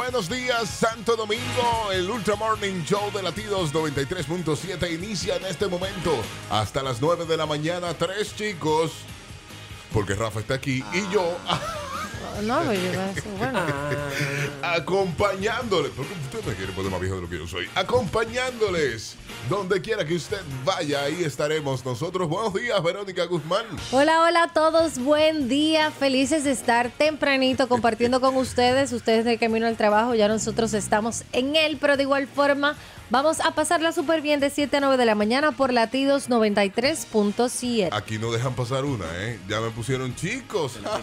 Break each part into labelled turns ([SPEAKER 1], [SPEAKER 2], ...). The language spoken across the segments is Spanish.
[SPEAKER 1] buenos días, Santo Domingo. El Ultra Morning Show de Latidos 93.7 inicia en este momento hasta las 9 de la mañana. Tres chicos, porque Rafa está aquí y yo
[SPEAKER 2] Ah. No, pues yo iba a decir, bueno.
[SPEAKER 1] acompañándoles. Porque usted me quiere poner más viejo de lo que yo soy. Acompañándoles donde quiera que usted vaya, ahí estaremos nosotros. Buenos días, Verónica Guzmán.
[SPEAKER 2] Hola, hola a todos, buen día, felices de estar tempranito compartiendo con ustedes, ustedes del camino al trabajo, ya nosotros estamos en él, pero de igual forma vamos a pasarla súper bien de 7 a 9 de la mañana por latidos 93.7.
[SPEAKER 1] Aquí no dejan pasar una, ¿eh? Ya me pusieron chicos.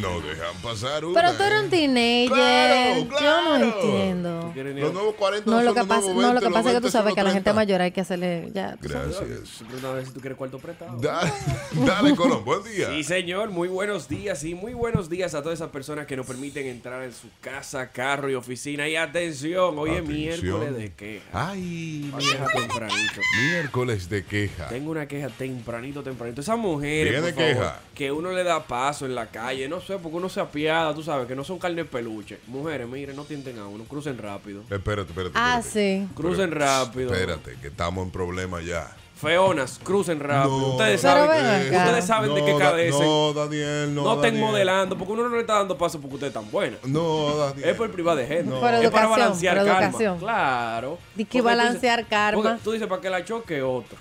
[SPEAKER 1] No dejan pasar una.
[SPEAKER 2] Pero tú eres
[SPEAKER 1] ¿eh?
[SPEAKER 2] un teenager,
[SPEAKER 1] Claro,
[SPEAKER 2] yo
[SPEAKER 1] claro.
[SPEAKER 2] no entiendo.
[SPEAKER 1] Los nuevos 40
[SPEAKER 2] No,
[SPEAKER 1] son
[SPEAKER 2] lo que
[SPEAKER 1] los
[SPEAKER 2] pasa,
[SPEAKER 1] nuevos
[SPEAKER 2] no, lo
[SPEAKER 1] 20,
[SPEAKER 2] que
[SPEAKER 1] los
[SPEAKER 2] pasa es que
[SPEAKER 1] 20
[SPEAKER 2] tú
[SPEAKER 1] son
[SPEAKER 2] sabes que a la
[SPEAKER 1] los
[SPEAKER 2] gente
[SPEAKER 1] 30.
[SPEAKER 2] mayor hay que hacerle ya. tú sabes.
[SPEAKER 1] Gracias.
[SPEAKER 3] Pues, Una vez si tú quieres cuarto prestado.
[SPEAKER 1] Dale, dale Colón, buen día.
[SPEAKER 3] Sí, señor, muy buenos días y muy buenos días a todas esas personas que nos permiten entrar en su casa, carro y oficina. Y atención, hoy
[SPEAKER 1] Atención.
[SPEAKER 3] es miércoles de queja.
[SPEAKER 1] Ay,
[SPEAKER 3] Una queja tempranito.
[SPEAKER 1] miércoles de queja.
[SPEAKER 3] Tengo una queja tempranito, tempranito. Esas mujeres,
[SPEAKER 1] Viene
[SPEAKER 3] por favor,
[SPEAKER 1] queja.
[SPEAKER 3] que uno le da paso en la calle, no sé, porque uno se apiada, tú sabes, que no son carne de peluche. Mujeres, miren, no tienten a uno, crucen rápido.
[SPEAKER 1] Espérate, espérate.
[SPEAKER 2] Ah,
[SPEAKER 1] espérate.
[SPEAKER 2] sí.
[SPEAKER 3] Crucen rápido.
[SPEAKER 1] Espérate, que estamos en problema ya.
[SPEAKER 3] Feonas, crucen rápido. ustedes
[SPEAKER 2] Pero
[SPEAKER 3] saben,
[SPEAKER 2] ven acá.
[SPEAKER 3] ustedes saben de
[SPEAKER 1] eh, No,
[SPEAKER 3] qué
[SPEAKER 1] Da-
[SPEAKER 3] cabecen.
[SPEAKER 1] No, Daniel, no.
[SPEAKER 3] No estén
[SPEAKER 1] Daniel.
[SPEAKER 3] modelando, porque uno no le está dando paso porque usted es tan buena.
[SPEAKER 1] No, Daniel.
[SPEAKER 3] Es por privada de gente.
[SPEAKER 2] Por
[SPEAKER 3] es para
[SPEAKER 2] educación,
[SPEAKER 3] balancear
[SPEAKER 2] por
[SPEAKER 3] karma.
[SPEAKER 2] educación.
[SPEAKER 3] Claro.
[SPEAKER 2] Di que
[SPEAKER 3] Porque tú
[SPEAKER 2] balancear
[SPEAKER 3] dices-
[SPEAKER 2] karma.
[SPEAKER 3] porque tú dices para que la choque otro.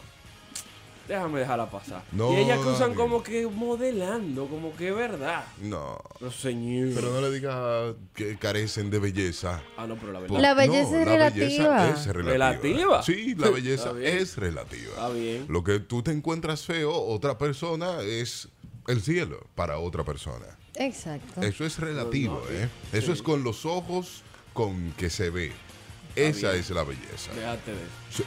[SPEAKER 3] Déjame dejarla pasar.
[SPEAKER 1] No,
[SPEAKER 3] y ellas cruzan
[SPEAKER 1] Daniel.
[SPEAKER 3] como que modelando, como que es verdad.
[SPEAKER 1] No.
[SPEAKER 3] Pero señor.
[SPEAKER 1] Pero no le digas que carecen de belleza.
[SPEAKER 3] Ah, no, pero la verdad.
[SPEAKER 1] Por-
[SPEAKER 2] La belleza
[SPEAKER 1] no,
[SPEAKER 2] es
[SPEAKER 1] la belleza
[SPEAKER 2] relativa.
[SPEAKER 1] es relativa.
[SPEAKER 3] ¿Relativa?
[SPEAKER 1] Sí, la belleza
[SPEAKER 3] Está bien.
[SPEAKER 1] es relativa.
[SPEAKER 3] Está bien.
[SPEAKER 1] Lo que tú te encuentras feo, otra persona es el cielo para otra persona.
[SPEAKER 2] Exacto.
[SPEAKER 1] Eso es relativo, ¿eh? Eso es con los ojos con que se ve. Esa es la belleza.
[SPEAKER 3] Déjate de eso.
[SPEAKER 1] Sí.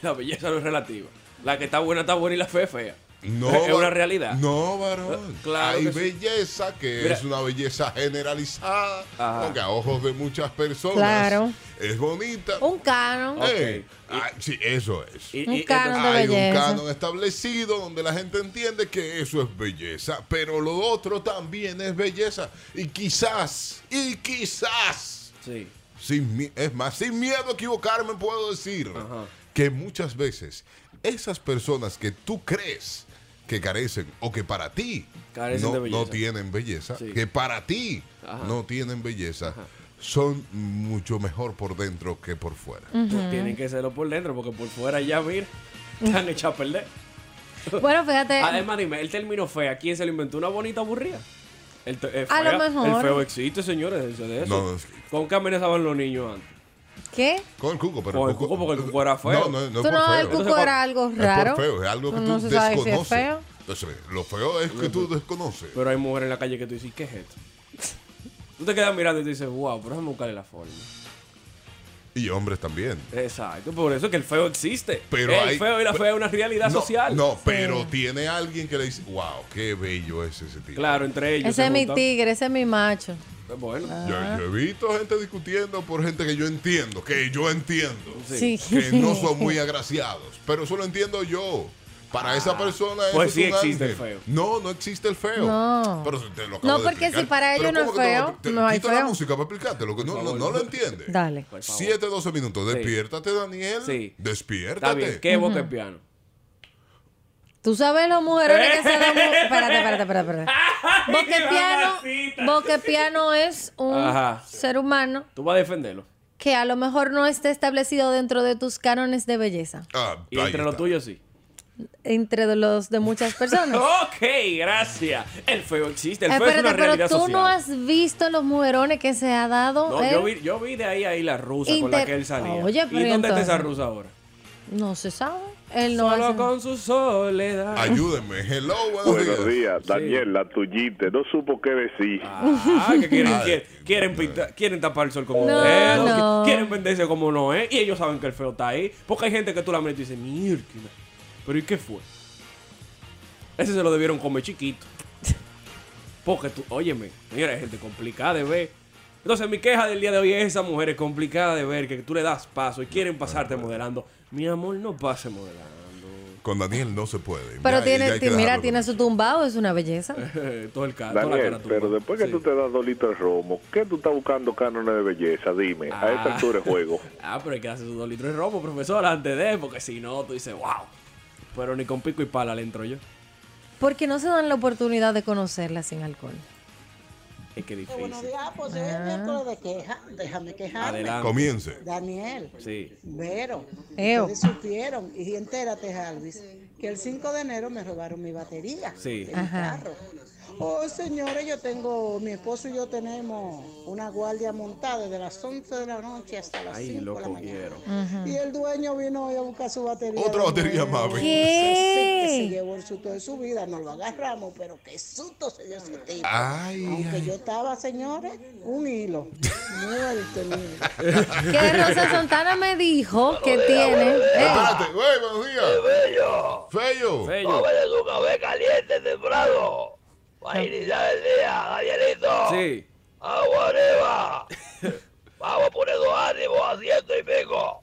[SPEAKER 3] La belleza no es relativa. La que está buena está buena y la fea es fea.
[SPEAKER 1] No,
[SPEAKER 3] es una
[SPEAKER 1] va-
[SPEAKER 3] realidad.
[SPEAKER 1] No, varón.
[SPEAKER 3] Eh, claro
[SPEAKER 1] Hay
[SPEAKER 3] que sí.
[SPEAKER 1] belleza que
[SPEAKER 3] Ah. Mira.
[SPEAKER 1] es una belleza generalizada,
[SPEAKER 3] Ajá.
[SPEAKER 1] porque a ojos de muchas personas
[SPEAKER 2] Claro.
[SPEAKER 1] es bonita.
[SPEAKER 2] Un canon.
[SPEAKER 1] Eh, ah, sí, eso es.
[SPEAKER 3] Y- y-
[SPEAKER 2] Un
[SPEAKER 3] entonces-
[SPEAKER 2] canon de
[SPEAKER 1] Hay un
[SPEAKER 2] belleza.
[SPEAKER 1] canon establecido donde la gente entiende que eso es belleza, pero lo otro también es belleza. Y quizás, y quizás,
[SPEAKER 3] Sí.
[SPEAKER 1] sin, mi- es más, sin miedo a equivocarme puedo decir
[SPEAKER 3] Ajá.
[SPEAKER 1] que muchas veces esas personas que tú crees que carecen o que para ti
[SPEAKER 3] Carecen
[SPEAKER 1] no,
[SPEAKER 3] de belleza.
[SPEAKER 1] no tienen belleza,
[SPEAKER 3] Sí.
[SPEAKER 1] que para ti
[SPEAKER 3] Ajá.
[SPEAKER 1] no tienen belleza, son mucho mejor por dentro que por fuera.
[SPEAKER 3] Pues tienen que serlo por dentro, porque por fuera ya, mira, están hechas a perder.
[SPEAKER 2] Bueno, fíjate.
[SPEAKER 3] Además, dime, el término fea, ¿quién se lo inventó? ¿Una bonita aburrida? El te- eh,
[SPEAKER 2] A lo
[SPEAKER 3] fea,
[SPEAKER 2] mejor.
[SPEAKER 3] El feo existe, señores. eso de eso.
[SPEAKER 1] No, no, es que-
[SPEAKER 3] ¿Con qué amenazaban los niños antes?
[SPEAKER 2] ¿Qué?
[SPEAKER 1] Con el cuco, pero
[SPEAKER 3] Con el cuco, porque el cuco era feo.
[SPEAKER 1] No, no, no
[SPEAKER 2] Tú
[SPEAKER 1] es por
[SPEAKER 2] no,
[SPEAKER 1] feo.
[SPEAKER 2] el
[SPEAKER 3] Entonces,
[SPEAKER 2] cuco era
[SPEAKER 3] cuando-
[SPEAKER 2] algo
[SPEAKER 1] Es por
[SPEAKER 2] raro.
[SPEAKER 1] feo, es algo que
[SPEAKER 2] No
[SPEAKER 1] tú
[SPEAKER 2] se sabe si es
[SPEAKER 1] desconoces.
[SPEAKER 2] feo.
[SPEAKER 1] Entonces, lo feo es que tú desconoces.
[SPEAKER 3] Pero hay mujeres en la calle que tú dices, ¿qué es esto? Tú te quedas mirando y tú dices, wow, pero déjame buscarle la forma.
[SPEAKER 1] Y hombres también.
[SPEAKER 3] Exacto, por eso es que el feo existe.
[SPEAKER 1] Pero
[SPEAKER 3] el
[SPEAKER 1] hay-
[SPEAKER 3] feo y la
[SPEAKER 1] pe-
[SPEAKER 3] fea es una realidad
[SPEAKER 1] no,
[SPEAKER 3] social.
[SPEAKER 1] No, pero tiene alguien que le dice, wow, Oh, qué bello es ese tipo.
[SPEAKER 3] Claro, entre ellos.
[SPEAKER 2] Ese
[SPEAKER 3] se
[SPEAKER 2] es mi
[SPEAKER 3] juntan.
[SPEAKER 2] tigre, ese es mi macho.
[SPEAKER 3] Bueno,
[SPEAKER 1] Yo,
[SPEAKER 2] Ah.
[SPEAKER 1] yo he visto gente discutiendo por gente que yo entiendo, que yo entiendo,
[SPEAKER 2] Sí.
[SPEAKER 1] que no son muy agraciados, pero eso lo entiendo yo. Para esa persona eso
[SPEAKER 3] pues
[SPEAKER 1] es
[SPEAKER 3] sí
[SPEAKER 1] un
[SPEAKER 3] existe el
[SPEAKER 1] ángel.
[SPEAKER 3] feo.
[SPEAKER 1] No, no existe el feo.
[SPEAKER 2] No.
[SPEAKER 1] Pero si te lo acabo
[SPEAKER 2] No,
[SPEAKER 1] de
[SPEAKER 2] porque
[SPEAKER 1] explicar.
[SPEAKER 2] si para
[SPEAKER 1] Pero
[SPEAKER 2] ellos no
[SPEAKER 1] ¿cómo
[SPEAKER 2] es
[SPEAKER 1] que te lo-
[SPEAKER 2] feo,
[SPEAKER 1] te-
[SPEAKER 2] no hay
[SPEAKER 1] quita la
[SPEAKER 2] feo.
[SPEAKER 1] música para explicártelo, que no, no,
[SPEAKER 3] favor.
[SPEAKER 1] no lo entiendes.
[SPEAKER 2] Dale.
[SPEAKER 3] Por favor.
[SPEAKER 1] 7, 12 minutos.
[SPEAKER 3] Sí.
[SPEAKER 1] Despiértate, Daniel.
[SPEAKER 3] Sí.
[SPEAKER 1] Despiértate.
[SPEAKER 3] está bien. ¿Qué boca es piano?
[SPEAKER 2] Tú sabes los mujerones que se dan. mu- Espérate, espérate, espérate. espérate.
[SPEAKER 3] mamacita.
[SPEAKER 2] Boquepiano, Boquepiano es un
[SPEAKER 3] Ajá.
[SPEAKER 2] ser humano
[SPEAKER 3] Tú vas a defenderlo.
[SPEAKER 2] que a lo mejor no está establecido dentro de tus cánones de belleza.
[SPEAKER 1] Ah,
[SPEAKER 3] Y
[SPEAKER 1] ahí
[SPEAKER 3] entre
[SPEAKER 1] está.
[SPEAKER 3] los tuyos sí.
[SPEAKER 2] Entre Pues los de muchas personas.
[SPEAKER 3] Ok, gracias. El feo existe, el feo es
[SPEAKER 2] Espérate,
[SPEAKER 3] Oh, una
[SPEAKER 2] pero
[SPEAKER 3] realidad
[SPEAKER 2] tú
[SPEAKER 3] social.
[SPEAKER 2] no has visto los mujerones que se ha dado.
[SPEAKER 3] No,
[SPEAKER 2] él?
[SPEAKER 3] yo vi, yo vi de ahí a ahí la rusa con la
[SPEAKER 2] eh. Inter-
[SPEAKER 3] que él salía.
[SPEAKER 2] Oye,
[SPEAKER 3] ¿Y
[SPEAKER 2] pero
[SPEAKER 3] dónde está
[SPEAKER 2] entonces-
[SPEAKER 3] esa rusa ahora?
[SPEAKER 2] No se sabe. Él no
[SPEAKER 3] Solo
[SPEAKER 2] hace-
[SPEAKER 3] con su soledad.
[SPEAKER 1] Ayúdenme. Hello, buenos,
[SPEAKER 4] Buenos días,
[SPEAKER 3] Sí.
[SPEAKER 4] Daniel, la tuyite, no supo qué decir.
[SPEAKER 3] Ah, que quieren,
[SPEAKER 1] Ay,
[SPEAKER 3] quieren, quieren, pinta- quieren tapar el sol como
[SPEAKER 2] No,
[SPEAKER 3] un dedo, que-
[SPEAKER 2] no.
[SPEAKER 3] quieren venderse como no es, y ellos saben que el feo está ahí. Porque hay gente que tú la metes y dices, mierda, pero ¿y qué fue? Ese se lo debieron comer chiquito. Porque tú, óyeme, mira, hay gente complicada de ver. Entonces, mi queja del día de hoy es esa mujer es complicada de ver, que tú le das paso y quieren pasarte modelando. Mi amor, no pase modelando.
[SPEAKER 1] Con Daniel no se puede.
[SPEAKER 2] Pero
[SPEAKER 1] Ya, ya
[SPEAKER 2] tiene,
[SPEAKER 1] hay que
[SPEAKER 2] mira,
[SPEAKER 1] dejarlo
[SPEAKER 2] tiene su tumbado, es una belleza.
[SPEAKER 3] Todo el cara, toda la
[SPEAKER 4] Daniel,
[SPEAKER 3] cara
[SPEAKER 4] pero
[SPEAKER 3] tumbada.
[SPEAKER 4] después que
[SPEAKER 3] Sí.
[SPEAKER 4] tú te das dos litros de romo, ¿qué tú estás buscando cánones de belleza? Dime, a esta
[SPEAKER 3] Ah.
[SPEAKER 4] altura de juego.
[SPEAKER 3] Ah, pero hay que hacer sus dos litros de romo, profesor, antes de, porque si no, tú dices, wow. Pero ni con pico y pala le entro yo.
[SPEAKER 2] Porque no se dan la oportunidad de conocerla sin alcohol.
[SPEAKER 3] Es que
[SPEAKER 5] Eh,
[SPEAKER 3] difícil.
[SPEAKER 5] Buenos días, pues hoy
[SPEAKER 2] Ah.
[SPEAKER 5] es miércoles de queja. Déjame quejarme.
[SPEAKER 1] con-
[SPEAKER 3] Adelante.
[SPEAKER 1] Comience.
[SPEAKER 5] Daniel,
[SPEAKER 3] Sí.
[SPEAKER 5] Vero,
[SPEAKER 2] Eo.
[SPEAKER 5] ustedes supieron, y entérate, Alvis, que el 5 de enero me robaron mi batería
[SPEAKER 3] Sí.
[SPEAKER 5] de mi
[SPEAKER 2] Ajá.
[SPEAKER 5] carro. Oh, señores, yo tengo, mi esposo y yo tenemos una guardia montada desde las 11 de la noche hasta las
[SPEAKER 3] Ay,
[SPEAKER 5] 5
[SPEAKER 3] lo
[SPEAKER 5] de la mañana.
[SPEAKER 3] cogieron.
[SPEAKER 5] Y el dueño vino hoy a buscar su batería.
[SPEAKER 1] Otra
[SPEAKER 5] de
[SPEAKER 1] batería,
[SPEAKER 5] nuevo.
[SPEAKER 1] mami.
[SPEAKER 2] ¿Qué?
[SPEAKER 5] Sí, que se llevó el susto de su vida, no lo agarramos, pero qué susto se dio ese tipo.
[SPEAKER 1] Ay,
[SPEAKER 5] Aunque
[SPEAKER 1] ay.
[SPEAKER 5] yo estaba, señores, un hilo. Muerto, mi hilo.
[SPEAKER 2] Que Rosa Santana me dijo que tiene. Eh,
[SPEAKER 1] Espérate, güey, buenos días. Fello.
[SPEAKER 3] Bello.
[SPEAKER 6] Tómate tu café caliente temprano. Para iniciar el día, Javielito.
[SPEAKER 3] Sí.
[SPEAKER 6] Agua arriba. Vamos poniendo ánimo a ciento y pico.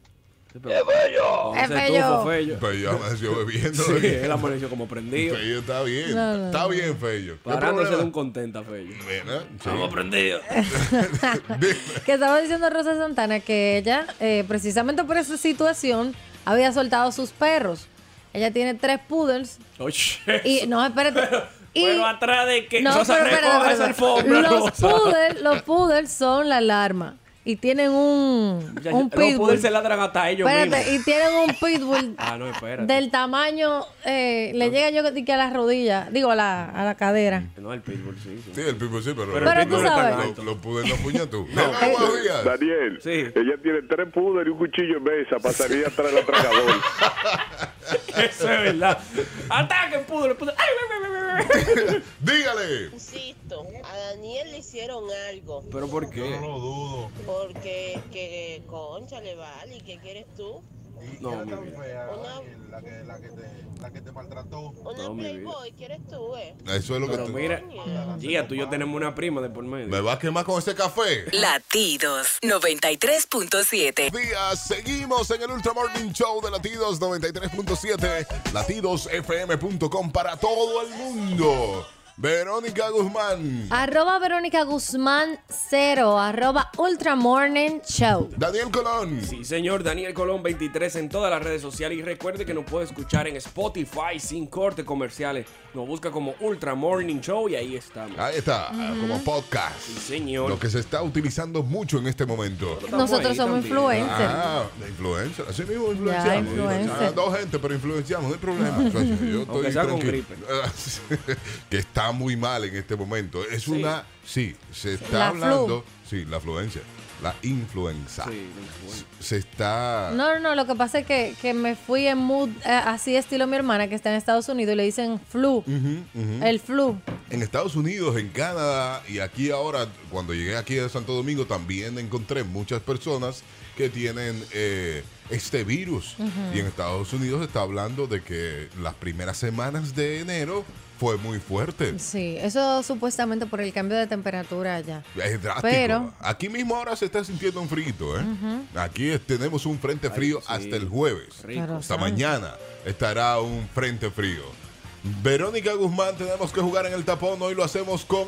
[SPEAKER 3] Sí, pero-
[SPEAKER 6] ¡Qué bello!
[SPEAKER 3] Vamos a hacer
[SPEAKER 2] Fello.
[SPEAKER 3] tufo, Fello.
[SPEAKER 1] Pero ya amaneció bebiendo.
[SPEAKER 3] Sí,
[SPEAKER 1] ¿eh?
[SPEAKER 3] él amaneció como prendido.
[SPEAKER 1] Fello está bien.
[SPEAKER 2] No, no,
[SPEAKER 1] Está bien, Fello. ¿Qué
[SPEAKER 3] Parándose de un
[SPEAKER 1] problema?
[SPEAKER 3] contenta, Fello.
[SPEAKER 1] Mira, sí.
[SPEAKER 6] prendido.
[SPEAKER 1] Dime.
[SPEAKER 2] que estaba diciendo Rosa Santana que ella, eh, precisamente por esa situación, había soltado sus perros. Ella tiene tres poodles.
[SPEAKER 3] Oye.
[SPEAKER 2] Y, no, espérate. Y,
[SPEAKER 3] Oh, pero atrás de que
[SPEAKER 2] No,
[SPEAKER 3] no se
[SPEAKER 2] pero espérate,
[SPEAKER 3] recoja esa
[SPEAKER 2] espérate.
[SPEAKER 3] alfombra.
[SPEAKER 2] Los
[SPEAKER 3] Rosa.
[SPEAKER 2] poodles, los poodles son la alarma. Y tienen un,
[SPEAKER 3] Ya, ya,
[SPEAKER 2] un
[SPEAKER 3] Los
[SPEAKER 2] pitbull.
[SPEAKER 3] poodles se ladran hasta ellos
[SPEAKER 2] Espérate,
[SPEAKER 3] mismos.
[SPEAKER 2] y tienen un pitbull
[SPEAKER 3] Ah, no, espérate.
[SPEAKER 2] del tamaño, eh, le llega yo que- que a las rodillas, digo, a la, a la cadera.
[SPEAKER 3] No, el pitbull, sí. sí.
[SPEAKER 1] Sí, el pipo sí, pero.
[SPEAKER 3] Pero el Pero
[SPEAKER 2] tú pitbull no sabes.
[SPEAKER 3] tan
[SPEAKER 1] Lo,
[SPEAKER 3] alto.
[SPEAKER 1] lo pude, no puña tú. Dime, buenos días.
[SPEAKER 4] Daniel,
[SPEAKER 3] Sí.
[SPEAKER 4] ella tiene tres pudres y un cuchillo en mesa para salir atrás del atragador.
[SPEAKER 3] Eso es verdad. Ataquen, poodle, poodle. Ay, ay, ay, ay, ay.
[SPEAKER 1] Dígale.
[SPEAKER 7] Insisto, a Daniel le hicieron algo
[SPEAKER 3] Pero ¿por qué?
[SPEAKER 7] porque que concha le vale y qué quieres tú.
[SPEAKER 3] No, mi vida.
[SPEAKER 7] Una,
[SPEAKER 8] la que, la que te, la que te maltrató.
[SPEAKER 7] una
[SPEAKER 3] No, mi vida.
[SPEAKER 7] Playboy quieres tú, eh.
[SPEAKER 1] Eso es lo que
[SPEAKER 3] Pero
[SPEAKER 1] tú.
[SPEAKER 3] mira, Gia, tú y yo tenemos una prima de por medio.
[SPEAKER 1] Me vas a quemar con ese café.
[SPEAKER 9] Latidos 93.7.
[SPEAKER 1] días. Seguimos en el Ultra Morning Show de Latidos 93.7, latidosfm.com para todo el mundo. Verónica Guzmán,
[SPEAKER 2] Arroba Verónica Guzmán cero, arroba Ultra Morning Show.
[SPEAKER 1] Daniel Colón,
[SPEAKER 3] Sí, señor Daniel Colón 23 en todas las redes sociales. Y recuerde que nos puede escuchar en Spotify sin corte comerciales. Nos busca como Ultra Morning Show y ahí estamos.
[SPEAKER 1] ahí está, como podcast.
[SPEAKER 3] Sí, señor.
[SPEAKER 1] Lo que se está utilizando mucho en este momento.
[SPEAKER 3] Estamos
[SPEAKER 2] Nosotros
[SPEAKER 3] ahí
[SPEAKER 2] somos
[SPEAKER 3] también.
[SPEAKER 2] influencers.
[SPEAKER 1] Ah, de influencer. Así mismo influenciamos.
[SPEAKER 2] influencer.
[SPEAKER 1] Ah, dos gente, pero influenciamos, no hay problema. Yo estoy
[SPEAKER 3] Aunque sea con
[SPEAKER 1] tranquilo. que está muy mal en este momento. Es una. Sí, se está
[SPEAKER 2] La flu.
[SPEAKER 1] hablando. Sí, la afluencia. La influenza.
[SPEAKER 3] Sí, no, bueno.
[SPEAKER 1] Se está.
[SPEAKER 2] No, no, no, lo que pasa es que, que me fui en mood eh, así estilo mi hermana que está en Estados Unidos y le dicen flu, el flu.
[SPEAKER 1] En Estados Unidos, en Canadá y aquí ahora, cuando llegué aquí a Santo Domingo, también encontré muchas personas que tienen eh, este virus. Y en Estados Unidos se está hablando de que las primeras semanas de enero fue muy fuerte.
[SPEAKER 2] Sí, eso supuestamente por el cambio de temperatura allá.
[SPEAKER 1] Es drástico.
[SPEAKER 2] Pero-
[SPEAKER 1] aquí mismo ahora se está sintiendo un frito, ¿eh? Aquí es- tenemos un frente frío
[SPEAKER 3] sí.
[SPEAKER 1] hasta el jueves.
[SPEAKER 3] Rico.
[SPEAKER 2] Claro,
[SPEAKER 1] Hasta
[SPEAKER 2] sabe.
[SPEAKER 1] mañana estará un frente frío. Verónica Guzmán, tenemos que jugar en el tapón. Hoy lo hacemos con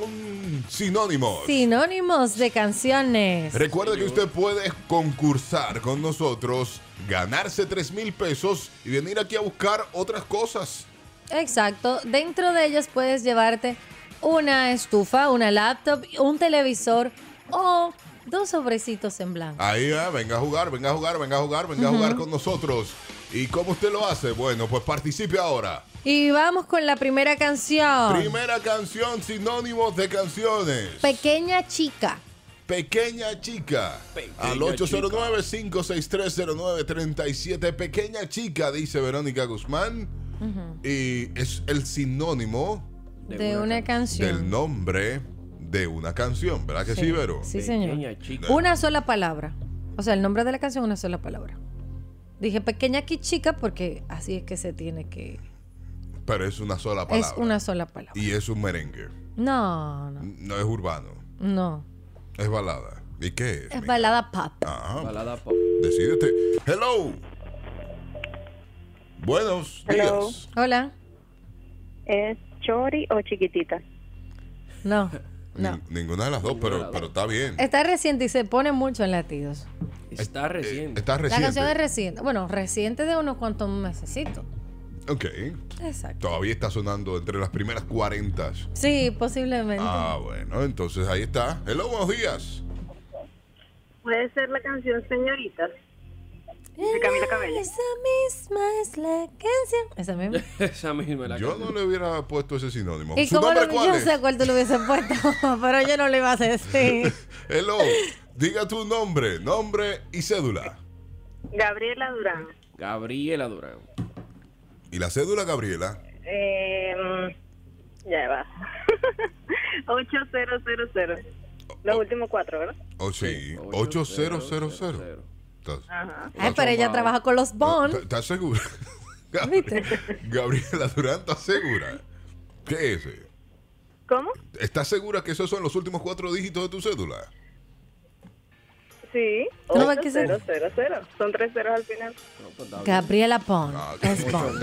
[SPEAKER 1] sinónimos.
[SPEAKER 2] Sinónimos de canciones.
[SPEAKER 1] Recuerde que usted puede concursar con nosotros, ganarse 3 mil pesos y venir aquí a buscar otras cosas.
[SPEAKER 2] Exacto. Dentro de ellas puedes llevarte una estufa, una laptop, un televisor o dos sobrecitos en blanco.
[SPEAKER 1] Ahí, ah, venga a jugar, venga a jugar, venga a jugar, venga a jugar con nosotros. ¿Y cómo usted lo hace? Bueno, pues participe ahora.
[SPEAKER 2] Y vamos con la primera canción.
[SPEAKER 1] Primera canción, sinónimos de canciones.
[SPEAKER 2] Pequeña chica.
[SPEAKER 1] Pequeña chica.
[SPEAKER 3] Pequeña
[SPEAKER 1] al 809-56309-37. Pequeña chica, dice Verónica Guzmán. Y es el sinónimo
[SPEAKER 2] De,
[SPEAKER 3] De
[SPEAKER 2] una,
[SPEAKER 3] una
[SPEAKER 2] canción.
[SPEAKER 1] del nombre de una canción, ¿verdad que sí, Vero?
[SPEAKER 2] Sí, señor.
[SPEAKER 3] Pequeña chica.
[SPEAKER 2] Una sola palabra. O sea, el nombre de la canción, una sola palabra. Dije pequeña aquí chica porque así es que se tiene que...
[SPEAKER 1] Pero es una sola palabra.
[SPEAKER 2] Es una sola palabra.
[SPEAKER 1] Y es un merengue.
[SPEAKER 2] No, no,
[SPEAKER 1] No es urbano,
[SPEAKER 2] no.
[SPEAKER 1] es balada. ¿Y qué es?
[SPEAKER 2] Es
[SPEAKER 1] mija?
[SPEAKER 2] balada pop.
[SPEAKER 1] Ajá,
[SPEAKER 3] Balada pop.
[SPEAKER 1] decídete. Hello. Buenos
[SPEAKER 10] Hello.
[SPEAKER 1] días.
[SPEAKER 2] Hola.
[SPEAKER 10] ¿Es chori o chiquitita?
[SPEAKER 2] No. No.
[SPEAKER 1] Nin- Ninguna de las dos, pero, pero está bien. Eh,
[SPEAKER 2] Está reciente y se pone mucho en latidos.
[SPEAKER 3] Está reciente.
[SPEAKER 1] Está
[SPEAKER 2] La canción es
[SPEAKER 1] reciente.
[SPEAKER 2] reciente. Bueno, reciente de unos cuantos mesecitos.
[SPEAKER 1] Ok.
[SPEAKER 2] Exacto.
[SPEAKER 1] Todavía está sonando entre las primeras 40.
[SPEAKER 2] Sí, posiblemente.
[SPEAKER 1] Ah, bueno, entonces ahí está. Hello, buenos días.
[SPEAKER 10] Puede ser la canción Señoritas. De Camila Cabello.
[SPEAKER 2] Esa misma es la canción. Esa misma.
[SPEAKER 3] Esa misma la
[SPEAKER 1] Yo no le hubiera puesto ese sinónimo.
[SPEAKER 2] ¿Y
[SPEAKER 1] ¿Su
[SPEAKER 2] cómo
[SPEAKER 1] nombre
[SPEAKER 2] lo,
[SPEAKER 1] cuál
[SPEAKER 2] yo
[SPEAKER 1] es?
[SPEAKER 2] sé cuál tú lo hubieses puesto? pero yo no lo iba a decir.
[SPEAKER 1] Hello, diga tu nombre, nombre y cédula.
[SPEAKER 10] Gabriela Durán.
[SPEAKER 3] Gabriela Durán.
[SPEAKER 1] ¿Y la cédula, Gabriela?
[SPEAKER 10] Eh, ya va. 8000. Los últimos cuatro, ¿verdad?
[SPEAKER 1] Oh, sí, 8000. ¿Estás-
[SPEAKER 10] Ajá.
[SPEAKER 2] Ay, pero ella trabaja con los Bond.
[SPEAKER 1] ¿Estás segura?
[SPEAKER 2] ¿Viste?
[SPEAKER 1] Gabriela Durán, ¿estás segura? ¿Qué es ese?
[SPEAKER 10] ¿Cómo?
[SPEAKER 1] ¿Estás segura que esos son los últimos cuatro dígitos de tu cédula?
[SPEAKER 10] Sí.
[SPEAKER 2] No, es que se-
[SPEAKER 10] 8000. Son tres ceros al final.
[SPEAKER 3] No, pues, está bien.
[SPEAKER 2] Gabriela Bond.
[SPEAKER 1] Ah, qué
[SPEAKER 2] Es Bond.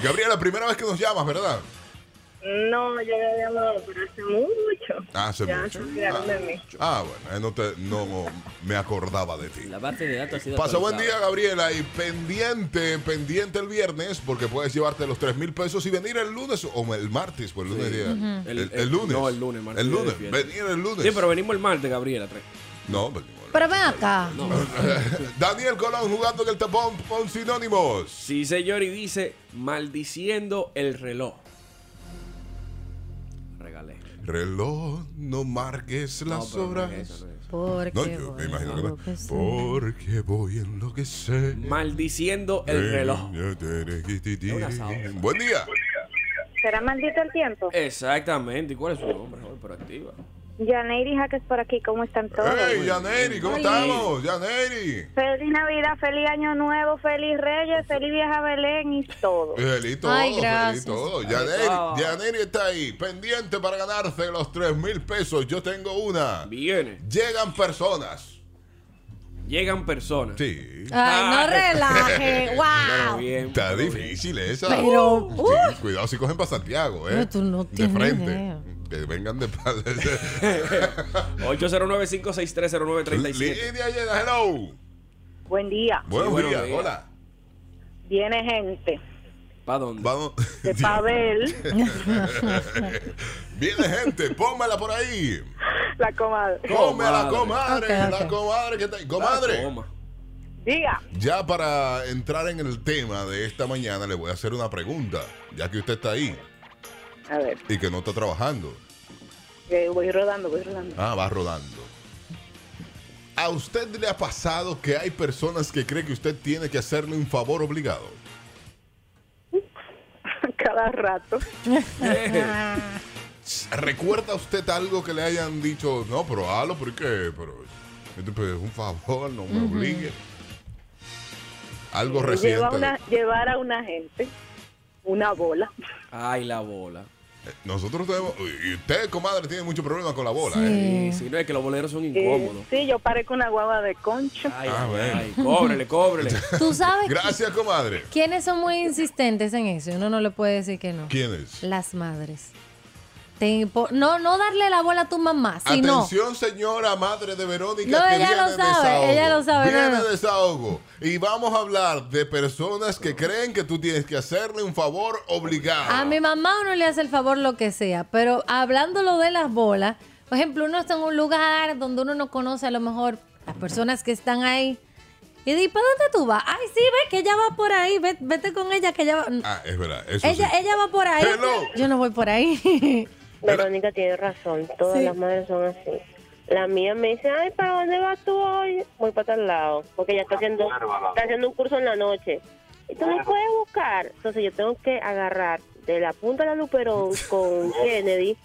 [SPEAKER 1] Gabriela, primera vez que nos llamas, ¿verdad?
[SPEAKER 10] No, yo había llamado, pero hace mucho.
[SPEAKER 1] Ah, Hace
[SPEAKER 10] ya
[SPEAKER 1] mucho.
[SPEAKER 10] se olvidaron de mí.
[SPEAKER 1] Ah, bueno, eh, no, te- no me acordaba de ti.
[SPEAKER 3] La base de datos ha sido.
[SPEAKER 1] Pasa buen día,
[SPEAKER 3] actualizada.
[SPEAKER 1] Gabriela, y pendiente, pendiente el viernes, porque puedes llevarte los 3 mil pesos y venir el lunes o el martes, pues el lunes. día- el, el
[SPEAKER 3] el-
[SPEAKER 1] lunes.
[SPEAKER 3] no, el lunes, martes
[SPEAKER 1] El
[SPEAKER 3] día de
[SPEAKER 1] lunes,
[SPEAKER 3] fiesta.
[SPEAKER 1] venir el lunes.
[SPEAKER 3] Sí, pero venimos el martes, Gabriela. tres.
[SPEAKER 1] No, venimos.
[SPEAKER 2] Pero ven acá.
[SPEAKER 1] Daniel Colón jugando en el tapón con sinónimos.
[SPEAKER 3] Sí, señor, y dice: Maldiciendo el reloj. Regalé.
[SPEAKER 1] Reloj, no marques
[SPEAKER 3] No,
[SPEAKER 1] las
[SPEAKER 3] pero no es
[SPEAKER 1] horas.
[SPEAKER 3] eso, no es eso.
[SPEAKER 2] Porque
[SPEAKER 1] No, yo me
[SPEAKER 2] voy
[SPEAKER 1] imagino
[SPEAKER 2] a
[SPEAKER 1] que no.
[SPEAKER 2] enloquecer.
[SPEAKER 1] Porque voy a enloquecer.
[SPEAKER 3] Maldiciendo el reloj. una salsa.
[SPEAKER 1] Buen día.
[SPEAKER 10] ¿Será maldito el tiempo?
[SPEAKER 1] Eh.
[SPEAKER 3] Exactamente. ¿Y cuál es su nombre? Joder, pero activa.
[SPEAKER 10] Yaneiri Jaques por aquí, ¿cómo están todos?
[SPEAKER 1] Hey, Yaneri, ¿cómo estamos? Yaneri.
[SPEAKER 10] Feliz Navidad, feliz Año Nuevo, feliz Reyes, feliz Vieja Belén y todo.
[SPEAKER 1] Feliz todo,
[SPEAKER 2] Ay,
[SPEAKER 1] feliz
[SPEAKER 2] gracias.
[SPEAKER 1] todo.
[SPEAKER 3] estaba.
[SPEAKER 1] Yaneri, Yaneri está ahí, pendiente para ganarse los 3 mil pesos. Yo tengo una.
[SPEAKER 3] Viene.
[SPEAKER 1] Llegan personas.
[SPEAKER 3] Llegan personas.
[SPEAKER 1] Sí.
[SPEAKER 2] Ay, no
[SPEAKER 3] Ah.
[SPEAKER 2] relaje.
[SPEAKER 3] Pero
[SPEAKER 2] ¡Wow!
[SPEAKER 3] bien.
[SPEAKER 1] Está
[SPEAKER 3] pero bien.
[SPEAKER 1] difícil esa.
[SPEAKER 2] Pero,
[SPEAKER 1] Sí,
[SPEAKER 2] uh.
[SPEAKER 1] cuidado si cogen para Santiago, ¿eh?
[SPEAKER 2] No, tú no
[SPEAKER 1] de
[SPEAKER 2] tienes
[SPEAKER 1] frente.
[SPEAKER 2] idea.
[SPEAKER 1] Que vengan de espalda.
[SPEAKER 3] 809-5630937.
[SPEAKER 1] Línea llena, hello.
[SPEAKER 10] Buen día.
[SPEAKER 1] Buenos
[SPEAKER 3] buenos
[SPEAKER 1] días,
[SPEAKER 3] días.
[SPEAKER 1] hola.
[SPEAKER 10] Viene gente
[SPEAKER 3] ¿Para dónde?
[SPEAKER 1] Vamos.
[SPEAKER 10] de Pavel,
[SPEAKER 1] Viene gente, pónmela por ahí.
[SPEAKER 10] la comadre.
[SPEAKER 1] Pónmela, comadre.
[SPEAKER 3] Comadre.
[SPEAKER 1] La
[SPEAKER 2] ok.
[SPEAKER 1] comadre que está.
[SPEAKER 3] Ah,
[SPEAKER 1] Comadre.
[SPEAKER 3] toma.
[SPEAKER 10] Diga,
[SPEAKER 1] Ya para entrar en el tema de esta mañana, le voy a hacer una pregunta, ya que usted está ahí
[SPEAKER 10] a ver,
[SPEAKER 1] y que no está trabajando.
[SPEAKER 10] que voy rodando, voy rodando.
[SPEAKER 1] Ah, va rodando. ¿A usted le ha pasado que hay personas que cree que usted tiene que hacerle un favor obligado?
[SPEAKER 10] Cada rato.
[SPEAKER 1] ¿Recuerda usted algo que le hayan dicho? No, pero halo, ¿por qué? Pero este, pues, es un favor, no me obligue. Algo reciente.
[SPEAKER 10] Lleva una, llevar a una gente una bola.
[SPEAKER 3] Ay, la bola.
[SPEAKER 1] Eh, Nosotros tenemos... Y usted, comadre, tiene mucho problema con la bola, ¿eh?
[SPEAKER 3] Sí, sí, no es que los boleros son
[SPEAKER 10] Eh,
[SPEAKER 3] incómodos.
[SPEAKER 10] sí, yo parezco una guava de concho.
[SPEAKER 3] Ay,
[SPEAKER 1] Ah,
[SPEAKER 3] ay,
[SPEAKER 1] bueno.
[SPEAKER 3] ay, cóbrele, cóbrele.
[SPEAKER 2] Tú sabes
[SPEAKER 1] Gracias, comadre.
[SPEAKER 2] quiénes son muy insistentes en eso. Uno no le puede decir que no.
[SPEAKER 1] ¿Quién es?
[SPEAKER 2] Las madres. Te impo- no, no darle la bola a tu mamá, sino.
[SPEAKER 1] Atención, señora madre de Verónica.
[SPEAKER 2] No,
[SPEAKER 1] que
[SPEAKER 2] ella
[SPEAKER 1] viene
[SPEAKER 2] lo sabe,
[SPEAKER 1] desahogo.
[SPEAKER 2] ella lo sabe,
[SPEAKER 1] Viene
[SPEAKER 2] no, no.
[SPEAKER 1] desahogo. Y vamos a hablar de personas que creen que tú tienes que hacerle un favor obligado.
[SPEAKER 2] A mi mamá uno le hace el favor lo que sea, pero hablándolo de las bolas, por ejemplo, uno está en un lugar donde uno no conoce a lo mejor las personas que están ahí. Y di, ¿para dónde tú vas? Ay, sí, ve que ella va por ahí, ve- vete con ella, que ella va...
[SPEAKER 1] Ah, es verdad. Eso
[SPEAKER 2] Ella,
[SPEAKER 1] sí.
[SPEAKER 2] ella va por ahí.
[SPEAKER 1] Hello.
[SPEAKER 2] Yo no voy por ahí.
[SPEAKER 11] Verónica tiene razón, todas
[SPEAKER 2] Sí.
[SPEAKER 11] las madres son así. La mía me dice, ay, ¿para dónde vas tú hoy? Voy para tal lado, porque ella está haciendo, está haciendo un curso en la noche. Y tú me puedes buscar. Entonces yo tengo que agarrar de la punta de la Luperón con Kennedy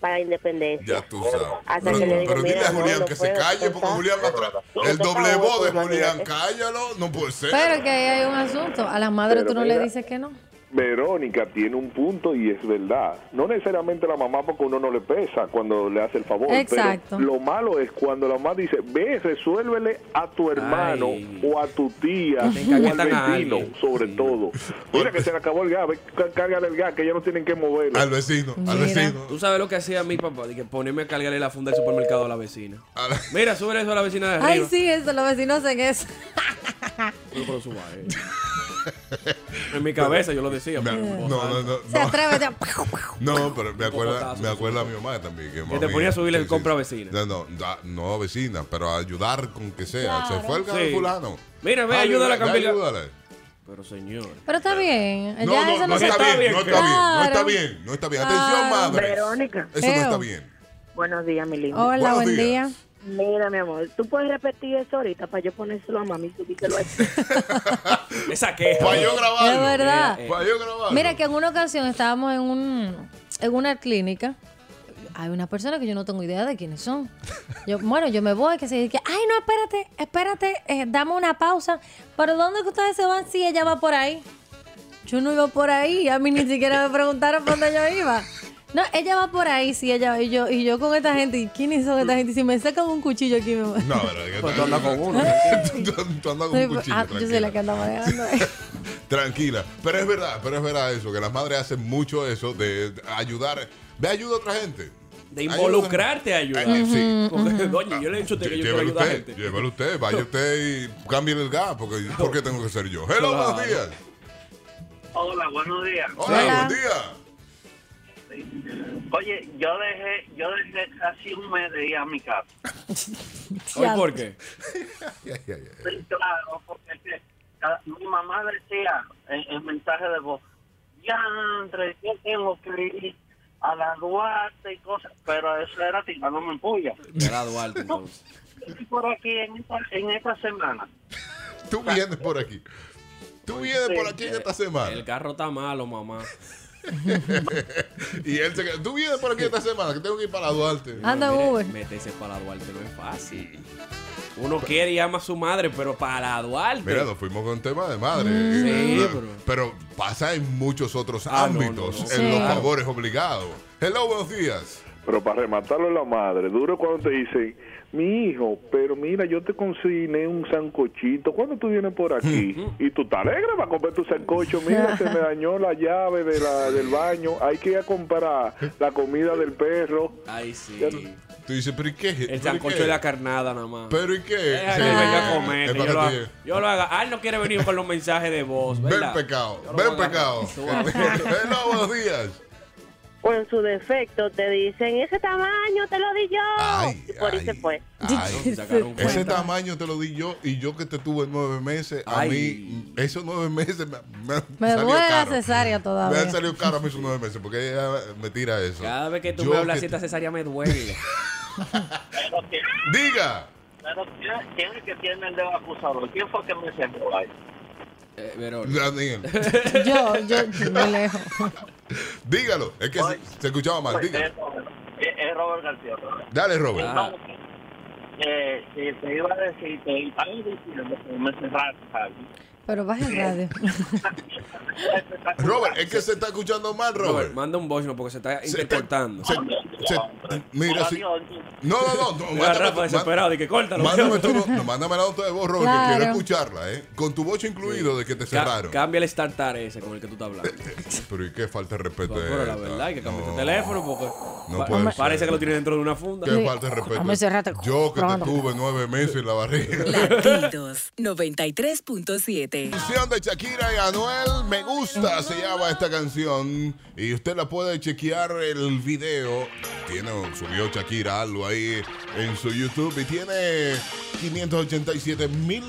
[SPEAKER 11] para Independencia.
[SPEAKER 1] Ya tú sabes.
[SPEAKER 11] Hasta
[SPEAKER 1] Pero,
[SPEAKER 11] que le digo,
[SPEAKER 1] pero dile
[SPEAKER 11] "Mira,
[SPEAKER 1] a
[SPEAKER 11] no,
[SPEAKER 1] Julián
[SPEAKER 11] no
[SPEAKER 1] que se
[SPEAKER 11] puedo,
[SPEAKER 1] calle,
[SPEAKER 11] no
[SPEAKER 1] porque
[SPEAKER 11] está".
[SPEAKER 1] Julián va atrás.
[SPEAKER 11] No,
[SPEAKER 1] El
[SPEAKER 11] está
[SPEAKER 1] doble
[SPEAKER 11] bueno,
[SPEAKER 1] voz de Julián,
[SPEAKER 11] imagínate.
[SPEAKER 1] cállalo, no puede ser.
[SPEAKER 2] Pero que ahí hay un asunto. A las madres tú no le dices que no.
[SPEAKER 4] Verónica tiene un punto y es verdad. No necesariamente la mamá porque uno no le pesa cuando le hace el favor.
[SPEAKER 2] Exacto.
[SPEAKER 4] Pero lo malo es cuando la mamá dice, ve, resuélvele a tu hermano o a tu tía o al
[SPEAKER 1] encaquetan a
[SPEAKER 4] vecino,
[SPEAKER 1] alguien.
[SPEAKER 4] sobre todo. Mira que se le acabó el gas, ve, cá- cárgale el gas, que ya no tienen que moverlo.
[SPEAKER 1] Al vecino, al vecino.
[SPEAKER 3] Tú sabes lo que hacía mi papá, de que ponerme a cargarle la funda del supermercado a la vecina. Mira, sube eso a la vecina de arriba.
[SPEAKER 2] Ay, sí, eso, los vecinos hacen eso.
[SPEAKER 3] Yo lo subo a él. eh. en mi cabeza yo lo decía. pero en
[SPEAKER 1] No,
[SPEAKER 3] voz
[SPEAKER 1] no,
[SPEAKER 3] alta.
[SPEAKER 1] no.
[SPEAKER 2] Se atreve de...
[SPEAKER 1] No, pero me acuerda, me acuerda a mi mamá también. Que,
[SPEAKER 3] te
[SPEAKER 1] mami-
[SPEAKER 3] ponía a subirle el compra a vecina.
[SPEAKER 1] No, no, da- no a vecina, pero a ayudar con que sea. Se fue el gas de
[SPEAKER 3] Sí.
[SPEAKER 1] fulano.
[SPEAKER 3] Mira, ve,
[SPEAKER 1] Ay,
[SPEAKER 3] ayúdala a
[SPEAKER 1] ve,
[SPEAKER 3] cambiar.
[SPEAKER 1] Ayúdale.
[SPEAKER 3] Pero señor.
[SPEAKER 2] Pero está bien. Ya
[SPEAKER 1] No,
[SPEAKER 2] eso
[SPEAKER 1] no, no está bien, no está bien, no está
[SPEAKER 2] Claro.
[SPEAKER 1] bien, no está bien. Atención, madre.
[SPEAKER 10] Verónica.
[SPEAKER 1] Eso no está bien.
[SPEAKER 10] Buenos días, mi lindo.
[SPEAKER 1] Buenos
[SPEAKER 2] Hola, buen
[SPEAKER 1] días.
[SPEAKER 2] día.
[SPEAKER 10] Mira, mi amor, tú puedes repetir eso ahorita para yo ponérselo a mami y subírselo a ti.
[SPEAKER 3] Me saqué.
[SPEAKER 1] Para yo grabarlo.
[SPEAKER 2] Es verdad.
[SPEAKER 3] Eh,
[SPEAKER 1] Para Pues yo grabarlo.
[SPEAKER 2] Mira, que en una ocasión estábamos en, un, en una clínica. Hay una persona que yo no tengo idea de quiénes son. Yo, bueno, yo me voy, que se dice, ay, no, espérate, espérate, eh, dame una pausa. ¿Pero dónde que ustedes se van si ella va por ahí? Yo no iba por ahí, a mí ni siquiera me preguntaron por dónde yo iba. No, ella va por ahí, sí, ella va. Y yo, y yo con esta gente, ¿y quiénes son esta gente? Si me sacan un cuchillo aquí, me voy.
[SPEAKER 1] No, pero es que
[SPEAKER 3] Pues
[SPEAKER 1] tú
[SPEAKER 3] tú andas con uno.
[SPEAKER 1] tú- tú andas con
[SPEAKER 2] Sí,
[SPEAKER 1] un cuchillo.
[SPEAKER 2] ah, yo soy
[SPEAKER 1] tranquila.
[SPEAKER 2] la que anda manejando.
[SPEAKER 1] Tranquila. Pero es verdad, pero es verdad eso, que las madres hacen mucho eso de ayudar. Ve, ayuda a otra gente.
[SPEAKER 3] De involucrarte a ayudar.
[SPEAKER 1] Ay, Eh, sí.
[SPEAKER 3] Porque, doña, yo le he dicho a usted que yo quiero
[SPEAKER 1] Llévelo
[SPEAKER 3] ayudar a
[SPEAKER 1] usted,
[SPEAKER 3] gente.
[SPEAKER 1] llévelo usted, vaya usted y cambie el gas, porque ¿por qué tengo que ser yo? Hello, buenos
[SPEAKER 3] Claro.
[SPEAKER 1] días.
[SPEAKER 12] Hola, buenos días.
[SPEAKER 1] Hola, buen día.
[SPEAKER 12] Oye, yo dejé, yo dejé casi un mes de ir a mi casa.
[SPEAKER 3] Oye, ¿por qué?
[SPEAKER 12] Sí, claro, porque es que cada- mi mamá decía en en mensaje de voz, ya, entre yo tengo que ir a la Duarte y cosas, pero eso era tirándome en puya.
[SPEAKER 3] Era Duarte, entonces.
[SPEAKER 12] Y por aquí en esta, en esta semana.
[SPEAKER 1] Tú vienes por aquí. Tú vienes por aquí en esta semana.
[SPEAKER 3] El carro está malo, mamá.
[SPEAKER 1] y él se queda, Tú vienes por aquí esta semana, que tengo que ir para Duarte.
[SPEAKER 2] Anda,
[SPEAKER 3] Mire,
[SPEAKER 2] Uber.
[SPEAKER 3] Métese para Duarte, no es fácil. Uno quiere y ama a su madre, pero para Duarte.
[SPEAKER 1] Mira, nos fuimos con tema de madre.
[SPEAKER 3] Sí,
[SPEAKER 1] Eh, pero pasa en muchos otros
[SPEAKER 3] Ah, no,
[SPEAKER 1] ámbitos,
[SPEAKER 3] no, no.
[SPEAKER 1] en
[SPEAKER 2] Sí.
[SPEAKER 1] los
[SPEAKER 2] Claro.
[SPEAKER 1] favores obligados. Hello, buenos días.
[SPEAKER 4] Pero para rematarlo la madre, duro cuando te dicen, mi hijo, pero mira, yo te consigné un sancochito, ¿cuándo tú vienes por aquí? y tú te alegras para comprar tu sancocho, mira, se me dañó la llave de la, del baño, hay que ir a comprar la comida del perro.
[SPEAKER 3] Ay, sí.
[SPEAKER 4] Ya no-
[SPEAKER 1] Tú dices, pero ¿y qué? ¿Pero y
[SPEAKER 3] El sancocho
[SPEAKER 1] qué?
[SPEAKER 3] de la carnada, nada más.
[SPEAKER 1] ¿Pero y qué?
[SPEAKER 3] Deja
[SPEAKER 1] Sí.
[SPEAKER 3] que venga a
[SPEAKER 1] Es
[SPEAKER 3] comer, que
[SPEAKER 1] para
[SPEAKER 3] yo lo,
[SPEAKER 1] que tú
[SPEAKER 3] haga,
[SPEAKER 1] llegues.
[SPEAKER 3] yo lo haga. Ah, él no quiere venir con los mensajes de voz,
[SPEAKER 1] Ven
[SPEAKER 3] ¿verdad?
[SPEAKER 1] pecado,
[SPEAKER 3] Yo lo
[SPEAKER 1] ven
[SPEAKER 3] voy a
[SPEAKER 1] pecado.
[SPEAKER 3] agarrar.
[SPEAKER 1] Hello, buenos días.
[SPEAKER 11] O en su defecto te dicen, ese tamaño te lo di yo.
[SPEAKER 1] Ay,
[SPEAKER 11] y por ahí se
[SPEAKER 1] ay.
[SPEAKER 11] fue.
[SPEAKER 1] Ay,
[SPEAKER 3] Se sacaron
[SPEAKER 1] ese
[SPEAKER 3] cuenta.
[SPEAKER 1] tamaño te lo di yo y yo que te tuve nueve meses, a
[SPEAKER 3] Ay.
[SPEAKER 1] mí esos nueve meses me, me han
[SPEAKER 2] Me
[SPEAKER 1] salido
[SPEAKER 2] duele la
[SPEAKER 1] caro.
[SPEAKER 2] cesárea todavía.
[SPEAKER 1] Me han salido caro a mí esos nueve meses porque ella me tira eso.
[SPEAKER 3] Cada vez que tú
[SPEAKER 1] Yo
[SPEAKER 3] me hablas
[SPEAKER 1] que
[SPEAKER 3] así, esta cesárea me duele.
[SPEAKER 12] Pero, ¿quién,
[SPEAKER 1] te- Diga.
[SPEAKER 12] pero ¿quién, quién es que tiene el dedo acusador? ¿Quién fue que me sentó ahí?
[SPEAKER 3] Eh, pero,
[SPEAKER 1] Daniel,
[SPEAKER 2] Yo, yo, me lejos.
[SPEAKER 1] dígalo. Es que se, se escuchaba mal.
[SPEAKER 12] Pues,
[SPEAKER 1] Diga.
[SPEAKER 12] es Robert- es- es Robert García. Robert.
[SPEAKER 1] Dale, Robert.
[SPEAKER 3] Ajá.
[SPEAKER 12] Eh, eh, te iba a decir, te iba a decir, que me cerraste, Javi.
[SPEAKER 2] Pero baja el radio.
[SPEAKER 1] Robert, es que se está escuchando mal,
[SPEAKER 3] Robert,
[SPEAKER 1] Robert.
[SPEAKER 3] manda un voice note porque se está
[SPEAKER 1] Se está-
[SPEAKER 3] intercortando.
[SPEAKER 1] se- se- mira,
[SPEAKER 12] Hola,
[SPEAKER 1] sí.
[SPEAKER 12] Dios.
[SPEAKER 1] No, no, no. no
[SPEAKER 3] Mira,
[SPEAKER 1] mándame-
[SPEAKER 3] Rafa desesperado, y que córtalo.
[SPEAKER 1] Mándame, tu, no, mándame la nota de voz, Robert, que
[SPEAKER 2] Claro.
[SPEAKER 1] quiero escucharla, ¿eh? Con tu bocho incluido de que te
[SPEAKER 3] Ca-
[SPEAKER 1] cerraron.
[SPEAKER 3] Cambia el startar ese con el que tú estás hablando.
[SPEAKER 1] Pero ¿y qué falta de respeto es
[SPEAKER 3] Pero la
[SPEAKER 1] esta?
[SPEAKER 3] verdad, hay que cambiar
[SPEAKER 1] No.
[SPEAKER 3] tu teléfono porque
[SPEAKER 1] No
[SPEAKER 3] pa-
[SPEAKER 1] puede ser.
[SPEAKER 3] parece que lo tiene dentro de una funda.
[SPEAKER 1] Qué falta de respeto.
[SPEAKER 2] Vamos a cerrarte.
[SPEAKER 1] Yo que te
[SPEAKER 2] Probando.
[SPEAKER 1] tuve nueve meses en la barriga.
[SPEAKER 9] Latidos 93.7.
[SPEAKER 1] canción de Shakira y Anuel, Me Gusta se llama esta canción y usted la puede chequear el video. Tiene, subió Shakira algo ahí en su YouTube y tiene 587 mil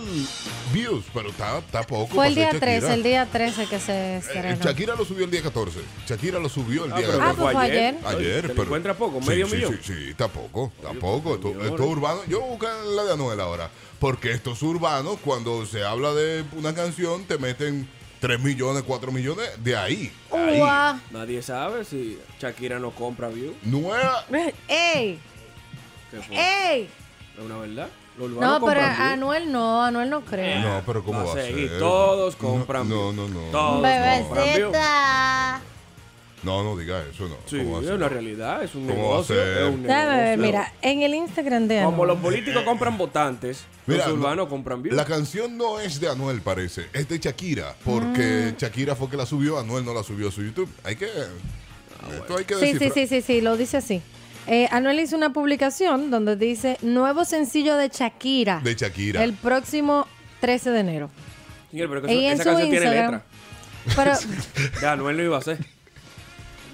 [SPEAKER 1] views, pero está, está poco.
[SPEAKER 2] Fue
[SPEAKER 1] para
[SPEAKER 2] el
[SPEAKER 1] ser
[SPEAKER 2] día
[SPEAKER 1] Shakira.
[SPEAKER 2] 13, el día 13 que se
[SPEAKER 1] Eh,
[SPEAKER 2] estrenó.
[SPEAKER 1] Shakira lo subió el día 14. Shakira lo subió el
[SPEAKER 3] Ah,
[SPEAKER 1] día
[SPEAKER 3] pero
[SPEAKER 1] 14.
[SPEAKER 2] Ah, pues fue ayer.
[SPEAKER 1] Ayer,
[SPEAKER 3] ¿Te lo
[SPEAKER 1] pero.
[SPEAKER 3] encuentras poco?
[SPEAKER 1] Sí,
[SPEAKER 3] ¿Medio
[SPEAKER 1] sí,
[SPEAKER 3] millón?
[SPEAKER 1] Sí, sí, tampoco, tampoco. Esto, esto urbano. Yo voy a buscar la de Anuel ahora. Porque estos urbanos, cuando se habla de una canción, te meten 3 millones, 4 millones de ahí. ahí.
[SPEAKER 2] Ua.
[SPEAKER 3] Nadie sabe si Shakira no compra view.
[SPEAKER 1] Nueva.
[SPEAKER 2] ¡Ey!
[SPEAKER 3] ¿Qué fue?
[SPEAKER 2] ¡Ey!
[SPEAKER 3] Es una verdad. Los urbanos
[SPEAKER 2] Eh. No, pero
[SPEAKER 3] compran duro.
[SPEAKER 2] Anuel no, Anuel no creo.
[SPEAKER 1] Eh, No, pero ¿cómo va a
[SPEAKER 3] Eh, sé, y
[SPEAKER 1] ser?
[SPEAKER 3] todos compran
[SPEAKER 1] No, no, no.
[SPEAKER 3] Todos compran view.
[SPEAKER 2] Bebecita.
[SPEAKER 1] No, no diga eso, no.
[SPEAKER 3] Sí,
[SPEAKER 1] ¿Cómo va a
[SPEAKER 3] es
[SPEAKER 1] ser?
[SPEAKER 3] una realidad, es un
[SPEAKER 1] ¿Cómo va a
[SPEAKER 3] negocio.
[SPEAKER 1] ser?
[SPEAKER 3] es un
[SPEAKER 2] Déjame ver,
[SPEAKER 3] negocio.
[SPEAKER 2] mira, en el Instagram de
[SPEAKER 3] Como
[SPEAKER 2] Anuel.
[SPEAKER 3] los políticos compran votantes,
[SPEAKER 1] Mira,
[SPEAKER 3] los urbanos compran views.
[SPEAKER 1] La canción no es de Anuel, parece. Es de Shakira.
[SPEAKER 2] Mm.
[SPEAKER 1] Porque Shakira fue que la subió, Anuel no la subió a su YouTube. Hay que. Esto hay que
[SPEAKER 2] Ah, Sí, sí,
[SPEAKER 1] descifrar.
[SPEAKER 2] sí, sí, sí, lo dice así. Eh, Anuel hizo una publicación donde dice nuevo sencillo de Shakira.
[SPEAKER 1] De Shakira.
[SPEAKER 2] El próximo 13 de enero.
[SPEAKER 3] Señor, pero que
[SPEAKER 2] Y
[SPEAKER 3] eso-
[SPEAKER 2] en
[SPEAKER 3] esa
[SPEAKER 2] su
[SPEAKER 3] canción tiene
[SPEAKER 2] Instagram.
[SPEAKER 3] letra.
[SPEAKER 2] Pero
[SPEAKER 3] Ya, Anuel lo iba a hacer.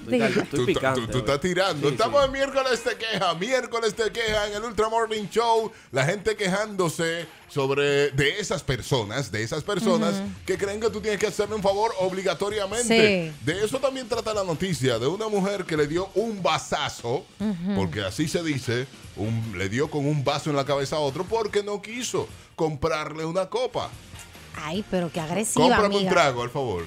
[SPEAKER 3] Estoy, cal-
[SPEAKER 1] Tú
[SPEAKER 3] estoy
[SPEAKER 1] ta-
[SPEAKER 3] picante.
[SPEAKER 1] tú- tú
[SPEAKER 3] hoy.
[SPEAKER 1] estás tirando. Estamos en miércoles te queja, miércoles te queja en el Ultra Morning Show. La gente quejándose sobre de esas personas, de esas personas
[SPEAKER 13] Ujú.
[SPEAKER 1] que creen que tú tienes que hacerme un favor obligatoriamente.
[SPEAKER 13] Sí.
[SPEAKER 1] De eso también trata la noticia de una mujer que le dio un basazo,
[SPEAKER 13] Ujú.
[SPEAKER 1] porque así se dice, un- le dio con un vaso en la cabeza a otro porque no quiso comprarle una copa.
[SPEAKER 2] Ay, pero qué agresiva,
[SPEAKER 1] Cómprame un
[SPEAKER 2] amiga.
[SPEAKER 1] trago, al favor.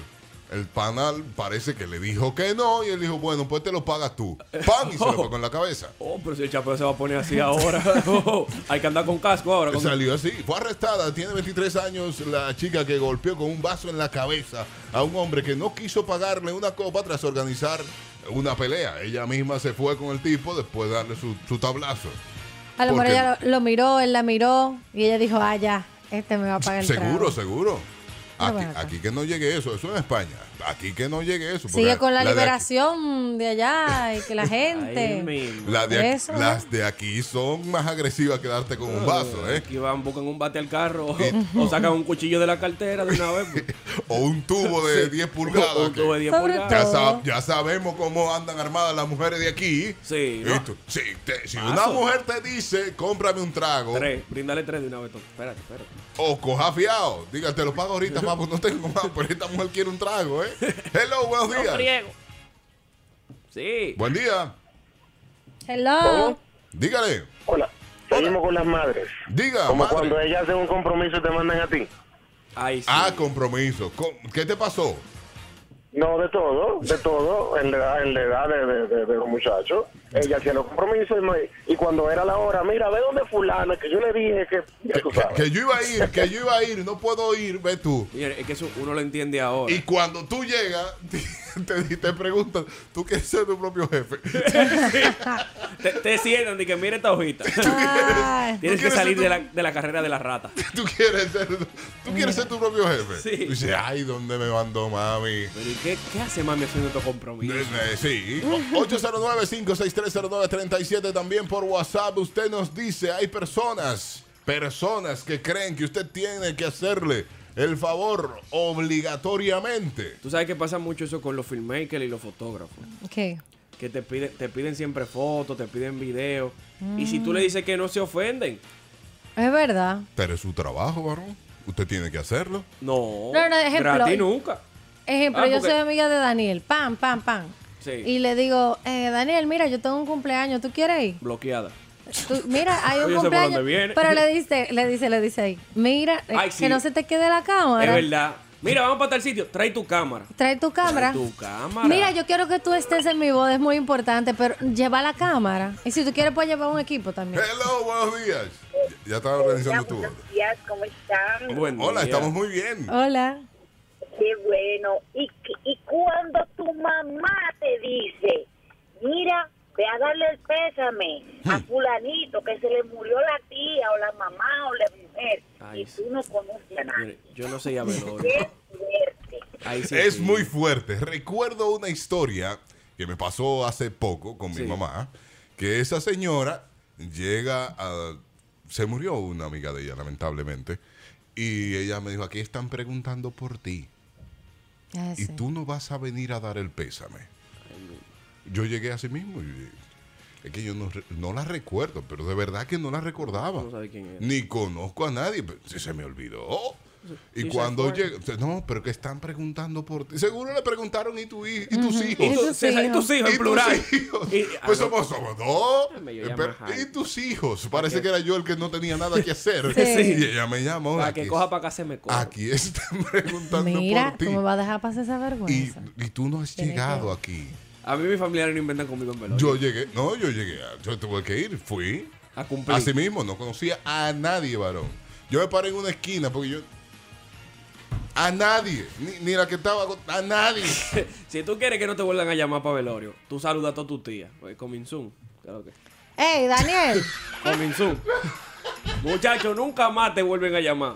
[SPEAKER 1] El panal parece que le dijo que no y él dijo, bueno, pues te lo pagas tú. ¡Pam! Y se lo pegó en la cabeza.
[SPEAKER 3] Oh, pero si el chapeo se va a poner así ahora. Oh, hay que andar con casco ahora. con-
[SPEAKER 1] Salió así. Fue arrestada, tiene 23 años la chica que golpeó con un vaso en la cabeza a un hombre que no quiso pagarle una copa tras organizar una pelea. Ella misma se fue con el tipo después de darle su, su tablazo.
[SPEAKER 2] a lo mejor
[SPEAKER 1] Porque-
[SPEAKER 2] ella lo, lo miró, él la miró y ella dijo, ah, ya, este me va a pagar el
[SPEAKER 1] Seguro,
[SPEAKER 2] trago.
[SPEAKER 1] seguro.
[SPEAKER 2] Pero
[SPEAKER 1] Aquí,
[SPEAKER 2] ven acá.
[SPEAKER 1] aquí que no llegue eso, eso en España. Aquí que no llegue eso. porque
[SPEAKER 2] Sigue con la,
[SPEAKER 1] de aquí-
[SPEAKER 2] liberación de, allá y que la gente...
[SPEAKER 1] La de aquí-
[SPEAKER 2] Eso, ¿no?
[SPEAKER 1] las de aquí son más agresivas que darte con un vaso, ¿eh?
[SPEAKER 3] Aquí van, buscan un bate al carro o sacan un cuchillo de la cartera de una vez. pues.
[SPEAKER 1] O un tubo de 10 pulgadas.
[SPEAKER 3] Un tubo de 10 Sobre pulgadas.
[SPEAKER 1] Ya,
[SPEAKER 3] todo.
[SPEAKER 1] sab- ya sabemos cómo andan armadas las mujeres de aquí.
[SPEAKER 3] Sí.
[SPEAKER 1] Y tú- si te- si una
[SPEAKER 3] Vaso.
[SPEAKER 1] mujer te dice, cómprame un trago.
[SPEAKER 3] Tres, bríndale tres de una vez. Tom. Espérate, espérate.
[SPEAKER 1] O coja fiado. Diga, te lo pago ahorita, papo. No tengo más, pero esta mujer quiere un trago, ¿eh? Hello, buenos
[SPEAKER 3] No
[SPEAKER 1] días.
[SPEAKER 3] friego. Sí.
[SPEAKER 1] Buen día.
[SPEAKER 2] Hello.
[SPEAKER 1] Dígale.
[SPEAKER 14] Hola. Seguimos con las madres.
[SPEAKER 1] Diga.
[SPEAKER 14] Como
[SPEAKER 1] madre.
[SPEAKER 14] cuando ellas hacen un compromiso y te mandan a ti.
[SPEAKER 1] Ah, compromiso. Com- ¿Qué te pasó?
[SPEAKER 14] No, de todo, de todo, en la edad, en la edad de, de- de- de los muchachos. Ella hacía los compromisos y, me- y cuando era la hora, mira, ve dónde fulana, que yo le dije que... Ya tú sabes.
[SPEAKER 1] Que yo iba a ir, que yo iba a ir, no puedo ir, ve tú.
[SPEAKER 3] Señor, es que eso uno lo entiende ahora.
[SPEAKER 1] Y cuando tú llegas, te, te preguntan, ¿tú quieres ser tu propio jefe?
[SPEAKER 3] Te, te sientan y que mira esta hojita. Tienes que
[SPEAKER 1] quieres
[SPEAKER 3] salir
[SPEAKER 1] ser
[SPEAKER 3] de
[SPEAKER 1] tú-
[SPEAKER 3] la, de la carrera de la rata.
[SPEAKER 1] ¿Tú quieres ser, tú quieres ser tu propio jefe?
[SPEAKER 3] Sí.
[SPEAKER 1] Tú dices, ay, ¿dónde me mandó mami?
[SPEAKER 3] ¿Pero y qué, qué hace mami haciendo tu compromiso?
[SPEAKER 1] Eh, eh, Sí. 809-56309-37 también por WhatsApp. Usted nos dice, hay personas, personas que creen que usted tiene que hacerle el favor obligatoriamente.
[SPEAKER 3] Tú sabes que pasa mucho eso con los filmmakers y los fotógrafos.
[SPEAKER 2] ¿Qué?
[SPEAKER 3] Que te piden, te piden siempre fotos, te piden videos. Y si tú le dices que no se ofenden.
[SPEAKER 2] Es verdad.
[SPEAKER 1] Pero es su trabajo, varón. Usted tiene que hacerlo.
[SPEAKER 3] No.
[SPEAKER 2] No, no, ejemplo.
[SPEAKER 3] Gratis nunca.
[SPEAKER 2] Ejemplo,
[SPEAKER 3] Ah,
[SPEAKER 2] yo
[SPEAKER 3] porque-
[SPEAKER 2] soy amiga de Daniel. Pam, pam, pam.
[SPEAKER 3] Sí.
[SPEAKER 2] Y le digo, eh, Daniel, mira, yo tengo un cumpleaños, ¿tú quieres ir?
[SPEAKER 3] Bloqueada.
[SPEAKER 2] Tú- mira, hay
[SPEAKER 3] Yo
[SPEAKER 2] un
[SPEAKER 3] sé por
[SPEAKER 2] cumpleaños.
[SPEAKER 3] dónde viene.
[SPEAKER 2] Pero le dice, le dice, le dice ahí, mira, eh,
[SPEAKER 3] Ay, sí.
[SPEAKER 2] que no se te quede la cámara.
[SPEAKER 3] Es verdad. Mira, vamos para tal sitio. Trae tu cámara.
[SPEAKER 2] Trae tu cámara.
[SPEAKER 3] Trae tu cámara.
[SPEAKER 2] Mira, yo quiero que tú estés en mi boda, es muy importante, pero lleva la cámara. Y si tú quieres, puedes llevar un equipo también.
[SPEAKER 1] Hello, buenos días. Ya estaba organizando tu boda.
[SPEAKER 10] días, ¿cómo están?
[SPEAKER 1] Hola, estamos muy bien.
[SPEAKER 2] Hola.
[SPEAKER 10] Qué bueno. Y, que- y cuando tu mamá te dice, mira, ve a darle el pésame
[SPEAKER 1] Hmm.
[SPEAKER 10] a fulanito que se le murió la tía o la mamá o la mujer
[SPEAKER 3] Ay,
[SPEAKER 10] y tú no conoces a nadie.
[SPEAKER 3] Mire, yo no soy a velorio.
[SPEAKER 10] Qué fuerte.
[SPEAKER 1] es muy fuerte. Recuerdo una historia que me pasó hace poco con mi mamá, que esa señora llega a... Se murió una amiga de ella, lamentablemente, y ella me dijo, aquí están preguntando por ti, y tú no vas a venir a dar el pésame. Yo llegué así mismo y es que yo no, re- no la recuerdo, pero de verdad que no la recordaba.
[SPEAKER 3] No sabe quién era.
[SPEAKER 1] Ni conozco a nadie, pero sí se me olvidó. Y
[SPEAKER 3] Sí, se
[SPEAKER 1] cuando
[SPEAKER 3] fue.
[SPEAKER 1] llega, no, pero que están preguntando por ti. Seguro le preguntaron y, tu, hij- y tus hijos.
[SPEAKER 3] Y tus César, y tus hijos, en
[SPEAKER 1] Y tus
[SPEAKER 3] plural.
[SPEAKER 1] hijos.
[SPEAKER 3] Y-
[SPEAKER 1] pues
[SPEAKER 3] ah, no.
[SPEAKER 1] somos, somos dos.
[SPEAKER 3] Ah,
[SPEAKER 1] Eh,
[SPEAKER 3] Me yo llamo
[SPEAKER 1] Pero-
[SPEAKER 3] Jaime.
[SPEAKER 1] y tus hijos. Parece que era yo el que no tenía nada que hacer.
[SPEAKER 3] Sí.
[SPEAKER 1] Y ella me llamó.
[SPEAKER 3] Para
[SPEAKER 1] aquí,
[SPEAKER 3] que coja para acá se me coja.
[SPEAKER 1] aquí están preguntando
[SPEAKER 2] Mira,
[SPEAKER 1] por ti.
[SPEAKER 2] tú me vas a dejar pasar esa vergüenza.
[SPEAKER 1] Y tú no has
[SPEAKER 2] Tiene
[SPEAKER 1] llegado aquí.
[SPEAKER 3] A mí mis familiares no inventan conmigo en
[SPEAKER 1] Yo
[SPEAKER 3] velorio.
[SPEAKER 1] llegué, no, yo llegué, a- yo tuve que ir, fui.
[SPEAKER 3] A cumplir.
[SPEAKER 1] Así mismo, no conocía a nadie, varón. Yo me paré en una esquina porque yo. A nadie, ni, ni la que estaba, con- a nadie.
[SPEAKER 3] si tú quieres que no te vuelvan a llamar para velorio, tú saludas a todas tus tías. Pues, coming soon. Claro que.
[SPEAKER 2] ¡Ey, Daniel!
[SPEAKER 3] Coming soon. Muchachos, nunca más te vuelven a llamar.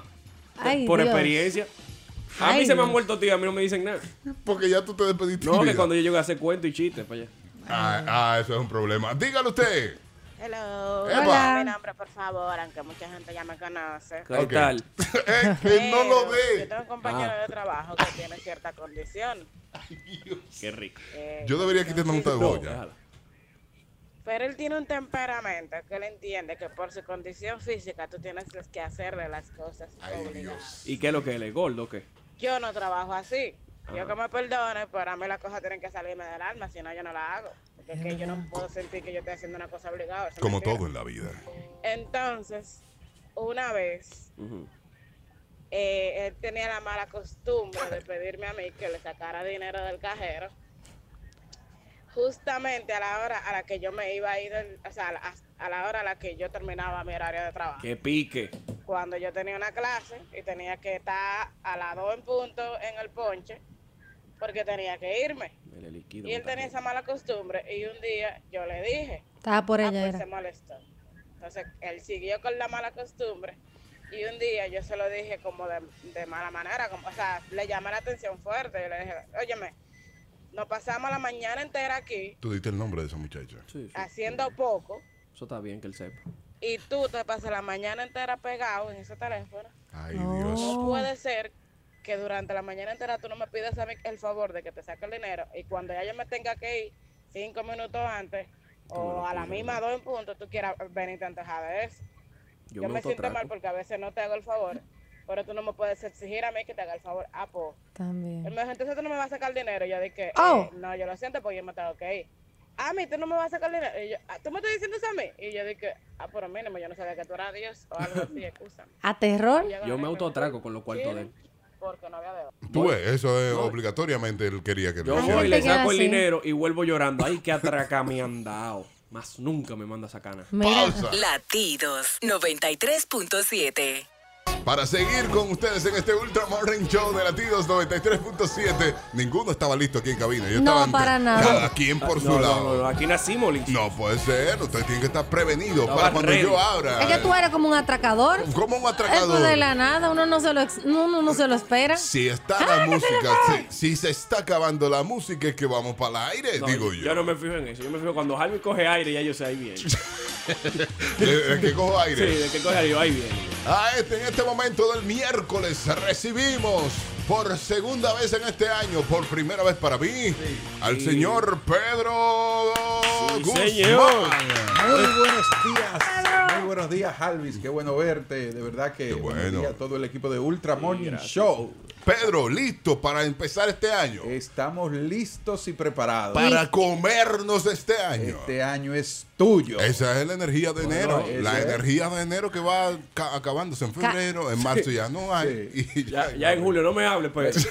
[SPEAKER 2] Ay,
[SPEAKER 3] por
[SPEAKER 2] Dios.
[SPEAKER 3] experiencia. A mí
[SPEAKER 2] Ay,
[SPEAKER 3] se me
[SPEAKER 2] Dios.
[SPEAKER 3] han muerto tías, a mí no me dicen nada.
[SPEAKER 1] Porque ya tú te despediste.
[SPEAKER 3] No, que
[SPEAKER 1] Mira.
[SPEAKER 3] cuando yo llego a hacer cuentos y chistes para allá.
[SPEAKER 1] Ah, ah, eso es un problema. Dígalo usted.
[SPEAKER 7] Hello.
[SPEAKER 1] Epa.
[SPEAKER 7] Hola. Mi nombre, por favor, aunque mucha gente ya me conoce.
[SPEAKER 3] ¿Qué tal?
[SPEAKER 1] que no lo
[SPEAKER 7] Pero
[SPEAKER 1] dé.
[SPEAKER 7] Yo tengo un compañero
[SPEAKER 1] Ah.
[SPEAKER 7] de trabajo que tiene cierta condición.
[SPEAKER 3] Qué rico.
[SPEAKER 7] Eh,
[SPEAKER 1] Yo debería quitarme un
[SPEAKER 3] No,
[SPEAKER 1] tagoya.
[SPEAKER 3] déjala.
[SPEAKER 7] Pero él tiene un temperamento que él entiende que por su condición física tú tienes que hacerle las cosas obligadas.
[SPEAKER 3] ¿Y qué es lo que él es? ¿Gordo o qué?
[SPEAKER 7] Yo no trabajo así.
[SPEAKER 3] Ah.
[SPEAKER 7] Yo que me perdone, pero a mí las cosas tienen que salirme del alma, si no yo no la hago. Porque es que yo no puedo sentir que yo estoy haciendo una cosa obligada. eso es
[SPEAKER 1] Como
[SPEAKER 7] mentira.
[SPEAKER 1] todo en la vida.
[SPEAKER 7] Entonces, una vez, eh, él tenía la mala costumbre de pedirme a mí que le sacara dinero del cajero. Justamente a la hora a la que yo me iba a ir, del- o sea, a la, a la hora a la que yo terminaba mi horario de trabajo.
[SPEAKER 3] Que pique.
[SPEAKER 7] Cuando yo tenía una clase y tenía que estar a las 2 en punto en el ponche, porque tenía que irme.
[SPEAKER 3] Dele líquido.
[SPEAKER 7] Y este, él tenía esa mala costumbre y un día yo le dije,
[SPEAKER 2] Estaba por
[SPEAKER 7] Ah,
[SPEAKER 2] ella,
[SPEAKER 7] pues,
[SPEAKER 2] era.
[SPEAKER 7] se molestó. Entonces, él siguió con la mala costumbre. Y un día yo se lo dije como de, de mala manera, como, o sea, le llamé la atención fuerte. Yo le dije, óyeme, nos pasamos la mañana entera aquí
[SPEAKER 1] Tú diste el nombre de esa muchacha.
[SPEAKER 3] Sí,
[SPEAKER 2] Ah,
[SPEAKER 3] sí.
[SPEAKER 7] haciendo poco
[SPEAKER 3] Eso está bien que él sepa.
[SPEAKER 7] y tú te pasas la mañana entera pegado en ese teléfono.
[SPEAKER 1] Ay,
[SPEAKER 7] No puede ser que durante la mañana entera tú no me pidas a mí el favor de que te saque el dinero y cuando ya yo me tenga que ir cinco minutos antes o a la misma dos en punto, tú quieras venirte a antojar de eso.
[SPEAKER 3] Yo
[SPEAKER 7] Yo,
[SPEAKER 3] me
[SPEAKER 7] me siento
[SPEAKER 3] autotrago.
[SPEAKER 7] mal porque a veces no te hago el favor, pero tú no me puedes exigir a mí que te haga el favor. Ah, pues. Él
[SPEAKER 2] También.
[SPEAKER 7] me dijo, entonces tú no me vas a sacar dinero. Yo dije, eh,
[SPEAKER 2] Oh.
[SPEAKER 7] no, yo lo siento porque yo me tengo que ir. A mí, tú no me vas a sacar dinero. Y yo, "Ah, ¿Tú me estás diciendo eso a mí? Y yo dije, ah, pero mínimo, yo no sabía que tú eras Dios o algo así, excusa.
[SPEAKER 2] ¿A terror?
[SPEAKER 3] Yo me autotrago con los cuartos de él.
[SPEAKER 7] Porque no había de otra.
[SPEAKER 1] Tú ves, Pues, eso es obligatoriamente él quería que
[SPEAKER 3] Yo
[SPEAKER 1] lo
[SPEAKER 3] voy, le
[SPEAKER 1] hiciera.
[SPEAKER 3] saco el dinero y vuelvo llorando. Ay, qué atraca me han dado. Más nunca me manda sacana.
[SPEAKER 9] Latidos 93.7.
[SPEAKER 1] Para seguir con ustedes en este Ultra Morning Show de Latidos 93.7, ninguno estaba listo aquí en cabina. Yo
[SPEAKER 2] No,
[SPEAKER 1] estaba
[SPEAKER 2] para nada.
[SPEAKER 1] Cada quien por
[SPEAKER 3] Ah,
[SPEAKER 1] su
[SPEAKER 3] no, no,
[SPEAKER 1] lado.
[SPEAKER 3] no, no, aquí nacimos, Liz.
[SPEAKER 1] No puede ser, usted tiene que estar prevenido
[SPEAKER 3] Estaba
[SPEAKER 1] para cuando
[SPEAKER 3] ready.
[SPEAKER 1] yo abra.
[SPEAKER 2] Es que tú eres como un atracador.
[SPEAKER 1] Como un
[SPEAKER 2] Eso
[SPEAKER 1] atracador.
[SPEAKER 2] de la nada, uno no se lo, ex- uno no se lo espera.
[SPEAKER 1] Si está la música, si, si se está acabando la música, es que vamos para el aire,
[SPEAKER 3] No,
[SPEAKER 1] digo yo.
[SPEAKER 3] Yo no me fijo en eso. Yo me fijo cuando Harvey coge aire, ya yo sé ahí bien.
[SPEAKER 1] ¿De, de qué Eh, cojo aire?
[SPEAKER 3] Sí, de que coge aire, yo ahí bien.
[SPEAKER 1] A este, en este momento del miércoles recibimos por segunda vez en este año, por primera vez para mí, al
[SPEAKER 13] Sí.
[SPEAKER 1] señor Pedro Guzmán.
[SPEAKER 13] señor. Muy buenos días. Muy buenos días, Alvis. Qué bueno verte. De verdad que buenos días a todo el equipo de Ultra Morning Show.
[SPEAKER 1] Pedro, listo para empezar este año.
[SPEAKER 13] Estamos listos y preparados.
[SPEAKER 1] Para comernos este año.
[SPEAKER 13] Este año es tuyo.
[SPEAKER 1] Esa es la energía de
[SPEAKER 13] Bueno,
[SPEAKER 1] enero.
[SPEAKER 13] esa
[SPEAKER 1] la
[SPEAKER 13] es.
[SPEAKER 1] energía de enero que va ca- acabándose en
[SPEAKER 2] Ca-
[SPEAKER 1] febrero, en marzo
[SPEAKER 3] Sí.
[SPEAKER 1] ya no hay. Y ya,
[SPEAKER 3] Ya en julio, no me hable, pues.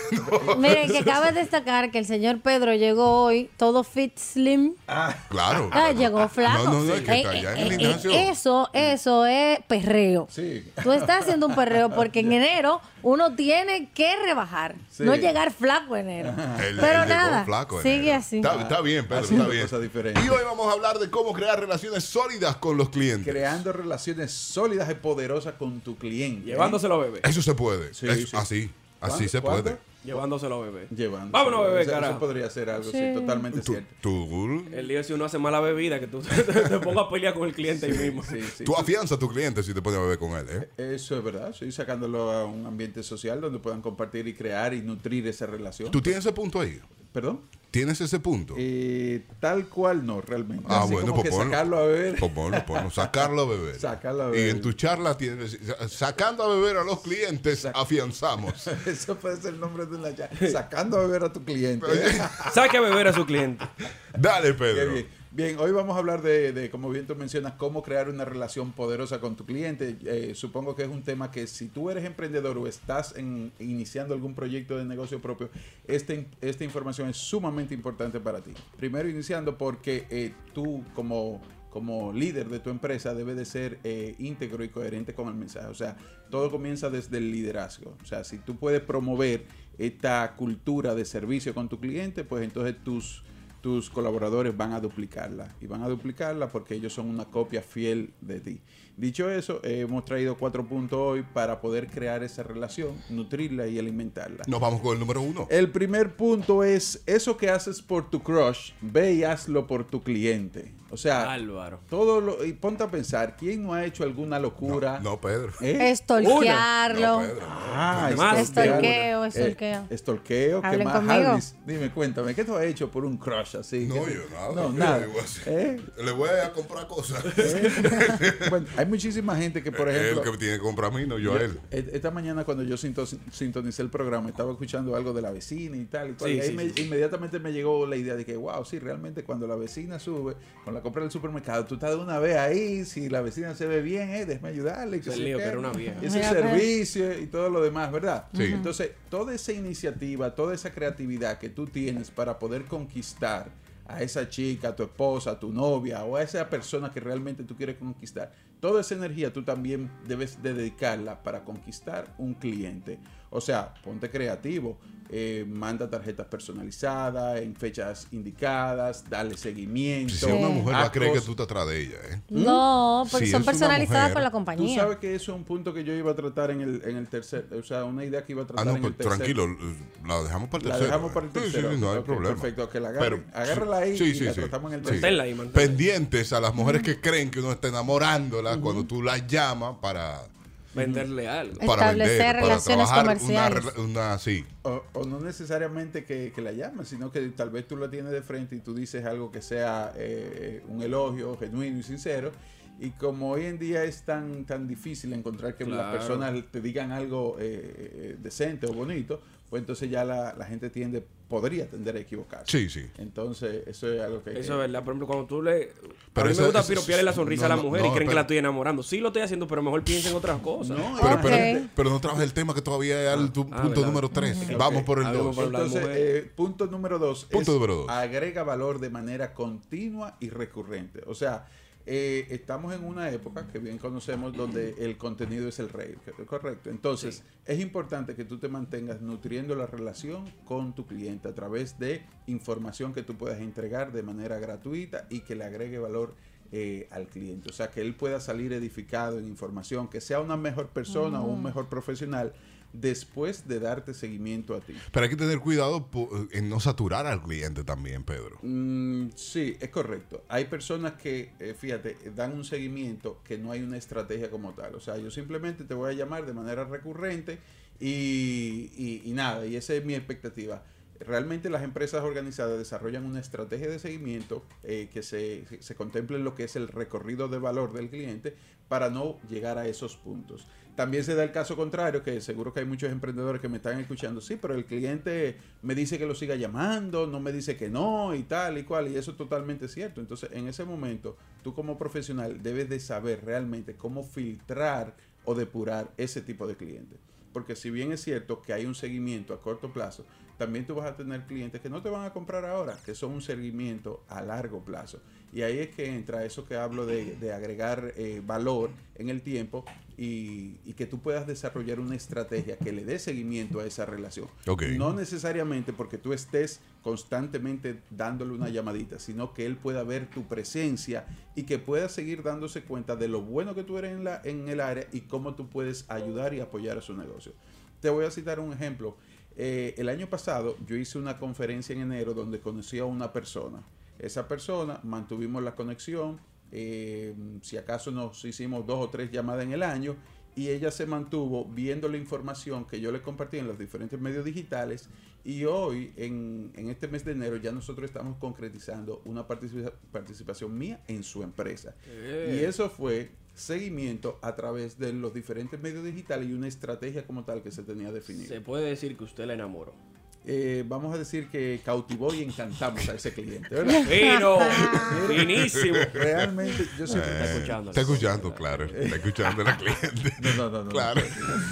[SPEAKER 2] Miren, que cabe destacar que el señor Pedro llegó hoy todo fit slim.
[SPEAKER 1] Claro.
[SPEAKER 2] Ah, llegó flaco.
[SPEAKER 1] No, no, no, es que
[SPEAKER 2] Eh,
[SPEAKER 1] está ya en
[SPEAKER 2] eh,
[SPEAKER 1] el
[SPEAKER 2] eh,
[SPEAKER 1] gimnasio.
[SPEAKER 2] Eso, eso es perreo.
[SPEAKER 13] Sí.
[SPEAKER 2] Tú estás haciendo un perreo porque en enero uno tiene que rebajar,
[SPEAKER 13] Sí.
[SPEAKER 2] no llegar flaco enero.
[SPEAKER 1] Él-
[SPEAKER 2] Pero
[SPEAKER 1] él llegó
[SPEAKER 2] nada,
[SPEAKER 1] flaco en
[SPEAKER 2] sigue
[SPEAKER 1] enero.
[SPEAKER 2] así.
[SPEAKER 1] Está, está bien, Pedro, está bien.
[SPEAKER 13] diferentes.
[SPEAKER 1] Y hoy vamos a hablar de cómo crear relaciones sólidas con los clientes.
[SPEAKER 13] Creando relaciones sólidas y poderosas con tu cliente.
[SPEAKER 3] Llevándoselo a bebé.
[SPEAKER 1] Eso se puede. Eso-
[SPEAKER 13] sí.
[SPEAKER 1] Así, así
[SPEAKER 13] ¿Cuándo?
[SPEAKER 1] se
[SPEAKER 13] ¿Cuándo?
[SPEAKER 1] puede.
[SPEAKER 3] Llevándoselo a bebé.
[SPEAKER 13] Llevándoselo.
[SPEAKER 3] Vámonos, bebé,
[SPEAKER 13] Eso- eso
[SPEAKER 3] carajo.
[SPEAKER 13] podría ser algo, sí, Sí. totalmente
[SPEAKER 1] Tú-
[SPEAKER 13] cierto.
[SPEAKER 1] tú-
[SPEAKER 3] El lío es si uno hace mala bebida, que tú te pongas a pelear con el cliente ahí mismo.
[SPEAKER 1] Tú afianzas a tu cliente si te pones a beber con él, ¿eh?
[SPEAKER 13] Eso es verdad, sí, sacándolo a un ambiente social donde puedan compartir y crear y nutrir esa relación.
[SPEAKER 1] ¿Tú tienes ese punto ahí?
[SPEAKER 13] ¿Perdón? Eh,
[SPEAKER 1] ¿Tienes ese punto?
[SPEAKER 13] tal cual no, realmente.
[SPEAKER 1] Ah,
[SPEAKER 13] Así
[SPEAKER 1] bueno,
[SPEAKER 13] como que
[SPEAKER 1] pues ponlo.
[SPEAKER 13] sacarlo a beber.
[SPEAKER 1] Pues ponlo, ponlo, sacarlo a beber.
[SPEAKER 13] Sacarlo a
[SPEAKER 1] Y
[SPEAKER 13] beber.
[SPEAKER 1] en tu charla tienes, sacando a beber a los clientes, afianzamos.
[SPEAKER 13] Eso puede ser el nombre de la charla. Sacando a beber a tu cliente.
[SPEAKER 3] Saque a beber a su cliente.
[SPEAKER 1] Dale,
[SPEAKER 13] Qué
[SPEAKER 1] Pedro.
[SPEAKER 13] bien. Bien, hoy vamos a hablar de, de, como bien tú mencionas, cómo crear una relación poderosa con tu cliente. Eh, supongo que es un tema que si tú eres emprendedor o estás en- iniciando algún proyecto de negocio propio, este, esta información es sumamente importante para ti. Primero iniciando porque eh, tú como como líder de tu empresa debe de ser eh, íntegro y coherente con el mensaje. O sea, todo comienza desde el liderazgo. O sea, si tú puedes promover esta cultura de servicio con tu cliente, pues entonces tus, tus colaboradores van a duplicarla. Y van a duplicarla porque ellos son una copia fiel de ti. Dicho eso, eh, hemos traído cuatro puntos hoy para poder crear esa relación, nutrirla y alimentarla.
[SPEAKER 1] Nos vamos con el número uno.
[SPEAKER 13] El primer punto es, eso que haces por tu crush, ve y hazlo por tu cliente. O sea,
[SPEAKER 3] Álvaro.
[SPEAKER 13] todo lo, y ponte a pensar, ¿quién no ha hecho alguna locura?
[SPEAKER 1] No, Pedro.
[SPEAKER 2] Estolquearlo.
[SPEAKER 13] Ah,
[SPEAKER 2] Más.
[SPEAKER 13] estorqueo,
[SPEAKER 2] Estorqueo, estorqueo.
[SPEAKER 13] estorqueo, ¿qué
[SPEAKER 2] Hablen
[SPEAKER 13] más?
[SPEAKER 2] conmigo.
[SPEAKER 13] Harris, dime, cuéntame, ¿qué tú has hecho por un crush así?
[SPEAKER 1] No,
[SPEAKER 13] ¿Qué-
[SPEAKER 1] yo nada.
[SPEAKER 13] No,
[SPEAKER 1] ¿qué
[SPEAKER 13] nada.
[SPEAKER 1] le voy a hacer?
[SPEAKER 13] ¿Eh?
[SPEAKER 1] Le voy a comprar cosas.
[SPEAKER 13] Bueno, hay muchísima gente que, por
[SPEAKER 1] Es
[SPEAKER 13] ejemplo...
[SPEAKER 1] él que tiene que comprar a mí, no yo a él.
[SPEAKER 13] e- Esta mañana cuando yo sinto- sintonicé el programa, estaba escuchando algo de la vecina y tal. Y cual,
[SPEAKER 3] Sí,
[SPEAKER 13] y ahí
[SPEAKER 3] sí,
[SPEAKER 13] me-
[SPEAKER 3] sí, sí.
[SPEAKER 13] inmediatamente me llegó la idea de que, wow, sí, realmente cuando la vecina sube con la compra del supermercado, tú estás de una vez ahí, si la vecina se ve bien, eh, déjame ayudarle. que
[SPEAKER 3] Se
[SPEAKER 13] sé
[SPEAKER 3] lío,
[SPEAKER 13] qué.
[SPEAKER 3] que era una vieja.
[SPEAKER 13] Ese
[SPEAKER 3] Mira, pues.
[SPEAKER 13] servicio y todo lo demás, ¿verdad?
[SPEAKER 3] Sí. Ujú.
[SPEAKER 13] Entonces, toda esa iniciativa, toda esa creatividad que tú tienes para poder conquistar a esa chica, a tu esposa, a tu novia o a esa persona que realmente tú quieres conquistar, toda esa energía tú también debes de dedicarla para conquistar un cliente. O sea, ponte creativo, eh, manda tarjetas personalizadas en fechas indicadas, dale seguimiento.
[SPEAKER 1] Si una mujer va
[SPEAKER 13] haz
[SPEAKER 1] a creer que
[SPEAKER 13] cosas-
[SPEAKER 1] tú estás atrás de ella, ¿eh?
[SPEAKER 2] No, porque
[SPEAKER 1] Si
[SPEAKER 2] son
[SPEAKER 1] es una
[SPEAKER 2] personalizadas
[SPEAKER 1] mujer-
[SPEAKER 2] por la compañía.
[SPEAKER 13] Tú sabes que eso es un punto que yo iba a tratar en el, en el tercer, o sea, una idea que iba a
[SPEAKER 1] Ah,
[SPEAKER 13] tratar
[SPEAKER 1] no,
[SPEAKER 13] en el
[SPEAKER 1] pues,
[SPEAKER 13] tercer.
[SPEAKER 1] tranquilo, la dejamos para el
[SPEAKER 13] La
[SPEAKER 1] tercero.
[SPEAKER 13] dejamos para el
[SPEAKER 1] Sí, sí,
[SPEAKER 13] tercero.
[SPEAKER 1] Sí, no hay
[SPEAKER 13] Ok,
[SPEAKER 1] problema.
[SPEAKER 13] perfecto, que la agarren. Agárrala ahí y la tratamos en el tercero. Manténla ahí, manténla
[SPEAKER 1] Pendientes a las mujeres que creen que uno está enamorándola cuando tú la llamas para...
[SPEAKER 3] Venderle algo.
[SPEAKER 1] Para
[SPEAKER 2] Establecer
[SPEAKER 1] vender, para
[SPEAKER 2] relaciones
[SPEAKER 1] trabajar una
[SPEAKER 2] comerciales.
[SPEAKER 1] rela- Una, sí.
[SPEAKER 13] O, o no necesariamente que, que la llames, sino que tal vez tú la tienes de frente y tú dices algo que sea eh, un elogio genuino y sincero. Y como hoy en día es tan, tan difícil encontrar que las
[SPEAKER 3] Claro.
[SPEAKER 13] personas te digan algo eh, eh, decente o bonito, pues entonces ya la, la gente tiende, podría tender a equivocarse.
[SPEAKER 1] Sí, sí.
[SPEAKER 13] Entonces, eso es algo que...
[SPEAKER 3] Eso es verdad. Por ejemplo, cuando tú le.
[SPEAKER 13] Pero
[SPEAKER 3] a mí
[SPEAKER 13] eso-
[SPEAKER 3] me gusta
[SPEAKER 13] eso-
[SPEAKER 3] piropearle la sonrisa
[SPEAKER 13] no,
[SPEAKER 3] a la
[SPEAKER 13] no,
[SPEAKER 3] mujer y
[SPEAKER 13] no,
[SPEAKER 3] creen que
[SPEAKER 13] pero-
[SPEAKER 3] la estoy enamorando. Sí lo estoy haciendo, pero mejor piensen en otras cosas. Ah,
[SPEAKER 1] Pero, pero, pero no trabajas el tema que todavía es al tu- punto
[SPEAKER 3] verdad.
[SPEAKER 1] número 3.
[SPEAKER 3] Ujú.
[SPEAKER 1] Vamos
[SPEAKER 3] Ok,
[SPEAKER 1] por el
[SPEAKER 3] algo
[SPEAKER 1] 2.
[SPEAKER 3] para hablar,
[SPEAKER 13] Entonces,
[SPEAKER 3] mujer.
[SPEAKER 13] eh, punto número dos.
[SPEAKER 1] Punto
[SPEAKER 13] es
[SPEAKER 1] número dos.
[SPEAKER 13] Agrega valor de manera continua y recurrente. O sea, eh, estamos en una época que bien conocemos donde el contenido es el rey, ¿co- ¿correcto? Entonces, es importante que tú te mantengas nutriendo la relación con tu cliente a través de información que tú puedas entregar de manera gratuita y que le agregue valor eh, al cliente. O sea, que él pueda salir edificado en información, que sea una mejor persona o un
[SPEAKER 1] Ujú.
[SPEAKER 13] mejor profesional después de darte seguimiento a ti.
[SPEAKER 1] Pero hay que tener cuidado po- eh, en no saturar al cliente también, Pedro.
[SPEAKER 13] Mm, sí, es correcto. Hay personas que, eh, fíjate, dan un seguimiento que no hay una estrategia como tal. O sea, yo simplemente te voy a llamar de manera recurrente y, y- y nada, y esa es mi expectativa. Realmente las empresas organizadas desarrollan una estrategia de seguimiento eh, que se, se contemple lo que es el recorrido de valor del cliente para no llegar a esos puntos. También se da el caso contrario, que seguro que hay muchos emprendedores que me están escuchando, sí, pero el cliente me dice que lo siga llamando, no me dice que no y tal y cual, y eso es totalmente cierto. Entonces, en ese momento, tú como profesional debes de saber realmente cómo filtrar o depurar ese tipo de clientes. Porque si bien es cierto que hay un seguimiento a corto plazo, también tú vas a tener clientes que no te van a comprar ahora, que son un seguimiento a largo plazo. Y ahí es que entra eso que hablo de, de agregar eh, valor en el tiempo y, y que tú puedas desarrollar una estrategia que le dé seguimiento a esa relación.
[SPEAKER 1] Ok.
[SPEAKER 13] No necesariamente porque tú estés constantemente dándole una llamadita, sino que él pueda ver tu presencia y que pueda seguir dándose cuenta de lo bueno que tú eres en, la, en el área y cómo tú puedes ayudar y apoyar a su negocio. Te voy a citar un ejemplo. Eh, el año pasado yo hice una conferencia en enero donde conocí a una persona. Esa persona mantuvimos la conexión, eh, si acaso nos hicimos dos o tres llamadas en el año y ella se mantuvo viendo la información que yo le compartí en los diferentes medios digitales y hoy en, en este mes de enero ya nosotros estamos concretizando una participa- participación mía en su empresa.
[SPEAKER 3] Eh.
[SPEAKER 13] Y eso fue seguimiento a través de los diferentes medios digitales y una estrategia como tal que se tenía definida.
[SPEAKER 3] Se puede decir que usted la enamoró.
[SPEAKER 13] eh, vamos a decir que cautivó y encantamos a ese cliente, ¿verdad?
[SPEAKER 3] Fino,
[SPEAKER 13] Sí.
[SPEAKER 3] finísimo.
[SPEAKER 13] Realmente, yo siempre
[SPEAKER 1] Eh, Está escuchando, claro. Está escuchando la cliente.
[SPEAKER 13] No, no, no. no.
[SPEAKER 1] Claro.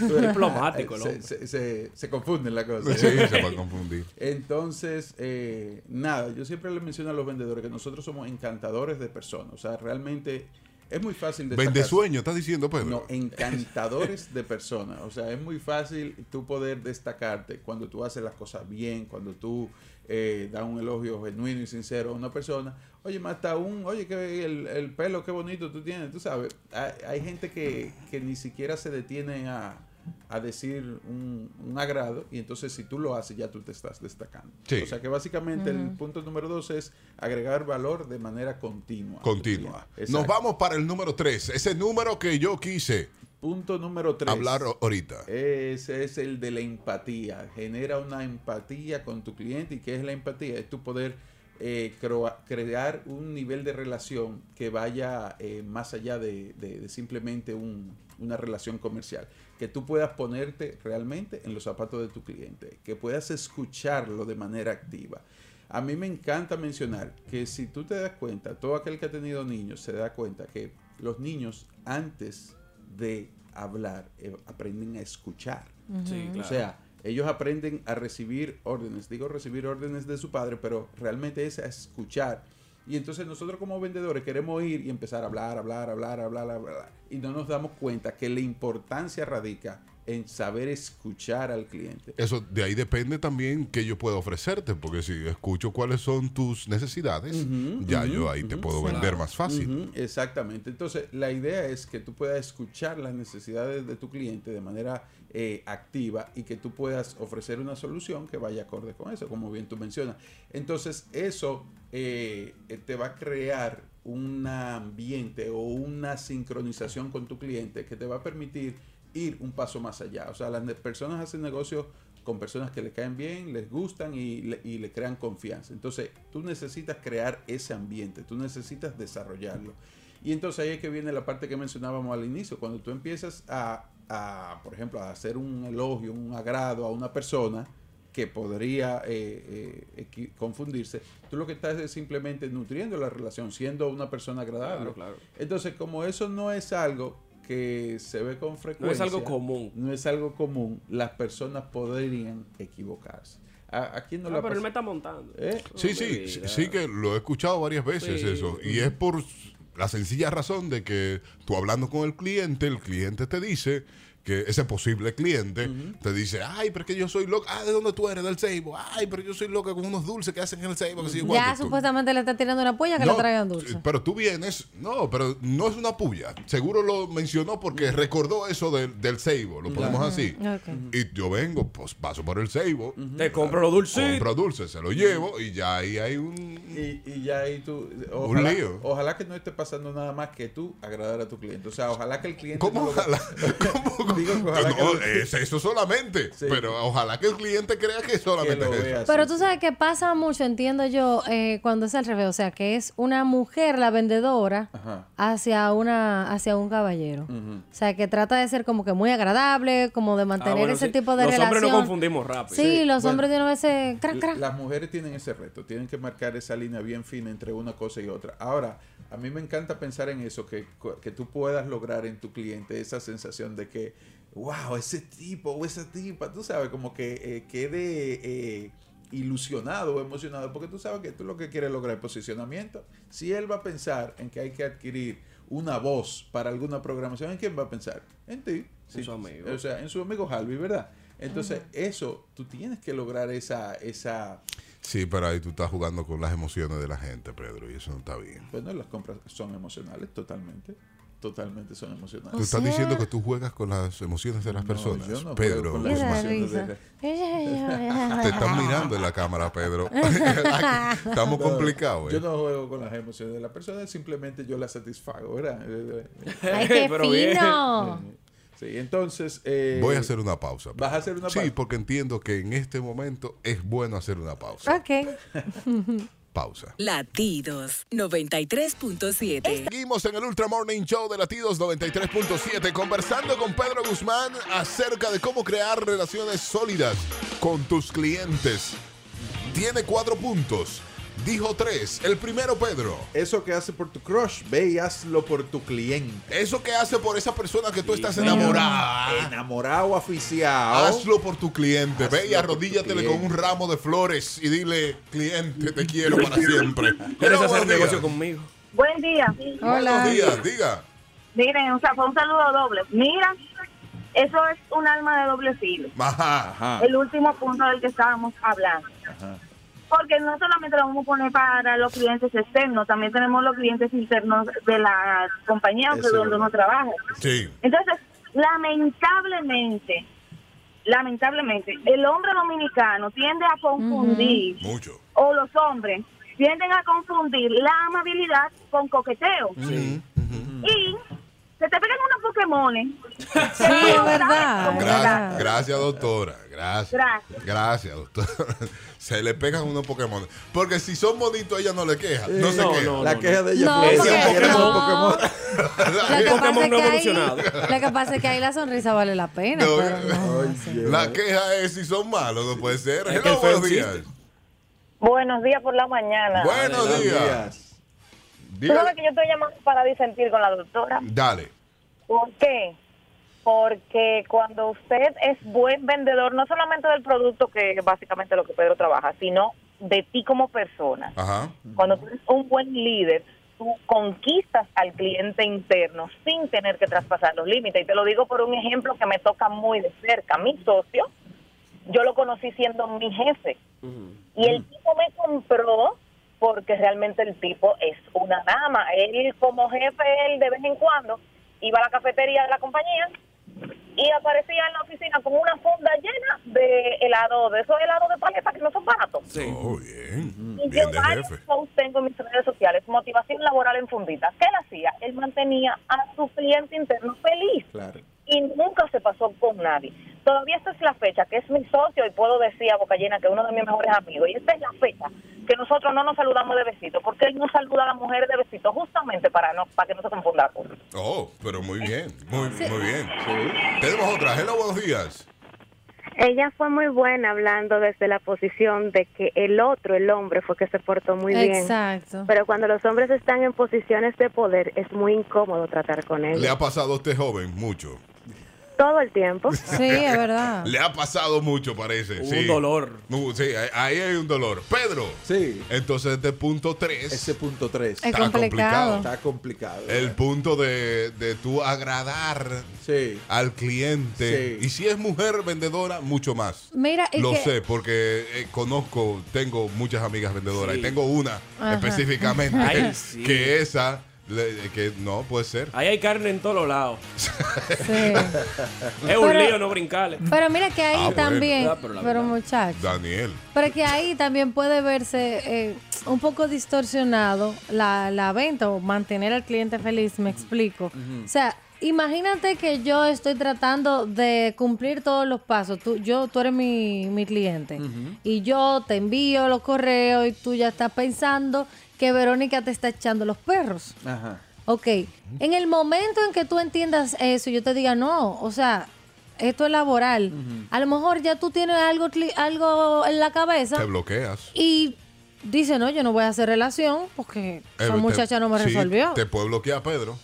[SPEAKER 3] Diplomático, el
[SPEAKER 13] se,
[SPEAKER 3] hombre.
[SPEAKER 13] se, se, se confunden la cosa.
[SPEAKER 1] Sí, se va a confundir.
[SPEAKER 13] Entonces, eh, nada, yo siempre le menciono a los vendedores que nosotros somos encantadores de personas. O sea, realmente es muy fácil de
[SPEAKER 1] Vende sueño, estás diciendo, pues, Pedro.
[SPEAKER 13] No, encantadores de personas. O sea, es muy fácil tú poder destacarte cuando tú haces las cosas bien, cuando tú eh, das un elogio genuino y sincero a una persona. Oye, mata un, oye, que el, el pelo, qué bonito tú tienes. Tú sabes, hay, hay gente que, que ni siquiera se detiene a, a decir un, un agrado y entonces si tú lo haces ya tú te estás destacando.
[SPEAKER 1] Sí.
[SPEAKER 13] O sea que básicamente el
[SPEAKER 1] Ujú.
[SPEAKER 13] punto número dos es agregar valor de manera continua.
[SPEAKER 1] Continua.
[SPEAKER 13] Exacto.
[SPEAKER 1] Nos vamos para el número 3. Ese número que yo quise
[SPEAKER 13] Punto número tres.
[SPEAKER 1] hablar o- ahorita.
[SPEAKER 13] Ese es el de la empatía. Genera una empatía con tu cliente. ¿Y qué es la empatía? Es tu poder eh, croa- crear un nivel de relación que vaya eh, más allá de, de- de simplemente un- una relación comercial. Que tú puedas ponerte realmente en los zapatos de tu cliente. Que puedas escucharlo de manera activa. A mí me encanta mencionar que si tú te das cuenta, todo aquel que ha tenido niños se da cuenta que los niños antes de hablar eh, aprenden a escuchar.
[SPEAKER 3] Ujú. Sí,
[SPEAKER 13] O
[SPEAKER 3] claro.
[SPEAKER 13] sea, ellos aprenden a recibir órdenes. Digo recibir órdenes de su padre, pero realmente es a escuchar. Y entonces nosotros como vendedores queremos ir y empezar a hablar, hablar, hablar, hablar, hablar. Y no nos damos cuenta que la importancia radica en saber escuchar al cliente.
[SPEAKER 1] Eso de ahí depende también que yo pueda ofrecerte, porque si escucho cuáles son tus necesidades,
[SPEAKER 13] Ujú,
[SPEAKER 1] ya
[SPEAKER 13] ujú,
[SPEAKER 1] yo ahí te
[SPEAKER 13] ujú.
[SPEAKER 1] puedo vender más fácil.
[SPEAKER 13] Ujú, exactamente. Entonces, la idea es que tú puedas escuchar las necesidades de tu cliente de manera eh, activa y que tú puedas ofrecer una solución que vaya acorde con eso, como bien tú mencionas. Entonces, eso eh, eh, te va a crear un ambiente o una sincronización con tu cliente que te va a permitir ir un paso más allá. O sea, las ne- personas hacen negocios con personas que les caen bien, les gustan y le, y le crean confianza. Entonces, tú necesitas crear ese ambiente, tú necesitas desarrollarlo. Y entonces ahí es que viene la parte que mencionábamos al inicio, cuando tú empiezas a, a, por ejemplo, a hacer un elogio, un agrado a una persona que podría eh, eh, equi- confundirse, tú lo que estás es simplemente nutriendo la relación, siendo una persona agradable.
[SPEAKER 3] Claro, claro.
[SPEAKER 13] Entonces, como eso no es algo que se ve con frecuencia,
[SPEAKER 3] algo común.
[SPEAKER 13] no es algo común, las personas podrían equivocarse. ¿A, a quién no
[SPEAKER 3] Ah,
[SPEAKER 13] le ha
[SPEAKER 3] pero él
[SPEAKER 13] pas-
[SPEAKER 3] me está montando.
[SPEAKER 13] ¿Eh?
[SPEAKER 1] Sí, sí, sí, sí que lo he escuchado varias veces
[SPEAKER 3] Sí. mm.
[SPEAKER 1] eso. Y es por la sencilla razón de que tú hablando con el cliente, el cliente te dice que ese posible cliente te dice, "Ah, ay, pero es que yo soy loca, ah, ¿de dónde tú eres? Del Seibo, ay, pero yo soy loca con unos dulces que hacen en el Seibo. que sé yo
[SPEAKER 2] Ya
[SPEAKER 1] cuánto". Tú-
[SPEAKER 2] supuestamente le está tirando una polla que
[SPEAKER 1] No,
[SPEAKER 2] le traigan dulce.
[SPEAKER 1] Pero tú vienes, no, pero no es una puya. Seguro lo mencionó porque recordó eso del, del Seibo, lo ponemos así. Y yo vengo, pues paso por el Seibo.
[SPEAKER 3] Te compro los dulces.
[SPEAKER 1] Compro dulces, se lo llevo y ya ahí hay un...
[SPEAKER 13] Y, y ya ahí tú. Ojalá,
[SPEAKER 1] lío.
[SPEAKER 13] ojalá que no esté pasando nada más que tú agradar a tu cliente. O sea, ojalá que el cliente.
[SPEAKER 1] ¿Cómo
[SPEAKER 13] no lo-
[SPEAKER 1] ojalá?
[SPEAKER 13] Ah, Digo que ojalá que
[SPEAKER 1] No,
[SPEAKER 13] lo-
[SPEAKER 1] es eso solamente. Pero ojalá que el cliente crea que solamente
[SPEAKER 13] Que lo
[SPEAKER 1] es
[SPEAKER 13] vea
[SPEAKER 1] eso.
[SPEAKER 2] Pero tú sabes que pasa mucho, entiendo yo, eh, cuando es al revés, o sea, que es una mujer la vendedora
[SPEAKER 13] Ajá.
[SPEAKER 2] hacia una hacia un caballero.
[SPEAKER 13] Ujú.
[SPEAKER 2] O sea, que trata de ser como que muy agradable, como
[SPEAKER 1] Ah,
[SPEAKER 2] de mantener
[SPEAKER 13] bueno,
[SPEAKER 2] ese
[SPEAKER 13] sí.
[SPEAKER 2] tipo de
[SPEAKER 13] Los
[SPEAKER 2] relación.
[SPEAKER 13] hombres no confundimos rápido.
[SPEAKER 2] Sí,
[SPEAKER 13] Sí,
[SPEAKER 2] los
[SPEAKER 13] bueno.
[SPEAKER 2] hombres de una vez se crac,
[SPEAKER 13] L-
[SPEAKER 2] crac.
[SPEAKER 13] Las mujeres tienen ese reto, tienen que marcar esa línea bien fina entre una cosa y otra. Ahora, a mí me encanta pensar en eso, que, co- que tú puedas lograr en tu cliente esa sensación de que, wow, ese tipo o esa tipa, tú sabes, como que eh, quede eh, ilusionado o emocionado, porque tú sabes que tú lo que quieres lograr es posicionamiento. Si él va a pensar en que hay que adquirir una voz para alguna programación, ¿en quién va a pensar? En ti. Sí,
[SPEAKER 3] su amigo.
[SPEAKER 13] O sea, en su amigo Harvey, ¿verdad? Entonces, eso, tú tienes que lograr esa, esa,
[SPEAKER 1] Sí, pero ahí tú estás jugando con las emociones de la gente, Pedro, y eso no está bien.
[SPEAKER 13] bueno, las compras son emocionales, totalmente, totalmente son emocionales.
[SPEAKER 1] Tú estás diciendo que tú juegas con las emociones de las
[SPEAKER 13] No,
[SPEAKER 1] personas,
[SPEAKER 13] yo no
[SPEAKER 1] Pedro.
[SPEAKER 13] juego con las
[SPEAKER 1] Guzmán.
[SPEAKER 13] emociones de-
[SPEAKER 1] Te están mirando en la cámara, Pedro.
[SPEAKER 13] No,
[SPEAKER 1] Estamos complicados.
[SPEAKER 13] Yo
[SPEAKER 1] ¿eh?
[SPEAKER 13] no juego con las emociones de la persona, simplemente yo las satisfago, ¿verdad?
[SPEAKER 2] ¡Ay, qué
[SPEAKER 13] Pero bien.
[SPEAKER 2] fino!
[SPEAKER 13] Sí, entonces... eh,
[SPEAKER 1] Voy a hacer una pausa.
[SPEAKER 13] ¿Vas a hacer una
[SPEAKER 1] Sí,
[SPEAKER 13] pausa?
[SPEAKER 2] Ah.
[SPEAKER 1] porque entiendo que en este momento es bueno hacer una pausa.
[SPEAKER 2] Ok.
[SPEAKER 1] Pausa.
[SPEAKER 9] Latidos 93.7.
[SPEAKER 1] Seguimos en el Ultra Morning Show de Latidos 93.7 conversando con Pedro Guzmán acerca de cómo crear relaciones sólidas con tus clientes. Tiene cuatro puntos. Dijo tres. El primero, Pedro.
[SPEAKER 13] Eso que hace por tu crush, ve y hazlo por tu cliente.
[SPEAKER 1] Eso que hace por esa persona que tú estás enamorada.
[SPEAKER 13] Enamorado o aficiado.
[SPEAKER 1] Hazlo por tu cliente. Ve y
[SPEAKER 13] Hazlo por tu
[SPEAKER 1] arrodíllatele
[SPEAKER 13] cliente.
[SPEAKER 1] con un ramo de flores y dile, cliente, te quiero para siempre.
[SPEAKER 3] ¿Quieres
[SPEAKER 1] Hello,
[SPEAKER 3] hacer
[SPEAKER 1] buenos días.
[SPEAKER 3] negocio conmigo?
[SPEAKER 15] Buen día.
[SPEAKER 1] Buenos días, diga.
[SPEAKER 15] Miren, o sea, fue un saludo doble. Mira, eso es un alma de doble filo.
[SPEAKER 1] Ajá.
[SPEAKER 15] El último punto del que estábamos hablando. Porque no solamente lo vamos a poner para los clientes externos, también tenemos los clientes internos de la compañía
[SPEAKER 1] Eso
[SPEAKER 15] que
[SPEAKER 1] es
[SPEAKER 15] donde uno trabaja.
[SPEAKER 1] Sí.
[SPEAKER 15] Entonces, lamentablemente, lamentablemente, el hombre dominicano tiende a confundir,
[SPEAKER 1] Mucho.
[SPEAKER 15] o los hombres tienden a confundir la amabilidad con coqueteo.
[SPEAKER 1] Sí.
[SPEAKER 15] Y se te pegan unos Pokémones.
[SPEAKER 2] Sí, es verdad. es
[SPEAKER 1] Gra-
[SPEAKER 2] verdad.
[SPEAKER 1] gracias, doctora. Gracias.
[SPEAKER 15] Gracias.
[SPEAKER 1] Gracias, doctora. Se le pegan unos Pokémon. Porque si son bonitos, ella no le queja.
[SPEAKER 13] Eh,
[SPEAKER 1] No se
[SPEAKER 13] no,
[SPEAKER 1] queja.
[SPEAKER 13] no, La no, queja no. de ella No, fue, porque- "Decía, "Queremos un Pokémon".
[SPEAKER 2] Lo que, pasa es
[SPEAKER 1] no
[SPEAKER 2] que
[SPEAKER 1] evolucionado.
[SPEAKER 2] ahí, lo que pasa es que ahí la sonrisa vale la pena.
[SPEAKER 1] No,
[SPEAKER 2] pero no.
[SPEAKER 1] La queja es si son malos, no puede ser.
[SPEAKER 3] que
[SPEAKER 1] Hello,
[SPEAKER 3] el feo
[SPEAKER 1] buenos días.
[SPEAKER 15] Buenos días por la mañana.
[SPEAKER 1] Buenos días.
[SPEAKER 15] Tú
[SPEAKER 1] Diga-
[SPEAKER 15] sabes que yo estoy llamando para disentir con la doctora.
[SPEAKER 1] Dale.
[SPEAKER 15] ¿Por qué? Porque cuando usted es buen vendedor, no solamente del producto, que es básicamente lo que Pedro trabaja, sino de ti como persona.
[SPEAKER 1] Ajá.
[SPEAKER 15] Cuando tú eres un buen líder, tú conquistas al cliente interno sin tener que traspasar los límites. Y te lo digo por un ejemplo que me toca muy de cerca. Mi socio, yo lo conocí siendo mi jefe. Y el tipo me compró porque realmente el tipo es una dama. Él como jefe, él de vez en cuando iba a la cafetería de la compañía y aparecía en la oficina con una funda llena de helado, de esos helados de paleta que no son baratos.
[SPEAKER 1] Oh, bien.
[SPEAKER 15] Y
[SPEAKER 1] Bien
[SPEAKER 15] yo
[SPEAKER 1] de
[SPEAKER 15] varios
[SPEAKER 1] jefe.
[SPEAKER 15] posts tengo en mis redes sociales, motivación laboral en fundita. ¿Qué él hacía? Él mantenía a su cliente interno feliz
[SPEAKER 13] Claro.
[SPEAKER 15] y nunca se pasó con nadie. Todavía esta es la fecha, que es mi socio y puedo decir a Boca Llena que es uno de mis mejores amigos. Y esta es la fecha que nosotros no nos saludamos de besito, porque él no saluda a la mujer de besito justamente para no para que no se confunda. la cosa.
[SPEAKER 1] Oh, pero muy bien. Muy, muy bien. Tenemos otra. Hello, buenos días.
[SPEAKER 16] Ella fue muy buena hablando desde la posición de que el otro, el hombre, fue que se portó muy bien.
[SPEAKER 2] Exacto.
[SPEAKER 16] Pero cuando los hombres están en posiciones de poder, es muy incómodo tratar con
[SPEAKER 1] Le
[SPEAKER 16] ellos.
[SPEAKER 1] ha pasado a este joven mucho.
[SPEAKER 16] Todo el tiempo.
[SPEAKER 1] Le ha pasado mucho, parece.
[SPEAKER 3] Hubo
[SPEAKER 1] sí.
[SPEAKER 3] un dolor.
[SPEAKER 1] Uh, sí, ahí- ahí hay un dolor. Pedro. Sí. Entonces, este punto 3. Ese
[SPEAKER 13] punto 3.
[SPEAKER 2] Es complicado.
[SPEAKER 13] Está complicado.
[SPEAKER 1] El punto de, de tú agradar al cliente. Y si es mujer vendedora, mucho más.
[SPEAKER 2] Mira, y
[SPEAKER 1] Lo
[SPEAKER 2] que-
[SPEAKER 1] sé, porque eh, conozco, tengo muchas amigas vendedoras.
[SPEAKER 3] Sí.
[SPEAKER 1] Y tengo una
[SPEAKER 2] Ajá.
[SPEAKER 1] específicamente
[SPEAKER 3] Ay, sí.
[SPEAKER 1] que esa, le- que no, puede ser.
[SPEAKER 3] Ahí hay carne en todos los lados. Es
[SPEAKER 2] Pero-
[SPEAKER 3] un lío no eh. brincarle.
[SPEAKER 2] Pero mira que ahí
[SPEAKER 1] Ah, bueno.
[SPEAKER 2] también,
[SPEAKER 1] Ah, pero la
[SPEAKER 2] pero
[SPEAKER 1] verdad.
[SPEAKER 2] muchachos.
[SPEAKER 1] Daniel.
[SPEAKER 2] Pero que ahí también puede verse eh, un poco distorsionado la, la venta o mantener al cliente feliz, me explico. O sea, imagínate que yo estoy tratando de cumplir todos los pasos. Tú, yo, tú eres mi, mi cliente. Y yo te envío los correos y tú ya estás pensando que Verónica te está echando los perros.
[SPEAKER 13] Ajá.
[SPEAKER 2] Ok, en el momento en que tú entiendas eso, yo te diga, no, o sea, esto es laboral. A lo mejor ya tú tienes algo, cli- algo en la cabeza
[SPEAKER 1] Te bloqueas.
[SPEAKER 2] y dice, no, yo no voy a hacer relación porque esa
[SPEAKER 1] Eh, te-
[SPEAKER 2] muchacha no me
[SPEAKER 1] sí,
[SPEAKER 2] resolvió.
[SPEAKER 1] Te puede bloquear, Pedro.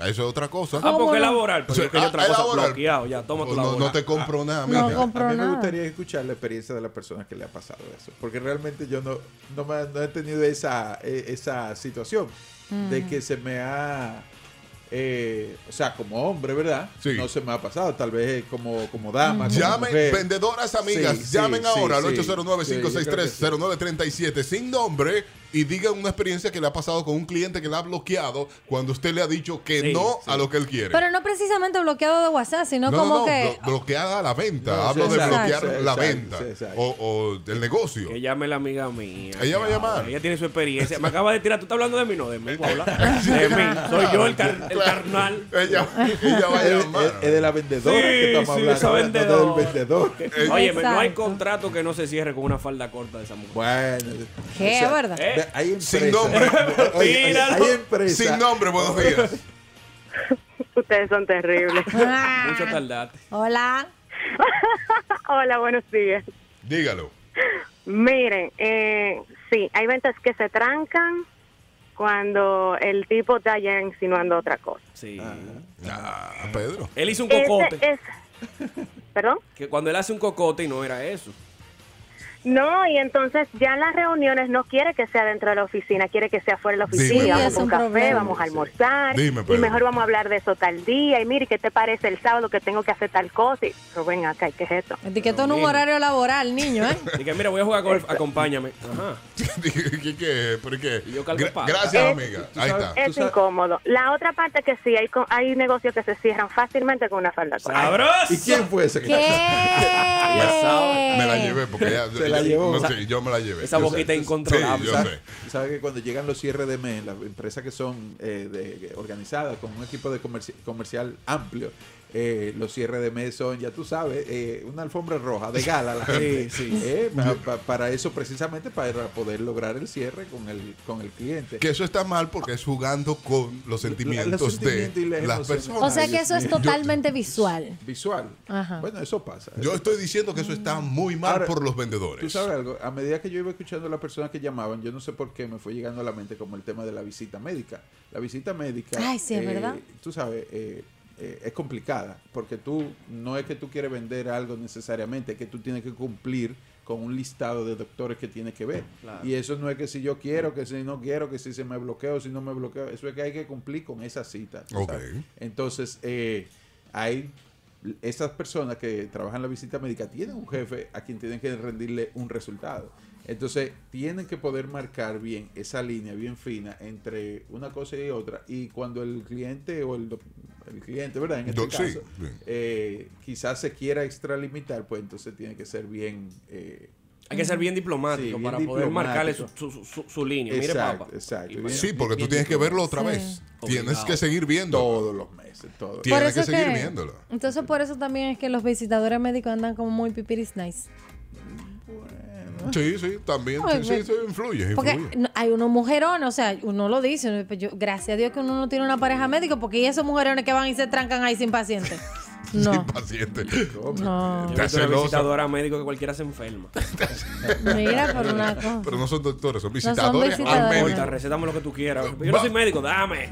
[SPEAKER 1] Eso es otra cosa.
[SPEAKER 3] Ah, porque es laboral. Pero
[SPEAKER 1] Sí,
[SPEAKER 3] yo quería
[SPEAKER 1] ah,
[SPEAKER 3] otra
[SPEAKER 1] es
[SPEAKER 3] cosa
[SPEAKER 1] laboral.
[SPEAKER 3] bloqueado. Ya, toma tu
[SPEAKER 1] Pues No- no
[SPEAKER 3] laboral.
[SPEAKER 1] te compro nada,
[SPEAKER 13] a,
[SPEAKER 1] mija.
[SPEAKER 13] mí-
[SPEAKER 1] No compro
[SPEAKER 13] a mí me
[SPEAKER 1] nada.
[SPEAKER 13] gustaría escuchar la experiencia de las personas que le ha pasado eso. Porque realmente yo no, no, me, no he tenido esa, eh, esa situación
[SPEAKER 17] Mm.
[SPEAKER 13] de que se me ha... eh, o sea, como hombre, ¿verdad? No se me ha pasado. Tal vez eh, como, como dama. como
[SPEAKER 1] Llamen,
[SPEAKER 13] mujer.
[SPEAKER 1] vendedoras amigas,
[SPEAKER 13] Sí, sí,
[SPEAKER 1] llamen
[SPEAKER 13] sí,
[SPEAKER 1] ahora
[SPEAKER 13] sí.
[SPEAKER 1] al
[SPEAKER 13] Sí, yo creo que sí.
[SPEAKER 1] 809-563-0937 sin nombre y digan una experiencia que le ha pasado con un cliente que la ha bloqueado cuando usted le ha dicho que
[SPEAKER 2] Sí,
[SPEAKER 1] no a lo que él quiere.
[SPEAKER 2] Pero no precisamente bloqueado de WhatsApp, sino
[SPEAKER 1] no,
[SPEAKER 2] como
[SPEAKER 1] no, no,
[SPEAKER 2] que...
[SPEAKER 1] blo- bloqueada la venta.
[SPEAKER 13] No, sí,
[SPEAKER 1] Hablo de
[SPEAKER 13] exacto,
[SPEAKER 1] bloquear
[SPEAKER 13] sí,
[SPEAKER 1] la
[SPEAKER 13] exacto,
[SPEAKER 1] venta
[SPEAKER 13] sí,
[SPEAKER 1] o, o el negocio.
[SPEAKER 3] Que llame la amiga mía.
[SPEAKER 1] Ella va a llamar.
[SPEAKER 3] Ella tiene su experiencia. Me acaba de tirar. Tú estás hablando de mí, no de mí. tú hablas. De mí. Soy yo el, car- el carnal.
[SPEAKER 1] Ella, va a
[SPEAKER 13] Es, es de la vendedora que
[SPEAKER 3] Sí,
[SPEAKER 13] estamos
[SPEAKER 3] sí,
[SPEAKER 13] hablando.
[SPEAKER 3] esa
[SPEAKER 13] no
[SPEAKER 3] vendedora.
[SPEAKER 13] del vendedor.
[SPEAKER 3] Oye, no hay contrato que no se cierre con una falda corta de esa mujer. Eh.
[SPEAKER 13] Bueno.
[SPEAKER 2] ¿Qué? ¿Verdad?
[SPEAKER 13] Ve- Mira, hay empresas.
[SPEAKER 1] Sin nombre.
[SPEAKER 13] Oye, oye, hay
[SPEAKER 1] Míralo.
[SPEAKER 13] empresas.
[SPEAKER 1] Sin nombre, buenos días.
[SPEAKER 16] Ustedes son terribles.
[SPEAKER 3] Mucho tardate.
[SPEAKER 2] Ah, Hola.
[SPEAKER 16] Hola, buenos días.
[SPEAKER 1] Dígalo.
[SPEAKER 16] Miren, eh, sí, hay ventas que se trancan cuando el tipo está ya insinuando otra cosa.
[SPEAKER 3] Sí.
[SPEAKER 1] Ah, Pedro.
[SPEAKER 3] Él hizo un
[SPEAKER 16] Ese
[SPEAKER 3] cocote.
[SPEAKER 16] es- ¿Perdón?
[SPEAKER 3] Que cuando él hace un cocote y no era eso.
[SPEAKER 16] No, y entonces ya en las reuniones no quiere que sea dentro de la oficina, quiere que sea fuera de la
[SPEAKER 1] Dime,
[SPEAKER 16] oficina.
[SPEAKER 1] Sí,
[SPEAKER 16] vamos
[SPEAKER 1] es
[SPEAKER 16] a un
[SPEAKER 1] un
[SPEAKER 16] café,
[SPEAKER 1] problema.
[SPEAKER 16] vamos a almorzar.
[SPEAKER 1] Dime,
[SPEAKER 16] y
[SPEAKER 1] Pedro.
[SPEAKER 16] mejor vamos a hablar de eso tal día. Y mire, ¿qué te parece el sábado que tengo que hacer tal cosa? Y, pero ven acá, ¿y ¿qué es esto?
[SPEAKER 2] Etiquetó en un
[SPEAKER 3] Domingo.
[SPEAKER 2] horario laboral, niño, ¿eh?
[SPEAKER 3] Dije, mira, voy a jugar golf, acompáñame. Ajá.
[SPEAKER 1] Este, ¿Qué, qué? ¿Por qué?
[SPEAKER 3] calco
[SPEAKER 1] Gra-
[SPEAKER 3] pata.
[SPEAKER 1] gracias,
[SPEAKER 3] Eh,
[SPEAKER 1] amiga.
[SPEAKER 3] tú
[SPEAKER 1] Ahí
[SPEAKER 3] sabes-
[SPEAKER 1] está.
[SPEAKER 3] eh,
[SPEAKER 16] Es incómodo. La otra parte que sí, hay, co- hay negocios que se cierran fácilmente con una falda corta.
[SPEAKER 13] ¿Y quién fue ese que
[SPEAKER 1] Me-
[SPEAKER 2] sabes.
[SPEAKER 1] Me la llevé porque ya.
[SPEAKER 13] Eh. Se la llevó.
[SPEAKER 1] No sé, yo me la llevé.
[SPEAKER 3] Esa
[SPEAKER 1] Yo
[SPEAKER 3] boquita
[SPEAKER 1] sé. Sí,
[SPEAKER 3] incontrolable.
[SPEAKER 1] yo
[SPEAKER 13] ¿Sabes
[SPEAKER 1] sé.
[SPEAKER 13] sabe que cuando llegan los cierres de mes, las empresas que son eh, de- organizadas con un equipo de comerci- comercial amplio, eh, los cierres de mes son, ya tú sabes, eh, una alfombra roja de gala. La gente, eh, pa- pa- para eso, precisamente, para poder lograr el cierre con el, con el cliente.
[SPEAKER 1] Que eso está mal porque es jugando con los sentimientos
[SPEAKER 13] sentimientos y
[SPEAKER 1] de
[SPEAKER 13] las
[SPEAKER 1] las
[SPEAKER 13] emociones.
[SPEAKER 1] personas.
[SPEAKER 2] O sea que eso es totalmente visual.
[SPEAKER 13] Visual.
[SPEAKER 2] Ajá.
[SPEAKER 13] Bueno, eso pasa.
[SPEAKER 1] Yo estoy diciendo que eso está muy mal
[SPEAKER 13] Ahora,
[SPEAKER 1] por los
[SPEAKER 13] Tú
[SPEAKER 1] vendedores.
[SPEAKER 13] sabes algo, a medida que yo iba escuchando a las personas que llamaban, yo no sé por qué me fue llegando a la mente como el tema de la visita médica. La visita médica,
[SPEAKER 2] Ay, sí, es
[SPEAKER 13] eh,
[SPEAKER 2] verdad.
[SPEAKER 13] tú sabes, eh, eh, es complicada, porque tú no es que tú quieres vender algo necesariamente, es que tú tienes que cumplir con un listado de doctores que tienes que ver.
[SPEAKER 3] Claro.
[SPEAKER 13] Y eso no es que si yo quiero, que si no quiero, que si se me bloqueo, si no me bloqueo, eso es que hay que cumplir con esa cita. tú
[SPEAKER 1] Ok.
[SPEAKER 13] sabes. Entonces, eh, hay esas personas que trabajan la visita médica tienen un jefe a quien tienen que rendirle un resultado. Entonces, tienen que poder marcar bien esa línea bien fina entre una cosa y otra. Y cuando el cliente o el, doc- el cliente, ¿verdad? En este
[SPEAKER 1] Doc- sí,
[SPEAKER 13] caso,
[SPEAKER 1] sí.
[SPEAKER 13] eh, quizás se quiera extralimitar, pues entonces tiene que ser bien. eh,
[SPEAKER 3] Hay que ser bien diplomático
[SPEAKER 13] Sí, bien
[SPEAKER 3] para poder marcarle su,
[SPEAKER 13] diplomático.
[SPEAKER 3] su- su- su- su línea. Mire,
[SPEAKER 13] Exacto,
[SPEAKER 3] papá.
[SPEAKER 13] exacto.
[SPEAKER 3] Y-
[SPEAKER 1] Sí, porque tú tienes que verlo otra vez. Tienes
[SPEAKER 13] Obligado.
[SPEAKER 1] que seguir viendo.
[SPEAKER 13] Todos los meses, todos.
[SPEAKER 1] Tienes
[SPEAKER 2] Por
[SPEAKER 1] que
[SPEAKER 2] eso
[SPEAKER 1] seguir
[SPEAKER 2] que-
[SPEAKER 1] viéndolo.
[SPEAKER 2] Entonces, por eso también es que los visitadores médicos andan como muy pipiris nice.
[SPEAKER 1] Sí, sí, también.
[SPEAKER 2] Ay,
[SPEAKER 1] sí,
[SPEAKER 2] me-
[SPEAKER 1] sí, sí, influye.
[SPEAKER 2] Porque
[SPEAKER 1] influye.
[SPEAKER 2] no- hay unos mujerones, o sea, uno lo dice. uno- pues yo- gracias a Dios que uno no tiene una pareja médica, porque ¿y esos mujerones que van y se trancan ahí sin paciente? No.
[SPEAKER 1] Sin paciente.
[SPEAKER 2] No.
[SPEAKER 3] Yo
[SPEAKER 1] Está
[SPEAKER 3] he visto una
[SPEAKER 1] celoso.
[SPEAKER 3] visitadora médico que cualquiera se enferma.
[SPEAKER 2] Mira, por una
[SPEAKER 3] Ah.
[SPEAKER 2] cosa.
[SPEAKER 1] Pero no son doctores, son
[SPEAKER 2] No
[SPEAKER 1] visitadores.
[SPEAKER 2] son
[SPEAKER 1] al
[SPEAKER 2] visitadores.
[SPEAKER 1] médico.
[SPEAKER 3] Corta, recetame lo que tú quieras. Yo no soy médico, dame.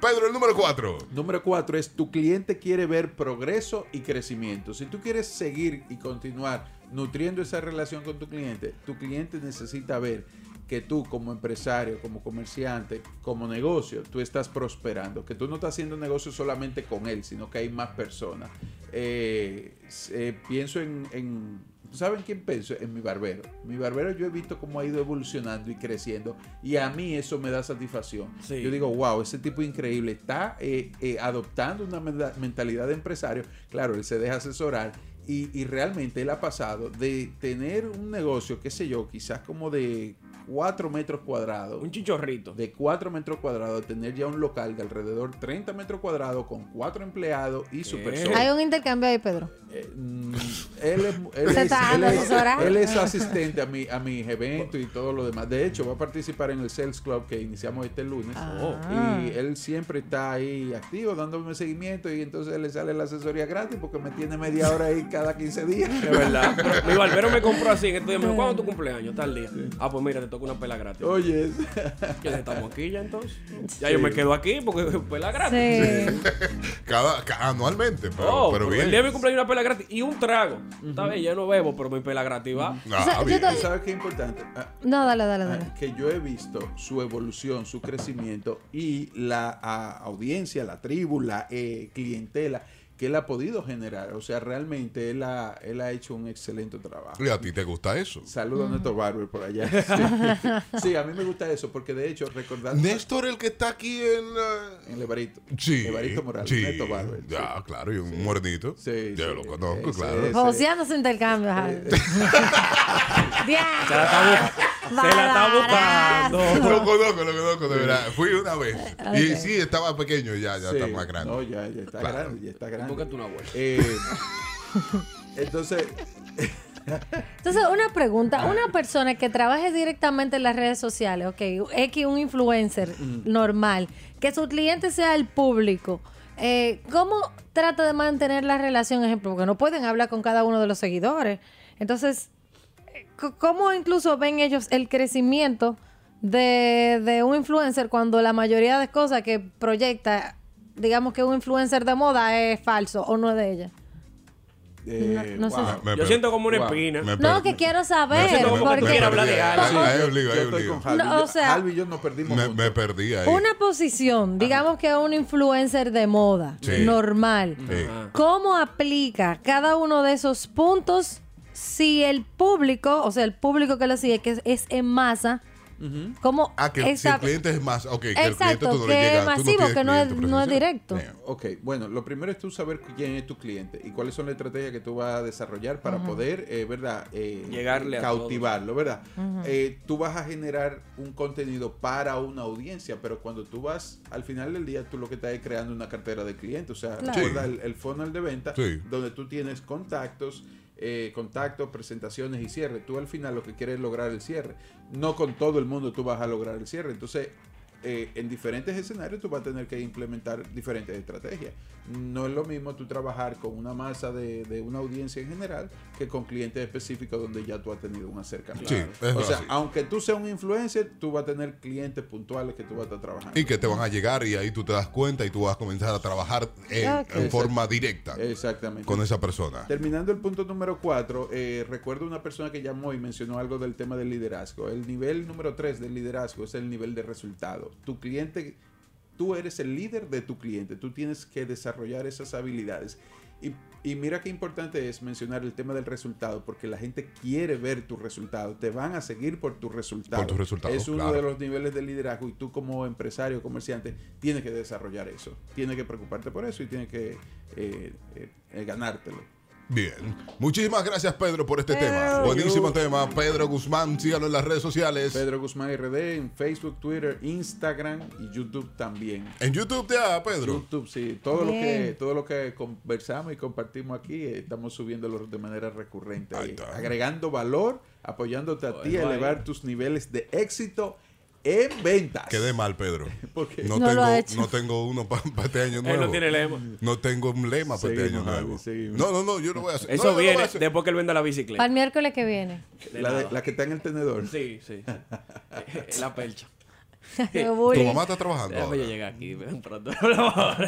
[SPEAKER 1] Pedro, el número 4.
[SPEAKER 13] Número cuatro es tu cliente quiere ver progreso y crecimiento. Si tú quieres seguir y continuar nutriendo esa relación con tu cliente, tu cliente necesita ver que tú como empresario, como comerciante, como negocio, tú estás prosperando, que tú no estás haciendo negocio solamente con él, sino que hay más personas. Eh, eh, pienso en, en- ¿Saben quién pienso? En mi barbero. Mi barbero yo he visto cómo ha ido evolucionando y creciendo y a mí eso me da satisfacción.
[SPEAKER 3] Sí.
[SPEAKER 13] Yo digo, wow, ese tipo increíble está eh, eh, adoptando una menda- mentalidad de empresario. Claro, él se deja asesorar y, y realmente él ha pasado de tener un negocio, qué sé yo, quizás como de 4 metros cuadrados.
[SPEAKER 3] Un chichorrito.
[SPEAKER 13] De 4 metros cuadrados, tener ya un local de alrededor 30 metros cuadrados con 4 empleados y su
[SPEAKER 3] Eh.
[SPEAKER 13] persona.
[SPEAKER 2] Hay un intercambio ahí, Pedro.
[SPEAKER 13] Eh, mm, él es, él
[SPEAKER 2] Te
[SPEAKER 13] es-
[SPEAKER 2] está
[SPEAKER 13] él
[SPEAKER 2] dando
[SPEAKER 13] es-
[SPEAKER 2] horas.
[SPEAKER 13] él es asistente a, mi, a mis eventos y todo lo demás. De hecho, va a participar en el Sales Club que iniciamos este lunes.
[SPEAKER 2] Ah.
[SPEAKER 13] Y él siempre está ahí activo, dándome seguimiento. Y entonces le sale la asesoría gratis porque me tiene media hora ahí cada 15 días.
[SPEAKER 3] De verdad. Mi barbero me compró así. Que estoy, me dijo, ¿cuándo es tu cumpleaños? Tal día. Ah, pues mira, te toca una pela gratis.
[SPEAKER 13] Oye, es-
[SPEAKER 3] Ya estamos aquí ya entonces. Ya
[SPEAKER 13] Sí.
[SPEAKER 3] yo me quedo aquí porque pela gratis.
[SPEAKER 1] Cada, ca- anualmente, pero,
[SPEAKER 3] Oh,
[SPEAKER 1] pero
[SPEAKER 3] pero El día de
[SPEAKER 1] bien.
[SPEAKER 3] mi cumpleaños una pela gratis y un trago. Está bien, ya no bebo, pero mi pela gratis va.
[SPEAKER 1] Ah,
[SPEAKER 2] O sea, yo
[SPEAKER 1] bien.
[SPEAKER 2] te-
[SPEAKER 13] ¿sabes qué es importante? Ah,
[SPEAKER 2] No, dale, dale,
[SPEAKER 13] Ah,
[SPEAKER 2] dale.
[SPEAKER 13] que yo he visto su evolución, su crecimiento y la ah, audiencia, la tribu, la eh, clientela que él ha podido generar. O sea, realmente él ha, él ha hecho un excelente trabajo.
[SPEAKER 1] ¿Y a ti te gusta eso?
[SPEAKER 13] Saludos a
[SPEAKER 3] Mm.
[SPEAKER 13] Néstor Barber por allá. Sí. Sí, a mí me gusta eso porque de hecho, recordando
[SPEAKER 1] Néstor, el que está aquí en. la-
[SPEAKER 13] en Levarito,
[SPEAKER 1] Sí.
[SPEAKER 13] Evaristo Morales,
[SPEAKER 1] sí.
[SPEAKER 13] Néstor Barber.
[SPEAKER 1] Ya, claro, y un muernito.
[SPEAKER 13] Sí,
[SPEAKER 1] Yo
[SPEAKER 13] sí,
[SPEAKER 1] lo conozco,
[SPEAKER 13] sí,
[SPEAKER 1] claro.
[SPEAKER 13] sí.
[SPEAKER 2] Joseando su intercambio.
[SPEAKER 1] eh,
[SPEAKER 2] Javi.
[SPEAKER 3] Se la está, bu- se la está buscando.
[SPEAKER 1] Lo conozco, lo conozco, de verdad. Fui una vez. Y sí, estaba pequeño, ya, ya
[SPEAKER 13] Sí.
[SPEAKER 1] está más grande.
[SPEAKER 13] No, ya, ya está
[SPEAKER 1] Claro.
[SPEAKER 13] grande, ya está grande.
[SPEAKER 3] Búscate una vuelta.
[SPEAKER 13] Eh, entonces,
[SPEAKER 2] Entonces, una pregunta, una persona que trabaje directamente en las redes sociales, ok, X, un influencer
[SPEAKER 17] Mm.
[SPEAKER 2] normal, que su cliente sea el público, eh, ¿cómo trata de mantener la relación, ejemplo? Porque no pueden hablar con cada uno de los seguidores. Entonces, eh, c- ¿cómo incluso ven ellos el crecimiento de, de un influencer cuando la mayoría de cosas que proyecta, digamos que un influencer de moda es falso o no es de ella?
[SPEAKER 13] eh,
[SPEAKER 2] no sé.
[SPEAKER 3] Yo siento como una espina.
[SPEAKER 1] Eh,
[SPEAKER 2] No, que quiero saber.
[SPEAKER 3] siento como
[SPEAKER 2] porque-
[SPEAKER 3] que quiero hablar de algo.
[SPEAKER 1] Ahí- ahí obligo, ahí
[SPEAKER 13] Yo estoy
[SPEAKER 1] obligo.
[SPEAKER 13] con Harvey.
[SPEAKER 2] No, o
[SPEAKER 13] Yo-
[SPEAKER 2] sea-
[SPEAKER 13] Harvey y yo nos perdimos.
[SPEAKER 1] Me, me perdí ahí.
[SPEAKER 2] Una posición, digamos que un influencer de moda,
[SPEAKER 1] Sí.
[SPEAKER 2] normal.
[SPEAKER 1] Sí.
[SPEAKER 2] ¿Cómo aplica cada uno de esos puntos si el público, o sea, el público que lo sigue, que es, es en masa, cómo
[SPEAKER 1] Ah, que si
[SPEAKER 2] esa-
[SPEAKER 1] el cliente es más. Ok, que el cliente
[SPEAKER 2] Exacto,
[SPEAKER 1] tú no le
[SPEAKER 2] que
[SPEAKER 1] llegas,
[SPEAKER 2] es
[SPEAKER 1] tú no
[SPEAKER 2] masivo,
[SPEAKER 1] tienes
[SPEAKER 2] que no es,
[SPEAKER 1] cliente
[SPEAKER 2] no es
[SPEAKER 1] presencial.
[SPEAKER 2] directo.
[SPEAKER 13] Ok, bueno, lo primero es tú saber quién es tu cliente y cuáles son las estrategias que tú vas a desarrollar para
[SPEAKER 1] Ajá.
[SPEAKER 13] poder, eh, ¿verdad? Eh,
[SPEAKER 3] Llegarle a
[SPEAKER 13] Cautivarlo, ¿verdad?
[SPEAKER 3] Ujú.
[SPEAKER 13] Eh, tú vas a generar un contenido para una audiencia, pero cuando tú vas al final del día, tú lo que estás es creando una cartera de clientes. O sea,
[SPEAKER 1] Claro. Sí.
[SPEAKER 13] recuerda el, el funnel de venta,
[SPEAKER 1] Sí.
[SPEAKER 13] donde tú tienes contactos. eh, contactos, presentaciones y cierre. Tú al final lo que quieres es lograr el cierre. No con todo el mundo tú vas a lograr el cierre. Entonces, eh, en diferentes escenarios tú vas a tener que implementar diferentes estrategias. No es lo mismo tú trabajar con una masa de, de una audiencia en general que con clientes específicos donde ya tú has tenido un acercamiento.
[SPEAKER 1] Sí, es
[SPEAKER 13] o sea,
[SPEAKER 1] así.
[SPEAKER 13] aunque tú seas un influencer, tú vas a tener clientes puntuales que tú vas a estar trabajando.
[SPEAKER 1] Y que te van a llegar y ahí tú te das cuenta y tú vas a comenzar a trabajar en,
[SPEAKER 13] Ah, ok.
[SPEAKER 1] en forma directa
[SPEAKER 13] Exactamente.
[SPEAKER 1] con esa persona.
[SPEAKER 13] Terminando el punto número 4, recuerdo una persona que llamó y mencionó algo del tema del liderazgo. El nivel número 3 del liderazgo es el nivel de resultado. Tu cliente, tú eres el líder de tu cliente, tú tienes que desarrollar esas habilidades. Y, y mira qué importante es mencionar el tema del resultado, porque la gente quiere ver tu resultado, te van a seguir por tu resultado.
[SPEAKER 1] Por tu resultado,
[SPEAKER 13] es uno
[SPEAKER 1] claro.
[SPEAKER 13] de los niveles de liderazgo y tú como empresario, comerciante, tienes que desarrollar eso, tienes que preocuparte por eso y tienes que eh, eh, eh, ganártelo.
[SPEAKER 1] Bien. Muchísimas gracias, Pedro, por este
[SPEAKER 13] Pedro.
[SPEAKER 1] tema. Buenísimo tema. Pedro Guzmán, sígalo en las redes sociales.
[SPEAKER 13] Pedro Guzmán RD en Facebook, Twitter, Instagram y YouTube también.
[SPEAKER 1] En YouTube ya, Pedro.
[SPEAKER 13] YouTube, sí. Todo lo, que,
[SPEAKER 1] Bien.
[SPEAKER 13] todo lo que conversamos y compartimos aquí, eh, estamos subiéndolo de manera recurrente. eh, agregando valor, apoyándote a ti a
[SPEAKER 1] Bueno, ahí.
[SPEAKER 13] elevar tus niveles de éxito en ventas.
[SPEAKER 1] Quedé mal, Pedro.
[SPEAKER 13] Porque
[SPEAKER 1] No, tengo, no tengo uno para este año
[SPEAKER 3] Él
[SPEAKER 1] nuevo.
[SPEAKER 3] no tiene lema.
[SPEAKER 1] No tengo un lema para este año
[SPEAKER 13] Seguimos,
[SPEAKER 1] nuevo.
[SPEAKER 13] Javi, seguimos.
[SPEAKER 1] No, no, no, yo lo voy a hacer.
[SPEAKER 3] Eso
[SPEAKER 1] No, no, no,
[SPEAKER 3] viene
[SPEAKER 1] voy a hacer.
[SPEAKER 3] después que él venda la
[SPEAKER 2] Para
[SPEAKER 3] bicicleta.
[SPEAKER 2] el miércoles que viene.
[SPEAKER 13] La, de- la que está en el tenedor.
[SPEAKER 3] Sí, sí. sí. la percha.
[SPEAKER 2] Qué bullying.
[SPEAKER 3] Déjame yo llegar aquí. ven, Pronto. por favor.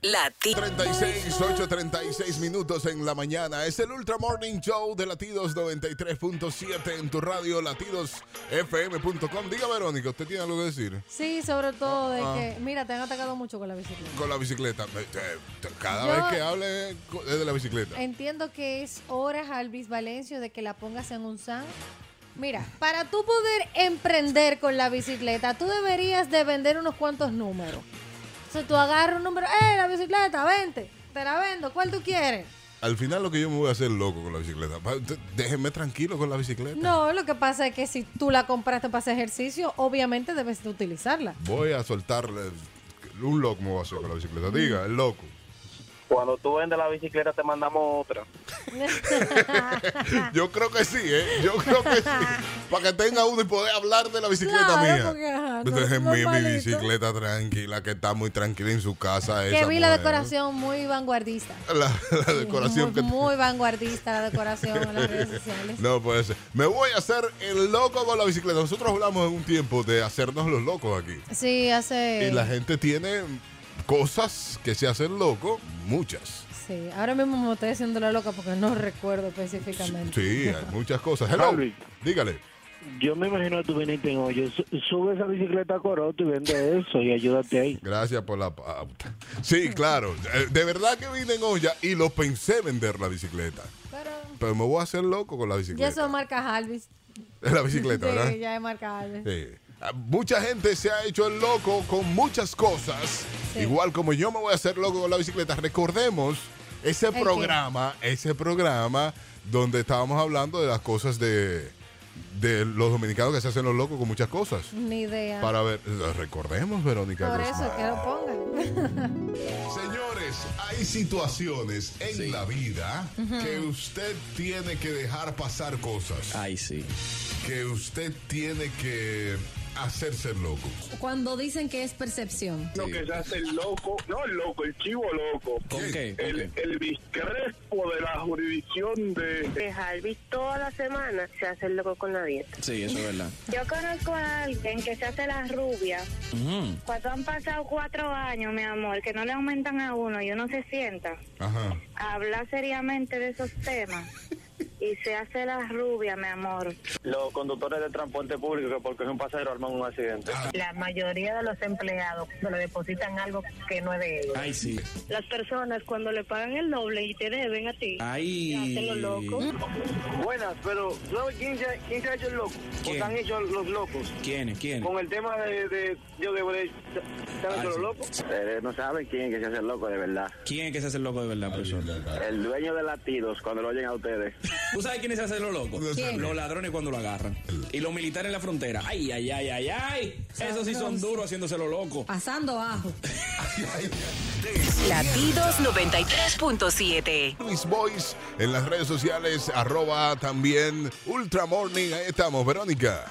[SPEAKER 9] Latidos.
[SPEAKER 1] 36, 8.36 minutos en la mañana. Es el Ultra Morning Show de Latidos 93.7 en tu radio latidosfm.com. Diga, Verónica, ¿usted tiene algo que decir?
[SPEAKER 2] Sí, sobre todo de
[SPEAKER 1] Ah.
[SPEAKER 2] que, mira, te han atacado mucho con la bicicleta.
[SPEAKER 1] Con la bicicleta. Eh, eh, Cada
[SPEAKER 2] Yo-
[SPEAKER 1] vez que hable eh, co- es de la bicicleta.
[SPEAKER 2] Entiendo que es hora, Alvis Valencio, de que la pongas en un san. Mira, para tú poder emprender con la bicicleta, tú deberías de vender unos cuantos números. Entonces tú agarras un número, ¡eh, la bicicleta, vente! Te la vendo, ¿cuál tú quieres?
[SPEAKER 1] Al final lo que yo me voy a hacer loco con la bicicleta. Pa- te- Déjenme tranquilo con la bicicleta.
[SPEAKER 2] No, lo que pasa es que si tú la compraste para hacer ejercicio, obviamente debes de utilizarla.
[SPEAKER 1] Voy a soltarle un loco me voy a hacer con la
[SPEAKER 2] Mm.
[SPEAKER 1] bicicleta. Diga, el loco.
[SPEAKER 12] Cuando tú vendes la bicicleta te mandamos otra.
[SPEAKER 1] Yo creo que sí, ¿eh? Yo creo que sí. Para que tenga uno y poder hablar de la bicicleta
[SPEAKER 2] Claro,
[SPEAKER 1] mía.
[SPEAKER 2] porque, ajá, no-
[SPEAKER 1] Entonces, mi- mi,
[SPEAKER 2] normalito.
[SPEAKER 1] bicicleta tranquila, que está muy tranquila en su casa.
[SPEAKER 2] Que
[SPEAKER 1] esa
[SPEAKER 2] vi la
[SPEAKER 1] mujer.
[SPEAKER 2] decoración muy vanguardista.
[SPEAKER 1] La, la decoración que
[SPEAKER 2] Muy vanguardista la decoración en las redes sociales.
[SPEAKER 1] No puede ser. Me voy a hacer el loco con la bicicleta. Nosotros hablamos en un tiempo de hacernos los locos aquí.
[SPEAKER 2] Sí, hace...
[SPEAKER 1] Y la gente tiene cosas que se hacen loco, muchas.
[SPEAKER 2] Sí, ahora mismo me estoy haciendo la loca porque no recuerdo específicamente.
[SPEAKER 1] Sí, hay muchas cosas. Hello.
[SPEAKER 12] Alvin.
[SPEAKER 1] Dígale.
[SPEAKER 12] Yo me imagino que tú viniste en hoyo. Su- Sube esa bicicleta a Coroto y vende eso y ayúdate ahí.
[SPEAKER 1] Gracias por la pauta. Sí, claro. Eh, De verdad que vine en olla y lo pensé vender la bicicleta.
[SPEAKER 2] Pero
[SPEAKER 1] Pero me voy a hacer loco con la
[SPEAKER 2] ya
[SPEAKER 1] bicicleta.
[SPEAKER 2] son marcas Alvis.
[SPEAKER 1] La bicicleta, ¿verdad?
[SPEAKER 2] Sí, ya es marca Alvis.
[SPEAKER 1] Sí. Ah, Mucha gente se ha hecho el loco con muchas cosas. Igual como yo me voy a hacer loco con la bicicleta. Recordemos ese
[SPEAKER 2] ¿El qué?
[SPEAKER 1] programa, ese programa donde estábamos hablando de las cosas de, de los dominicanos que se hacen los locos con muchas cosas.
[SPEAKER 2] Ni idea.
[SPEAKER 1] Para ver, recordemos, Verónica.
[SPEAKER 2] Por
[SPEAKER 1] Guzmán.
[SPEAKER 2] eso, que lo pongan.
[SPEAKER 1] Señores, Señores, hay situaciones en la vida
[SPEAKER 17] Ujú.
[SPEAKER 1] que usted tiene que dejar pasar cosas. Ay, sí. Que usted tiene que hacerse el loco.
[SPEAKER 2] Cuando dicen que es percepción.
[SPEAKER 4] No, que se hace el loco, no el loco, el chivo loco. El, el discrepo de la jurisdicción de...
[SPEAKER 11] De Harvey toda la semana se hace el loco con la dieta.
[SPEAKER 17] Sí, eso es verdad.
[SPEAKER 18] Yo conozco a alguien que se hace la rubia.
[SPEAKER 1] Mm.
[SPEAKER 17] Ujú.
[SPEAKER 18] Cuando han pasado cuatro años, mi amor, que no le aumentan a uno y uno se sienta
[SPEAKER 1] Ajá.
[SPEAKER 18] a hablar seriamente de esos temas. Y se hace la rubia, mi amor.
[SPEAKER 19] Los conductores de transporte público, que porque es un pasajero, arman un accidente.
[SPEAKER 17] Ah,
[SPEAKER 15] La mayoría de los empleados se le depositan algo que no es de ellos.
[SPEAKER 17] Ay, sí.
[SPEAKER 18] Las personas cuando le pagan el doble y te deben a ti.
[SPEAKER 17] Ay.
[SPEAKER 19] Buenas, pero ¿sabes quién se, quién se ha hecho el loco? ¿O se han hecho los locos?
[SPEAKER 17] ¿Quiénes? ¿Quiénes?
[SPEAKER 19] Con el tema de, de yo de Brecht, ¿se han hecho los locos? Eh, no saben quién que se hace el loco de verdad.
[SPEAKER 17] Ah, ¿Quién es que se hace el loco de verdad, persona?
[SPEAKER 19] El dueño de latidos, cuando lo oyen a ustedes.
[SPEAKER 17] ¿Tú sabes quiénes se hacen los locos?
[SPEAKER 19] ¿Quién?
[SPEAKER 17] Los ladrones cuando lo agarran. Y los militares en la frontera. Ay, ay, ay, ay, ay. Esos sí son duros haciéndose lo loco.
[SPEAKER 2] Pasando ajo.
[SPEAKER 9] Latidos 93.7.
[SPEAKER 1] Luis Boys en las redes sociales, arroba también Ultra Morning. Ahí estamos, Verónica.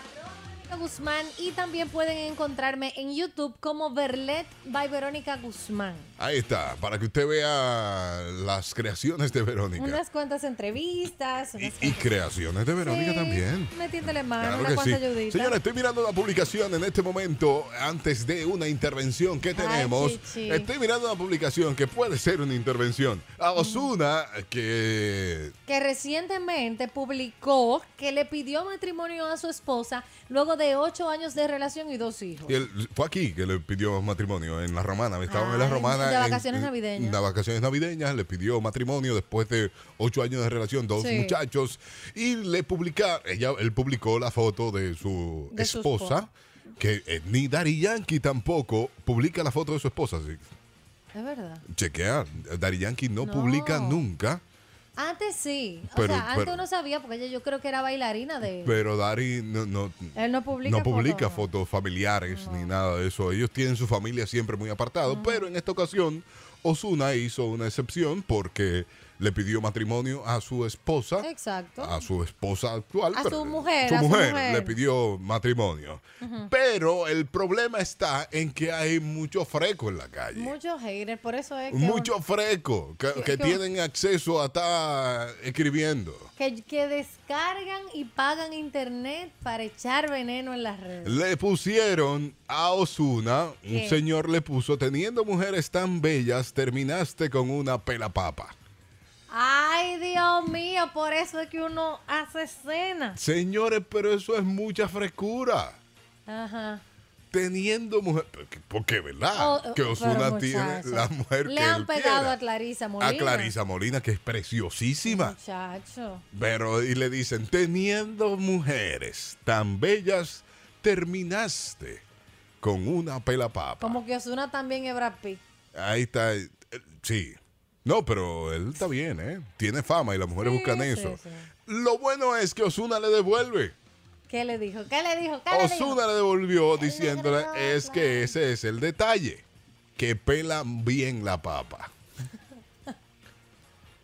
[SPEAKER 2] Guzmán y también pueden encontrarme en YouTube como Verlet by Verónica Guzmán.
[SPEAKER 1] Ahí está, para que usted vea las creaciones de Verónica.
[SPEAKER 2] Unas cuantas entrevistas, unas
[SPEAKER 1] Y creaciones de Verónica
[SPEAKER 2] Sí,
[SPEAKER 1] también.
[SPEAKER 2] Metiéndole mano,
[SPEAKER 1] Claro
[SPEAKER 2] una
[SPEAKER 1] que sí.
[SPEAKER 2] cuanta ayudita.
[SPEAKER 1] Señora, estoy mirando la publicación en este momento, antes de una intervención que tenemos.
[SPEAKER 2] Chichi.
[SPEAKER 1] estoy mirando la publicación que puede ser una intervención. A Osuna, que.
[SPEAKER 2] que recientemente publicó que le pidió matrimonio a su esposa luego de ocho años de relación y dos hijos.
[SPEAKER 1] y él- fue aquí que le pidió matrimonio, en La Romana. Estaban en La
[SPEAKER 2] Ay,
[SPEAKER 1] Romana.
[SPEAKER 2] de
[SPEAKER 1] en-
[SPEAKER 2] vacaciones
[SPEAKER 1] en-
[SPEAKER 2] navideñas.
[SPEAKER 1] De vacaciones navideñas. Le pidió matrimonio después de ocho años de relación, dos
[SPEAKER 2] Sí.
[SPEAKER 1] muchachos. Y le publica, ella, él publicó la foto de su
[SPEAKER 2] De su
[SPEAKER 1] esposa.
[SPEAKER 2] esposa.
[SPEAKER 1] Que eh, ni Dari Yankee tampoco publica la foto de su esposa. Así,
[SPEAKER 2] Es verdad.
[SPEAKER 1] Chequea, Dari Yankee no,
[SPEAKER 2] No.
[SPEAKER 1] publica nunca,
[SPEAKER 2] Antes sí. O
[SPEAKER 1] Pero-
[SPEAKER 2] sea, antes
[SPEAKER 1] pero-
[SPEAKER 2] uno sabía porque ella yo creo que era bailarina de...
[SPEAKER 1] pero Dari no, no,
[SPEAKER 2] él no publica.
[SPEAKER 1] no publica
[SPEAKER 2] fotos.
[SPEAKER 1] fotos familiares ni nada de eso. Ellos tienen su familia siempre muy apartado, pero en esta ocasión Osuna hizo una excepción porque le pidió matrimonio a su esposa,
[SPEAKER 2] Exacto.
[SPEAKER 1] a su esposa actual,
[SPEAKER 2] ¿Eh? A
[SPEAKER 1] Ah, pero-
[SPEAKER 2] su mujer,
[SPEAKER 1] su
[SPEAKER 2] a su
[SPEAKER 1] mujer
[SPEAKER 2] mujer. Ah.
[SPEAKER 1] le pidió matrimonio.
[SPEAKER 2] Ujú.
[SPEAKER 1] Pero el problema está en que hay mucho freco en la calle.
[SPEAKER 2] Muchos haters, por eso es que...
[SPEAKER 1] Mucho freco que,
[SPEAKER 2] Sí,
[SPEAKER 1] que
[SPEAKER 2] que-
[SPEAKER 1] tienen acceso a estar escribiendo.
[SPEAKER 2] Que, que descargan y pagan internet para echar veneno en las redes.
[SPEAKER 1] Le pusieron a Osuna, un
[SPEAKER 2] ¿Qué?
[SPEAKER 1] señor le puso, teniendo mujeres tan bellas, terminaste con una pela papa.
[SPEAKER 2] Ay, Dios mío, por eso es que uno hace escena.
[SPEAKER 1] Señores, pero eso es mucha frescura.
[SPEAKER 2] Ajá.
[SPEAKER 1] Teniendo mujeres, porque verdad,
[SPEAKER 2] Oh,
[SPEAKER 1] Ah, que
[SPEAKER 2] pero
[SPEAKER 1] Osuna tiene
[SPEAKER 2] muchacho.
[SPEAKER 1] la mujer
[SPEAKER 2] Le
[SPEAKER 1] que
[SPEAKER 2] han
[SPEAKER 1] él
[SPEAKER 2] pegado
[SPEAKER 1] quiera.
[SPEAKER 2] a Clarisa Molina.
[SPEAKER 1] a Clarisa Molina, que es preciosísima.
[SPEAKER 2] Muchacho.
[SPEAKER 1] Pero y le dicen, teniendo mujeres tan bellas, terminaste con una pela papa.
[SPEAKER 2] Como que Osuna también es Brad Pitt.
[SPEAKER 1] Ahí está. eh, Sí. No, pero él está bien, ¿eh? Tiene fama y las mujeres buscan
[SPEAKER 2] Sí,
[SPEAKER 1] eso.
[SPEAKER 2] sí, sí.
[SPEAKER 1] Lo bueno es que Osuna le devuelve.
[SPEAKER 2] ¿Qué le dijo? ¿Qué le dijo?
[SPEAKER 1] Oh,
[SPEAKER 2] ¿Qué le dijo?
[SPEAKER 1] Osuna le devolvió diciéndole es que ese es el detalle. Que pelan bien la papa.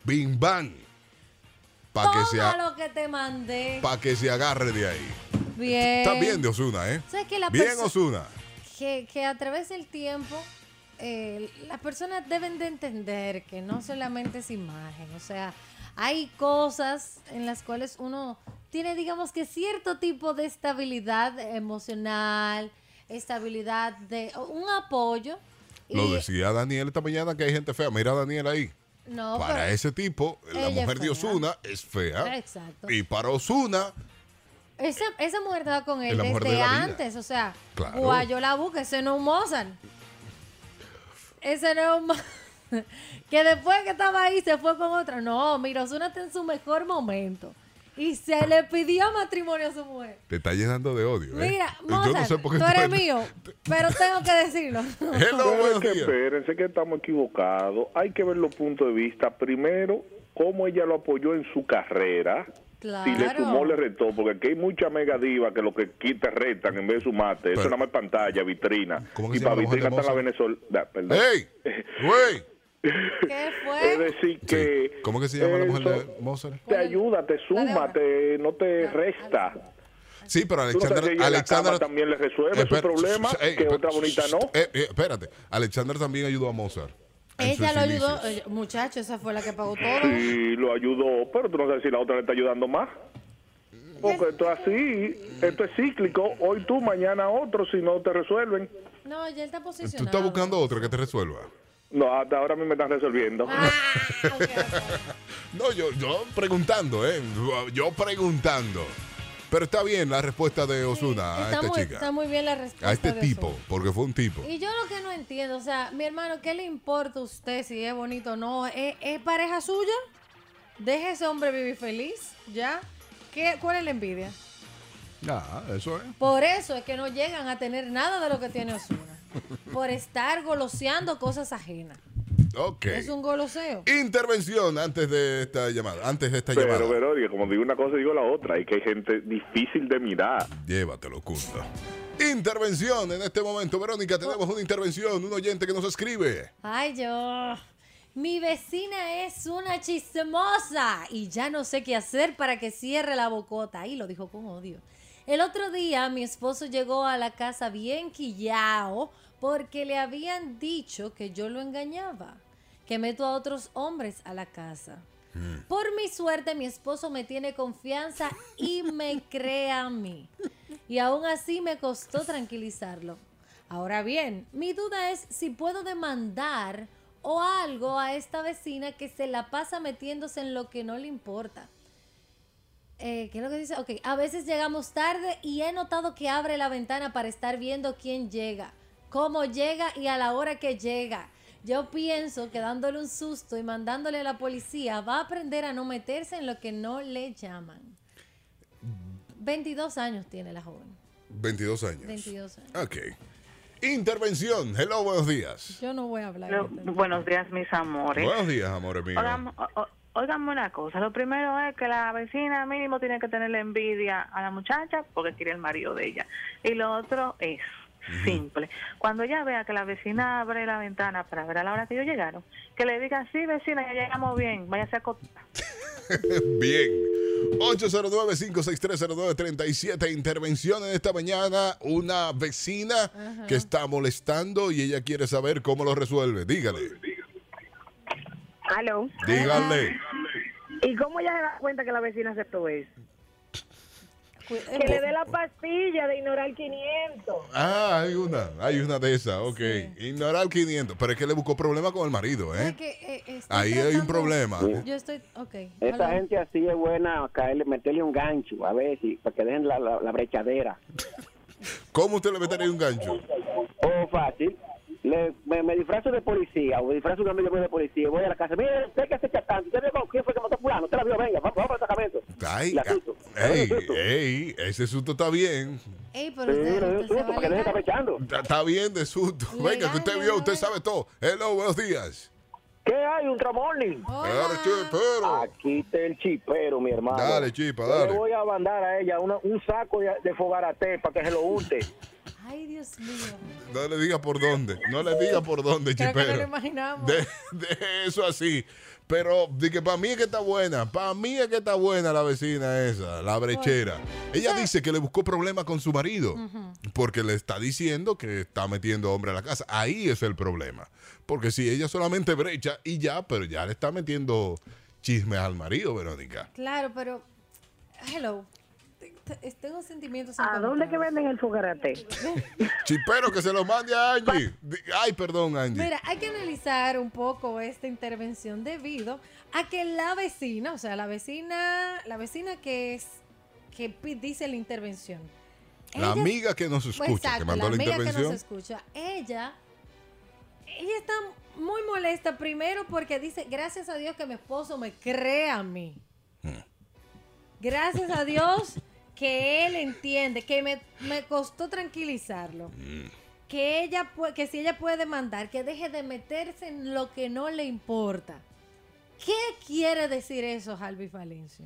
[SPEAKER 1] Bim bam. Para que, se
[SPEAKER 2] Toma
[SPEAKER 1] a-
[SPEAKER 2] lo que te mandé.
[SPEAKER 1] pa' que se agarre de ahí.
[SPEAKER 2] Bien.
[SPEAKER 1] Está bien de Osuna, ¿eh?
[SPEAKER 2] ¿Sabes que la
[SPEAKER 1] bien
[SPEAKER 2] perso-
[SPEAKER 1] Osuna.
[SPEAKER 2] que, que a través del tiempo eh, las personas deben de entender que no solamente es imagen, o sea, hay cosas en las cuales uno tiene, digamos que cierto tipo de estabilidad emocional, estabilidad de un apoyo. y-
[SPEAKER 1] Lo decía Daniel esta mañana que hay gente fea. Mira a Daniel ahí.
[SPEAKER 2] no,
[SPEAKER 1] para
[SPEAKER 2] pero-
[SPEAKER 1] ese tipo, la
[SPEAKER 2] Ella es
[SPEAKER 1] mujer de
[SPEAKER 2] fea.
[SPEAKER 1] Osuna es fea.
[SPEAKER 2] Exacto.
[SPEAKER 1] Y para Osuna,
[SPEAKER 2] Esa, esa mujer estaba con
[SPEAKER 1] Es
[SPEAKER 2] él
[SPEAKER 1] la mujer de
[SPEAKER 2] desde
[SPEAKER 1] la vida.
[SPEAKER 2] antes, o sea,
[SPEAKER 1] Claro.
[SPEAKER 2] guayo la busca, ese no es un Mozart. Ese no es un Mo- Que después que estaba ahí se fue con otra. No, mira, Ozuna está en su mejor momento. Y se le pidió matrimonio a su mujer.
[SPEAKER 1] te está llenando de odio. ¿eh?
[SPEAKER 2] Mira,
[SPEAKER 1] Yo
[SPEAKER 2] Mozart,
[SPEAKER 1] no sé por qué
[SPEAKER 2] tú eres
[SPEAKER 1] eres-
[SPEAKER 2] mío, pero tengo que decirlo.
[SPEAKER 4] Pero es que espérense que estamos equivocados. Hay que ver los puntos de vista. Primero, cómo ella lo apoyó en su carrera. Si le sumó, le retó. Porque aquí hay mucha mega diva que lo que quita es retan en vez de sumarte. Eso nada más es pantalla, vitrina.
[SPEAKER 1] ¿Cómo que
[SPEAKER 4] Y
[SPEAKER 1] se
[SPEAKER 4] para
[SPEAKER 1] llama la mujer
[SPEAKER 4] vitrina está
[SPEAKER 1] de
[SPEAKER 4] la
[SPEAKER 1] Mozart?
[SPEAKER 4] Venezuela. Nah, perdón.
[SPEAKER 1] ¡Ey! ¡Güey!
[SPEAKER 2] ¿Qué
[SPEAKER 4] Es decir, que.
[SPEAKER 1] ¿Cómo que se llama la mujer
[SPEAKER 4] eso
[SPEAKER 1] de Mozart?
[SPEAKER 4] Te ayuda, te suma, te, no te resta.
[SPEAKER 1] Sí, pero
[SPEAKER 4] Tú no sabes si
[SPEAKER 1] Alexander,
[SPEAKER 4] ella en la cama
[SPEAKER 1] Alexander Eh,
[SPEAKER 4] también le resuelve su
[SPEAKER 1] Espera,
[SPEAKER 4] problema,
[SPEAKER 1] sh- sh- ey,
[SPEAKER 4] que
[SPEAKER 1] espera,
[SPEAKER 4] otra bonita
[SPEAKER 1] sh-
[SPEAKER 4] no.
[SPEAKER 1] eh, eh, espérate, Alexander también ayudó a Mozart. en sus
[SPEAKER 2] Ella lo
[SPEAKER 1] inicios.
[SPEAKER 2] ayudó, eh, muchacho, esa fue la que pagó todo.
[SPEAKER 4] Sí, lo ayudó, pero tú no sabes si la otra le está ayudando más. Porque esto es así, esto es cíclico, hoy tú, mañana otro, si no te resuelven.
[SPEAKER 2] No, ya él está
[SPEAKER 1] Tú estás
[SPEAKER 2] posicionado.
[SPEAKER 1] buscando otra que te resuelva.
[SPEAKER 4] No, hasta ahora a mí me están resolviendo.
[SPEAKER 2] Ah,
[SPEAKER 1] No, yo, yo preguntando, ¿eh? Yo preguntando. Pero está bien la respuesta de Osuna a
[SPEAKER 2] Está
[SPEAKER 1] esta
[SPEAKER 2] muy,
[SPEAKER 1] chica.
[SPEAKER 2] está muy bien la respuesta.
[SPEAKER 1] A este
[SPEAKER 2] de
[SPEAKER 1] tipo, porque fue un tipo.
[SPEAKER 2] Ozuna. Y yo lo que no entiendo, o sea, mi hermano, ¿qué le importa a usted si es bonito o no? ¿Es, es pareja suya? Deje ese hombre vivir feliz, ¿ya? ¿Qué, ¿Cuál es la envidia?
[SPEAKER 1] Ah, eso es.
[SPEAKER 2] Por eso es que no llegan a tener nada de lo que tiene Osuna. Por estar goloseando cosas ajenas.
[SPEAKER 1] Ok.
[SPEAKER 2] Es un goloseo.
[SPEAKER 1] Intervención antes de esta llamada. Antes de esta
[SPEAKER 4] Pero,
[SPEAKER 1] llamada.
[SPEAKER 4] Verónica, como digo una cosa, digo la otra. Y que hay gente difícil de mirar.
[SPEAKER 1] Llévatelo, culto. Intervención en este momento, Verónica. Tenemos una intervención, un oyente que nos escribe.
[SPEAKER 2] Ay, yo. Mi vecina es una chismosa y ya no sé qué hacer para que cierre la bocota. Ahí lo dijo con odio. El otro día mi esposo llegó a la casa bien quillao porque le habían dicho que yo lo engañaba, que meto a otros hombres a la casa. Por mi suerte, mi esposo me tiene confianza y me cree a mí. Y aún así me costó tranquilizarlo. Ahora bien, mi duda es si puedo demandar o algo a esta vecina que se la pasa metiéndose en lo que no le importa. Eh, ¿Qué es lo que dice? Ok, a veces llegamos tarde y he notado que abre la ventana para estar viendo quién llega, cómo llega y a la hora que llega. Yo pienso que dándole un susto y mandándole a la policía va a aprender a no meterse en lo que no le llaman. 22 años tiene la joven.
[SPEAKER 1] 22 años.
[SPEAKER 2] 22 años.
[SPEAKER 1] Ok. Intervención. Hello, buenos días.
[SPEAKER 2] Yo no voy a hablar.
[SPEAKER 18] No, buenos días, mis amores.
[SPEAKER 1] Buenos días, amores míos.
[SPEAKER 18] Oigan, o- o- oiganme una cosa. Lo primero es que la vecina mínimo tiene que tenerle envidia a la muchacha porque quiere el marido de ella. Y lo otro es simple. Cuando ella vea que la vecina abre la ventana para ver a la hora que ellos llegaron, que le diga, sí, vecina, ya llegamos bien, váyase a acostar".
[SPEAKER 1] Bien. 809-56309-37. Intervención en esta mañana. Una vecina
[SPEAKER 18] Ajá.
[SPEAKER 1] que está molestando y ella quiere saber cómo lo resuelve. Dígale.
[SPEAKER 20] Aló.
[SPEAKER 1] Dígale.
[SPEAKER 20] ¿Y cómo ella se da cuenta que la vecina aceptó eso? Que le dé la pastilla de ignorar 500.
[SPEAKER 1] Ah, hay una. Hay una de esas. Ok. Ignorar 500. Pero es que le buscó problema con el marido, ¿eh?
[SPEAKER 2] Que, eh, eh, estoy
[SPEAKER 1] Ahí hay un
[SPEAKER 2] tratando-
[SPEAKER 1] problema.
[SPEAKER 2] Yo estoy. Ok.
[SPEAKER 19] Esa
[SPEAKER 2] hola.
[SPEAKER 19] gente así es buena, caerle, meterle un gancho, a ver si, para que dejen la, la, la brechadera.
[SPEAKER 1] ¿Cómo usted le metería un gancho?
[SPEAKER 19] Oh, fácil. Le- me, me disfrazo de policía, o disfrazo de un amigo mío de policía, voy a la casa, mire, usted que se echa tanto, usted vio con quién fue que mató a fulano, usted la vio, venga, vamos, vamos para el sacramento.
[SPEAKER 1] Ay,
[SPEAKER 19] La
[SPEAKER 1] ah,
[SPEAKER 19] susto.
[SPEAKER 1] ey, ey, ese susto está bien.
[SPEAKER 2] Ey, pero usted-
[SPEAKER 19] le dio susto,
[SPEAKER 2] usted se va a
[SPEAKER 19] porque le
[SPEAKER 2] ligar.
[SPEAKER 1] Está, está bien de susto. Venga, que usted vio, usted sabe todo. Hello, buenos días.
[SPEAKER 19] ¿Qué hay? ¿Un tramorning? Aquí está el chipero, mi hermano.
[SPEAKER 1] Dale, chipa,
[SPEAKER 19] Yo
[SPEAKER 1] dale.
[SPEAKER 19] Le voy a mandar a ella una- un saco de, de fogarate para que se lo unte.
[SPEAKER 2] Ay, Dios mío.
[SPEAKER 1] No le diga por dónde. No le diga por dónde,
[SPEAKER 2] Creo que no lo
[SPEAKER 1] chipero.
[SPEAKER 2] imaginamos.
[SPEAKER 1] De, de eso así. Pero di que para mí es que está buena. Para mí es que está buena la vecina esa, la brechera. Ella dice que le buscó problema con su marido. Porque le está diciendo que está metiendo hombre a la casa. Ahí es el problema. Porque si ella solamente brecha y ya, pero ya le está metiendo chismes al marido, Verónica.
[SPEAKER 2] Claro, pero. Hello. Te- te- Tengo sentimientos
[SPEAKER 20] ¿A dónde que
[SPEAKER 2] encontrados.
[SPEAKER 20] venden el fogarate?
[SPEAKER 1] Chipero, que se lo mande a Angie. Di- Ay, perdón, Angie.
[SPEAKER 2] Mira, hay que analizar un poco esta intervención debido a que la vecina, o sea, la vecina, la vecina que es que pi- dice la intervención.
[SPEAKER 1] La amiga que nos escucha,
[SPEAKER 2] Pues, exacto,
[SPEAKER 1] que mandó la,
[SPEAKER 2] amiga que
[SPEAKER 1] intervención.
[SPEAKER 2] nos escucha, ella ella está muy molesta primero porque dice, "Gracias a Dios que mi esposo me cree a mí."
[SPEAKER 1] Hmm.
[SPEAKER 2] Gracias a Dios que él entiende, que me, me costó tranquilizarlo
[SPEAKER 1] Mm.
[SPEAKER 2] que ella pue- que si ella puede demandar, que deje de meterse en lo que no le importa. ¿Qué quiere decir eso, Jalvis Valencia?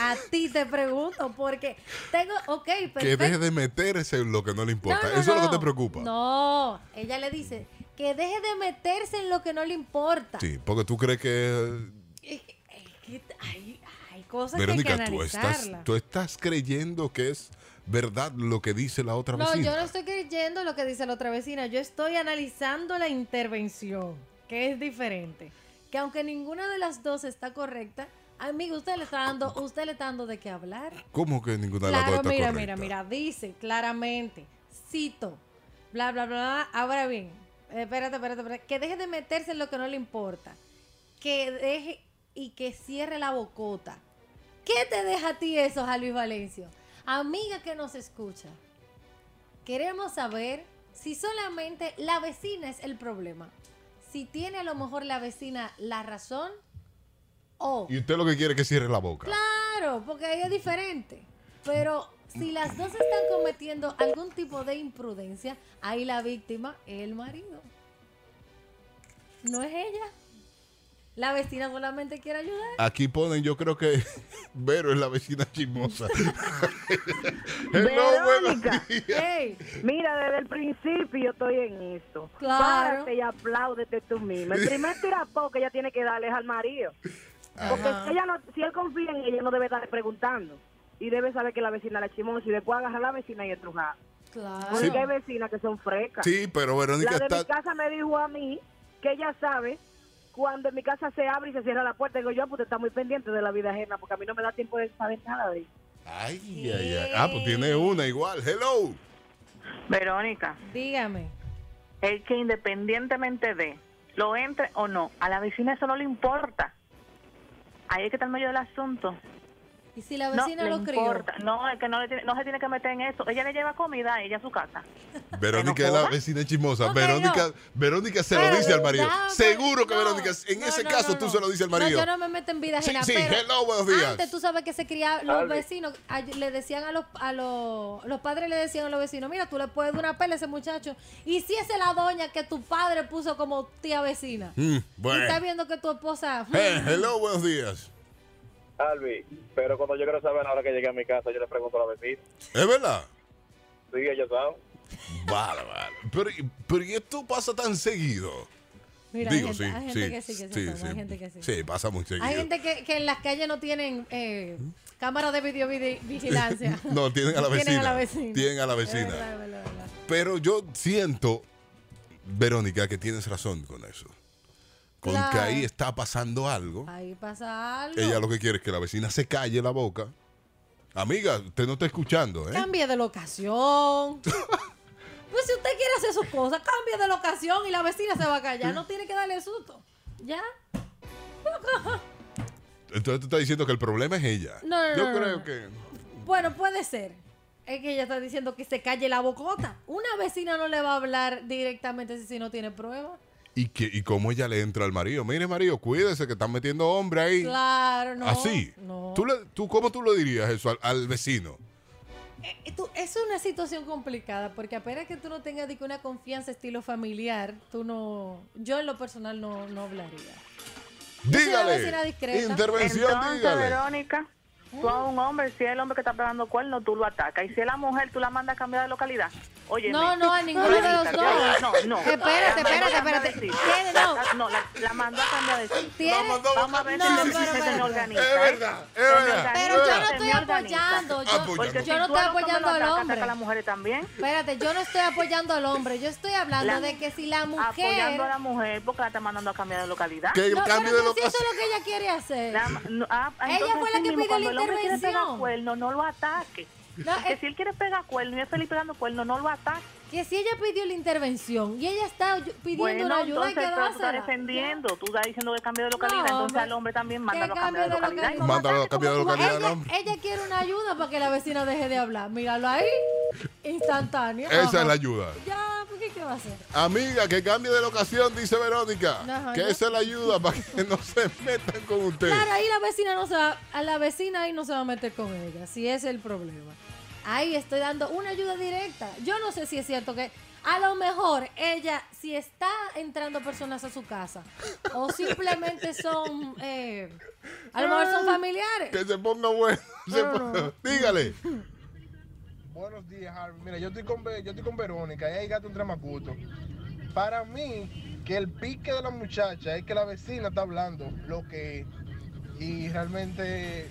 [SPEAKER 2] A ti te pregunto, porque tengo, ok, perfecto.
[SPEAKER 1] que deje de meterse en lo que no le importa.
[SPEAKER 2] No, no,
[SPEAKER 1] Eso es lo
[SPEAKER 2] no.
[SPEAKER 1] que te preocupa.
[SPEAKER 2] No, ella le dice, que deje de meterse en lo que no le importa.
[SPEAKER 1] Sí, porque tú crees que.
[SPEAKER 2] Que- Hay, hay cosas que hay
[SPEAKER 1] Verónica,
[SPEAKER 2] que
[SPEAKER 1] tú estás,
[SPEAKER 2] analizarla.
[SPEAKER 1] tú estás creyendo que es verdad lo que dice la otra
[SPEAKER 2] No,
[SPEAKER 1] vecina.
[SPEAKER 2] yo no estoy creyendo lo que dice la otra vecina. Yo estoy analizando la intervención, que es diferente. Que aunque ninguna de las dos está correcta, amigo, usted le está dando, usted le está dando de qué hablar.
[SPEAKER 1] ¿Cómo que ninguna de las
[SPEAKER 2] Claro,
[SPEAKER 1] dos
[SPEAKER 2] mira,
[SPEAKER 1] está
[SPEAKER 2] mira, mira, dice claramente, cito, bla, bla, bla, bla. ahora bien, espérate, espérate, espérate, que deje de meterse en lo que no le importa, que deje y que cierre la bocota. ¿Qué te deja a ti eso, Luis Valencio? Amiga que nos escucha, queremos saber si solamente la vecina es el problema, si tiene a lo mejor la vecina la razón o...
[SPEAKER 1] Y usted lo que quiere es que cierre la boca.
[SPEAKER 2] Claro, porque ahí es diferente. Pero si las dos están cometiendo algún tipo de imprudencia, ahí la víctima es el marido. No es ella. La vecina solamente quiere ayudar.
[SPEAKER 1] Aquí ponen, yo creo que Vero es la vecina chismosa. Eh,
[SPEAKER 20] Verónica,
[SPEAKER 2] hey,
[SPEAKER 20] mira, desde el principio yo estoy en esto.
[SPEAKER 2] Claro.
[SPEAKER 20] Párate y apláudete tú misma. El primer tirapó que ella tiene que darle es al marido. Porque
[SPEAKER 2] Ajá.
[SPEAKER 20] si, ella no, si él confía en ella, no debe estar preguntando. Y debe saber que la vecina la chimosa y después agarrar a la vecina y estrujar.
[SPEAKER 2] Claro.
[SPEAKER 20] Porque hay vecinas que son frescas.
[SPEAKER 1] Sí, pero Verónica
[SPEAKER 20] La de
[SPEAKER 1] está-
[SPEAKER 20] mi casa me dijo a mí que ella sabe cuando en mi casa se abre y se cierra la puerta. Digo yo, pues está muy pendiente de la vida ajena porque a mí no me da tiempo de saber nada de ella.
[SPEAKER 1] Ay, ay, ay. Ah, pues tiene una igual. Hello.
[SPEAKER 18] Verónica.
[SPEAKER 2] Dígame.
[SPEAKER 18] Es que independientemente de lo entre o no, a la vecina eso no le importa. Ahí es que está el medio del asunto.
[SPEAKER 2] Y si la vecina
[SPEAKER 18] no, le
[SPEAKER 2] lo crió?
[SPEAKER 18] importa. No, es que no, le tiene- no se tiene que meter en eso. Ella le lleva comida a ella a su casa.
[SPEAKER 1] Verónica es la vecina chismosa.
[SPEAKER 18] Ok,
[SPEAKER 1] Verónica,
[SPEAKER 18] no.
[SPEAKER 1] Verónica se lo
[SPEAKER 18] Pero
[SPEAKER 1] dice al marido.
[SPEAKER 2] dame-
[SPEAKER 1] Seguro que
[SPEAKER 2] no,
[SPEAKER 1] Verónica, en
[SPEAKER 2] no,
[SPEAKER 1] ese
[SPEAKER 2] no,
[SPEAKER 1] caso
[SPEAKER 2] no,
[SPEAKER 1] tú
[SPEAKER 2] no.
[SPEAKER 1] se lo dices al
[SPEAKER 2] No,
[SPEAKER 1] marido.
[SPEAKER 2] yo no me meto en vida
[SPEAKER 1] Sí,
[SPEAKER 2] ajena,
[SPEAKER 1] sí,
[SPEAKER 2] pero
[SPEAKER 1] hello, buenos días.
[SPEAKER 2] Antes tú sabes que se criaba los
[SPEAKER 1] Salve.
[SPEAKER 2] vecinos, a- le decían a los, a los, los padres le decían a los vecinos, mira, tú le puedes dar una pela a ese muchacho. Y si esa es la doña que tu padre puso como tía vecina.
[SPEAKER 1] Mm,
[SPEAKER 2] Y está
[SPEAKER 1] bueno.
[SPEAKER 2] viendo que tu esposa...
[SPEAKER 1] Eh, hello, buenos días.
[SPEAKER 21] Albi, pero cuando yo quiero saber ahora que llegué a mi casa, yo le pregunto a la vecina.
[SPEAKER 1] ¿Es verdad?
[SPEAKER 21] Sí, ella sabe.
[SPEAKER 1] Vale, vale. Pero, pero ¿y esto pasa tan seguido?
[SPEAKER 2] Mira,
[SPEAKER 1] Digo,
[SPEAKER 2] hay gente,
[SPEAKER 1] sí,
[SPEAKER 2] hay gente
[SPEAKER 1] sí,
[SPEAKER 2] que sí, que se
[SPEAKER 1] sí,
[SPEAKER 2] toma,
[SPEAKER 1] sí.
[SPEAKER 2] hay gente que sí.
[SPEAKER 1] Sí, pasa muy seguido.
[SPEAKER 2] Hay gente que, que en las calles no tienen eh, cámaras de videovigilancia.
[SPEAKER 1] No, tienen a la vecina.
[SPEAKER 2] Tienen a la vecina.
[SPEAKER 1] Tienen a la
[SPEAKER 2] Es
[SPEAKER 1] vecina.
[SPEAKER 2] verdad, es verdad, es verdad.
[SPEAKER 1] Pero yo siento, Verónica, que tienes razón con eso. Con que
[SPEAKER 2] Claro.
[SPEAKER 1] ahí está pasando algo.
[SPEAKER 2] Ahí pasa algo.
[SPEAKER 1] Ella lo que quiere es que la vecina se calle la boca. Amiga, usted no está escuchando, ¿eh?
[SPEAKER 2] Cambie de locación. pues si usted quiere hacer sus cosas, cambie de locación y la vecina se va a callar. No tiene que darle susto. ¿Ya?
[SPEAKER 1] Entonces tú estás diciendo que el problema es ella.
[SPEAKER 2] No, no,
[SPEAKER 1] yo
[SPEAKER 3] Ah.
[SPEAKER 2] no, no,
[SPEAKER 1] creo
[SPEAKER 2] no.
[SPEAKER 1] que...
[SPEAKER 2] Bueno, puede ser. Es que ella está diciendo que se calle la bocota. Una vecina no le va a hablar directamente si- si no tiene pruebas.
[SPEAKER 1] ¿Y, que, ¿Y cómo ella le entra al marido? Mire, marido, cuídese que están metiendo hombre ahí.
[SPEAKER 2] Claro, no.
[SPEAKER 1] Así.
[SPEAKER 2] No.
[SPEAKER 1] ¿Tú le- tú, ¿Cómo tú lo dirías eso al, al vecino?
[SPEAKER 2] Eh, tú- es una situación complicada porque apenas que tú no tengas de que una confianza estilo familiar, tú no. Yo en lo personal no, no hablaría. Yo soy una vecina
[SPEAKER 1] Dígale.
[SPEAKER 2] discreta.
[SPEAKER 1] Intervención,
[SPEAKER 18] Entonces,
[SPEAKER 1] dígale.
[SPEAKER 18] Verónica, tú a un hombre, si es el hombre que está pegando cuerno, tú lo atacas. Y si es la mujer, tú la mandas a cambiar de localidad. Oye,
[SPEAKER 2] No, no, a ninguno de los dos.
[SPEAKER 18] No, no.
[SPEAKER 2] Espérate,
[SPEAKER 18] La mandó a
[SPEAKER 2] espérate,
[SPEAKER 18] cambiar de
[SPEAKER 2] espérate.
[SPEAKER 18] sitio.
[SPEAKER 2] ¿Qué? No.
[SPEAKER 18] La- Eh, No, la, la mandó a cambiar de sitio.
[SPEAKER 2] ¿Tiene? La mandó a
[SPEAKER 18] Vamos a ver
[SPEAKER 2] cambiar-
[SPEAKER 18] si
[SPEAKER 2] No,
[SPEAKER 18] el
[SPEAKER 2] pero,
[SPEAKER 18] sitio se
[SPEAKER 2] pero,
[SPEAKER 18] me organiza.
[SPEAKER 2] es
[SPEAKER 18] ¿eh?
[SPEAKER 2] verdad, es
[SPEAKER 18] Se me
[SPEAKER 2] verdad.
[SPEAKER 18] organiza,
[SPEAKER 2] Pero
[SPEAKER 15] eh,
[SPEAKER 2] yo no
[SPEAKER 18] se me
[SPEAKER 2] estoy
[SPEAKER 18] organiza.
[SPEAKER 2] apoyando, yo- Apoyando.
[SPEAKER 18] Porque
[SPEAKER 2] yo
[SPEAKER 18] si
[SPEAKER 2] no
[SPEAKER 18] tú a
[SPEAKER 2] estoy
[SPEAKER 18] los hombres
[SPEAKER 2] apoyando
[SPEAKER 18] lo
[SPEAKER 2] al
[SPEAKER 18] atacas,
[SPEAKER 2] hombre.
[SPEAKER 18] ataca a las mujeres también.
[SPEAKER 2] Espérate, yo no estoy apoyando al hombre, yo estoy hablando
[SPEAKER 18] La-
[SPEAKER 2] de que si la mujer.
[SPEAKER 18] Apoyando a la mujer porque la está mandando a cambiar de localidad.
[SPEAKER 2] No, pero que si eso es lo que ella quiere hacer.
[SPEAKER 18] ah,
[SPEAKER 2] ella fue la que pidió la intervención.
[SPEAKER 18] cuerno, no lo ataque. que si él quiere pegar cuerno y es feliz pegando cuerno, no lo ataque.
[SPEAKER 2] Que si ella pidió la intervención y ella está oy- pidiendo
[SPEAKER 18] Bueno,
[SPEAKER 2] una ayuda, hay
[SPEAKER 18] entonces,
[SPEAKER 2] que
[SPEAKER 18] pero tú estás
[SPEAKER 2] dársela.
[SPEAKER 18] defendiendo, tú estás diciendo que cambio de localidad,
[SPEAKER 2] No,
[SPEAKER 18] entonces
[SPEAKER 2] hombre.
[SPEAKER 18] al hombre también
[SPEAKER 2] Que
[SPEAKER 18] mándalo a cambiar de
[SPEAKER 2] cambie de
[SPEAKER 18] localidad. y
[SPEAKER 2] localidad.
[SPEAKER 18] no
[SPEAKER 1] Mándalo a
[SPEAKER 18] ataque
[SPEAKER 1] cambiar de
[SPEAKER 18] como tú
[SPEAKER 1] localidad al
[SPEAKER 18] haces.
[SPEAKER 1] hombre.
[SPEAKER 2] Ella quiere una ayuda para que la vecina deje de hablar. Míralo ahí, instantáneo.
[SPEAKER 1] Esa
[SPEAKER 2] Ajá.
[SPEAKER 1] es la ayuda.
[SPEAKER 2] Ya, ¿por ¿qué, qué va a hacer?
[SPEAKER 1] Amiga, que cambie de locación, dice Verónica.
[SPEAKER 2] Ajá,
[SPEAKER 1] que
[SPEAKER 2] ¿no?
[SPEAKER 1] esa es la ayuda para que no se metan con usted.
[SPEAKER 2] Claro, ahí la vecina no se va, a la vecina ahí no se va a meter con ella, si ese es el problema. Ahí estoy dando una ayuda directa. Yo no sé si es cierto que a lo mejor ella, si está entrando personas a su casa, o simplemente son, eh, a lo mejor son
[SPEAKER 18] Ah.
[SPEAKER 2] familiares.
[SPEAKER 1] Que se ponga bueno. se ponga- Dígale.
[SPEAKER 22] Buenos días, Harvey. Mira, yo estoy con, Ve- yo estoy con Verónica. Ella y gato un tramacuto. Para mí, que el pique de la muchacha es que la vecina está hablando lo que es. Y realmente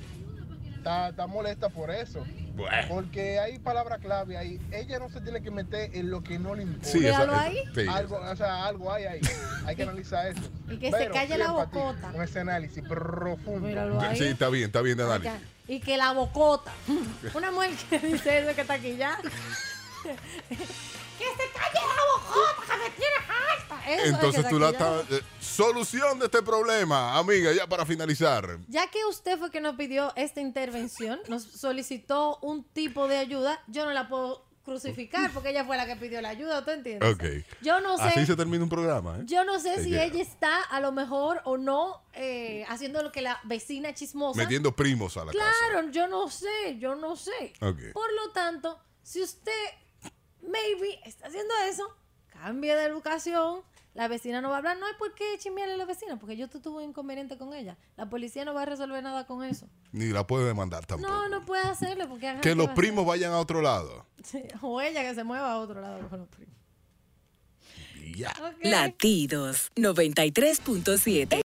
[SPEAKER 22] está, está molesta por eso.
[SPEAKER 1] Bueno.
[SPEAKER 22] Porque hay palabra clave ahí. Ella no se tiene que meter en lo que no le importa.
[SPEAKER 1] Sí, esa- Míralo esa- ahí. sí,
[SPEAKER 22] algo, o sea, algo hay ahí. Hay que analizar eso.
[SPEAKER 2] Y que se calle la
[SPEAKER 22] siempre a ti,
[SPEAKER 2] bocota.
[SPEAKER 22] Con ese análisis profundo.
[SPEAKER 1] Sí, está bien, está bien de análisis.
[SPEAKER 2] Ya. Y que la bocota. Una mujer que dice eso que está aquí ya. que se calle la bocota, que me tienes harta. Eso es que
[SPEAKER 1] Entonces
[SPEAKER 2] está
[SPEAKER 1] tú la
[SPEAKER 2] aquí ya.
[SPEAKER 1] estás... eh, Solución de este problema, amiga, ya para finalizar.
[SPEAKER 2] Ya que usted fue que nos pidió esta intervención, nos solicitó un tipo de ayuda, yo no la puedo crucificar porque ella fue la que pidió la ayuda, ¿tú entiendes?
[SPEAKER 1] Ok.
[SPEAKER 2] Yo no sé.
[SPEAKER 1] Así se termina un programa, ¿eh?
[SPEAKER 2] Yo no sé
[SPEAKER 1] Te
[SPEAKER 2] si
[SPEAKER 1] quiero.
[SPEAKER 2] ella está a lo mejor o no eh, haciendo lo que la vecina chismosa.
[SPEAKER 1] Metiendo primos a la casa.
[SPEAKER 2] Claro, yo no sé, yo no sé.
[SPEAKER 1] Ok.
[SPEAKER 2] Por lo tanto, si usted maybe está haciendo eso, cambie de educación. La vecina no va a hablar, no hay por qué chismearle a la vecina, porque yo tu- tuve un inconveniente con ella. La policía no va a resolver nada con eso.
[SPEAKER 1] Ni la puede demandar tampoco.
[SPEAKER 2] No, no puede hacerlo porque ajá,
[SPEAKER 1] que
[SPEAKER 2] ¿qué
[SPEAKER 1] los
[SPEAKER 2] va a hacer?
[SPEAKER 1] primos vayan a otro lado.
[SPEAKER 2] Sí, o ella que se mueva a otro lado con los primos.
[SPEAKER 1] Ya.
[SPEAKER 2] Ok.
[SPEAKER 9] Latidos 93.7.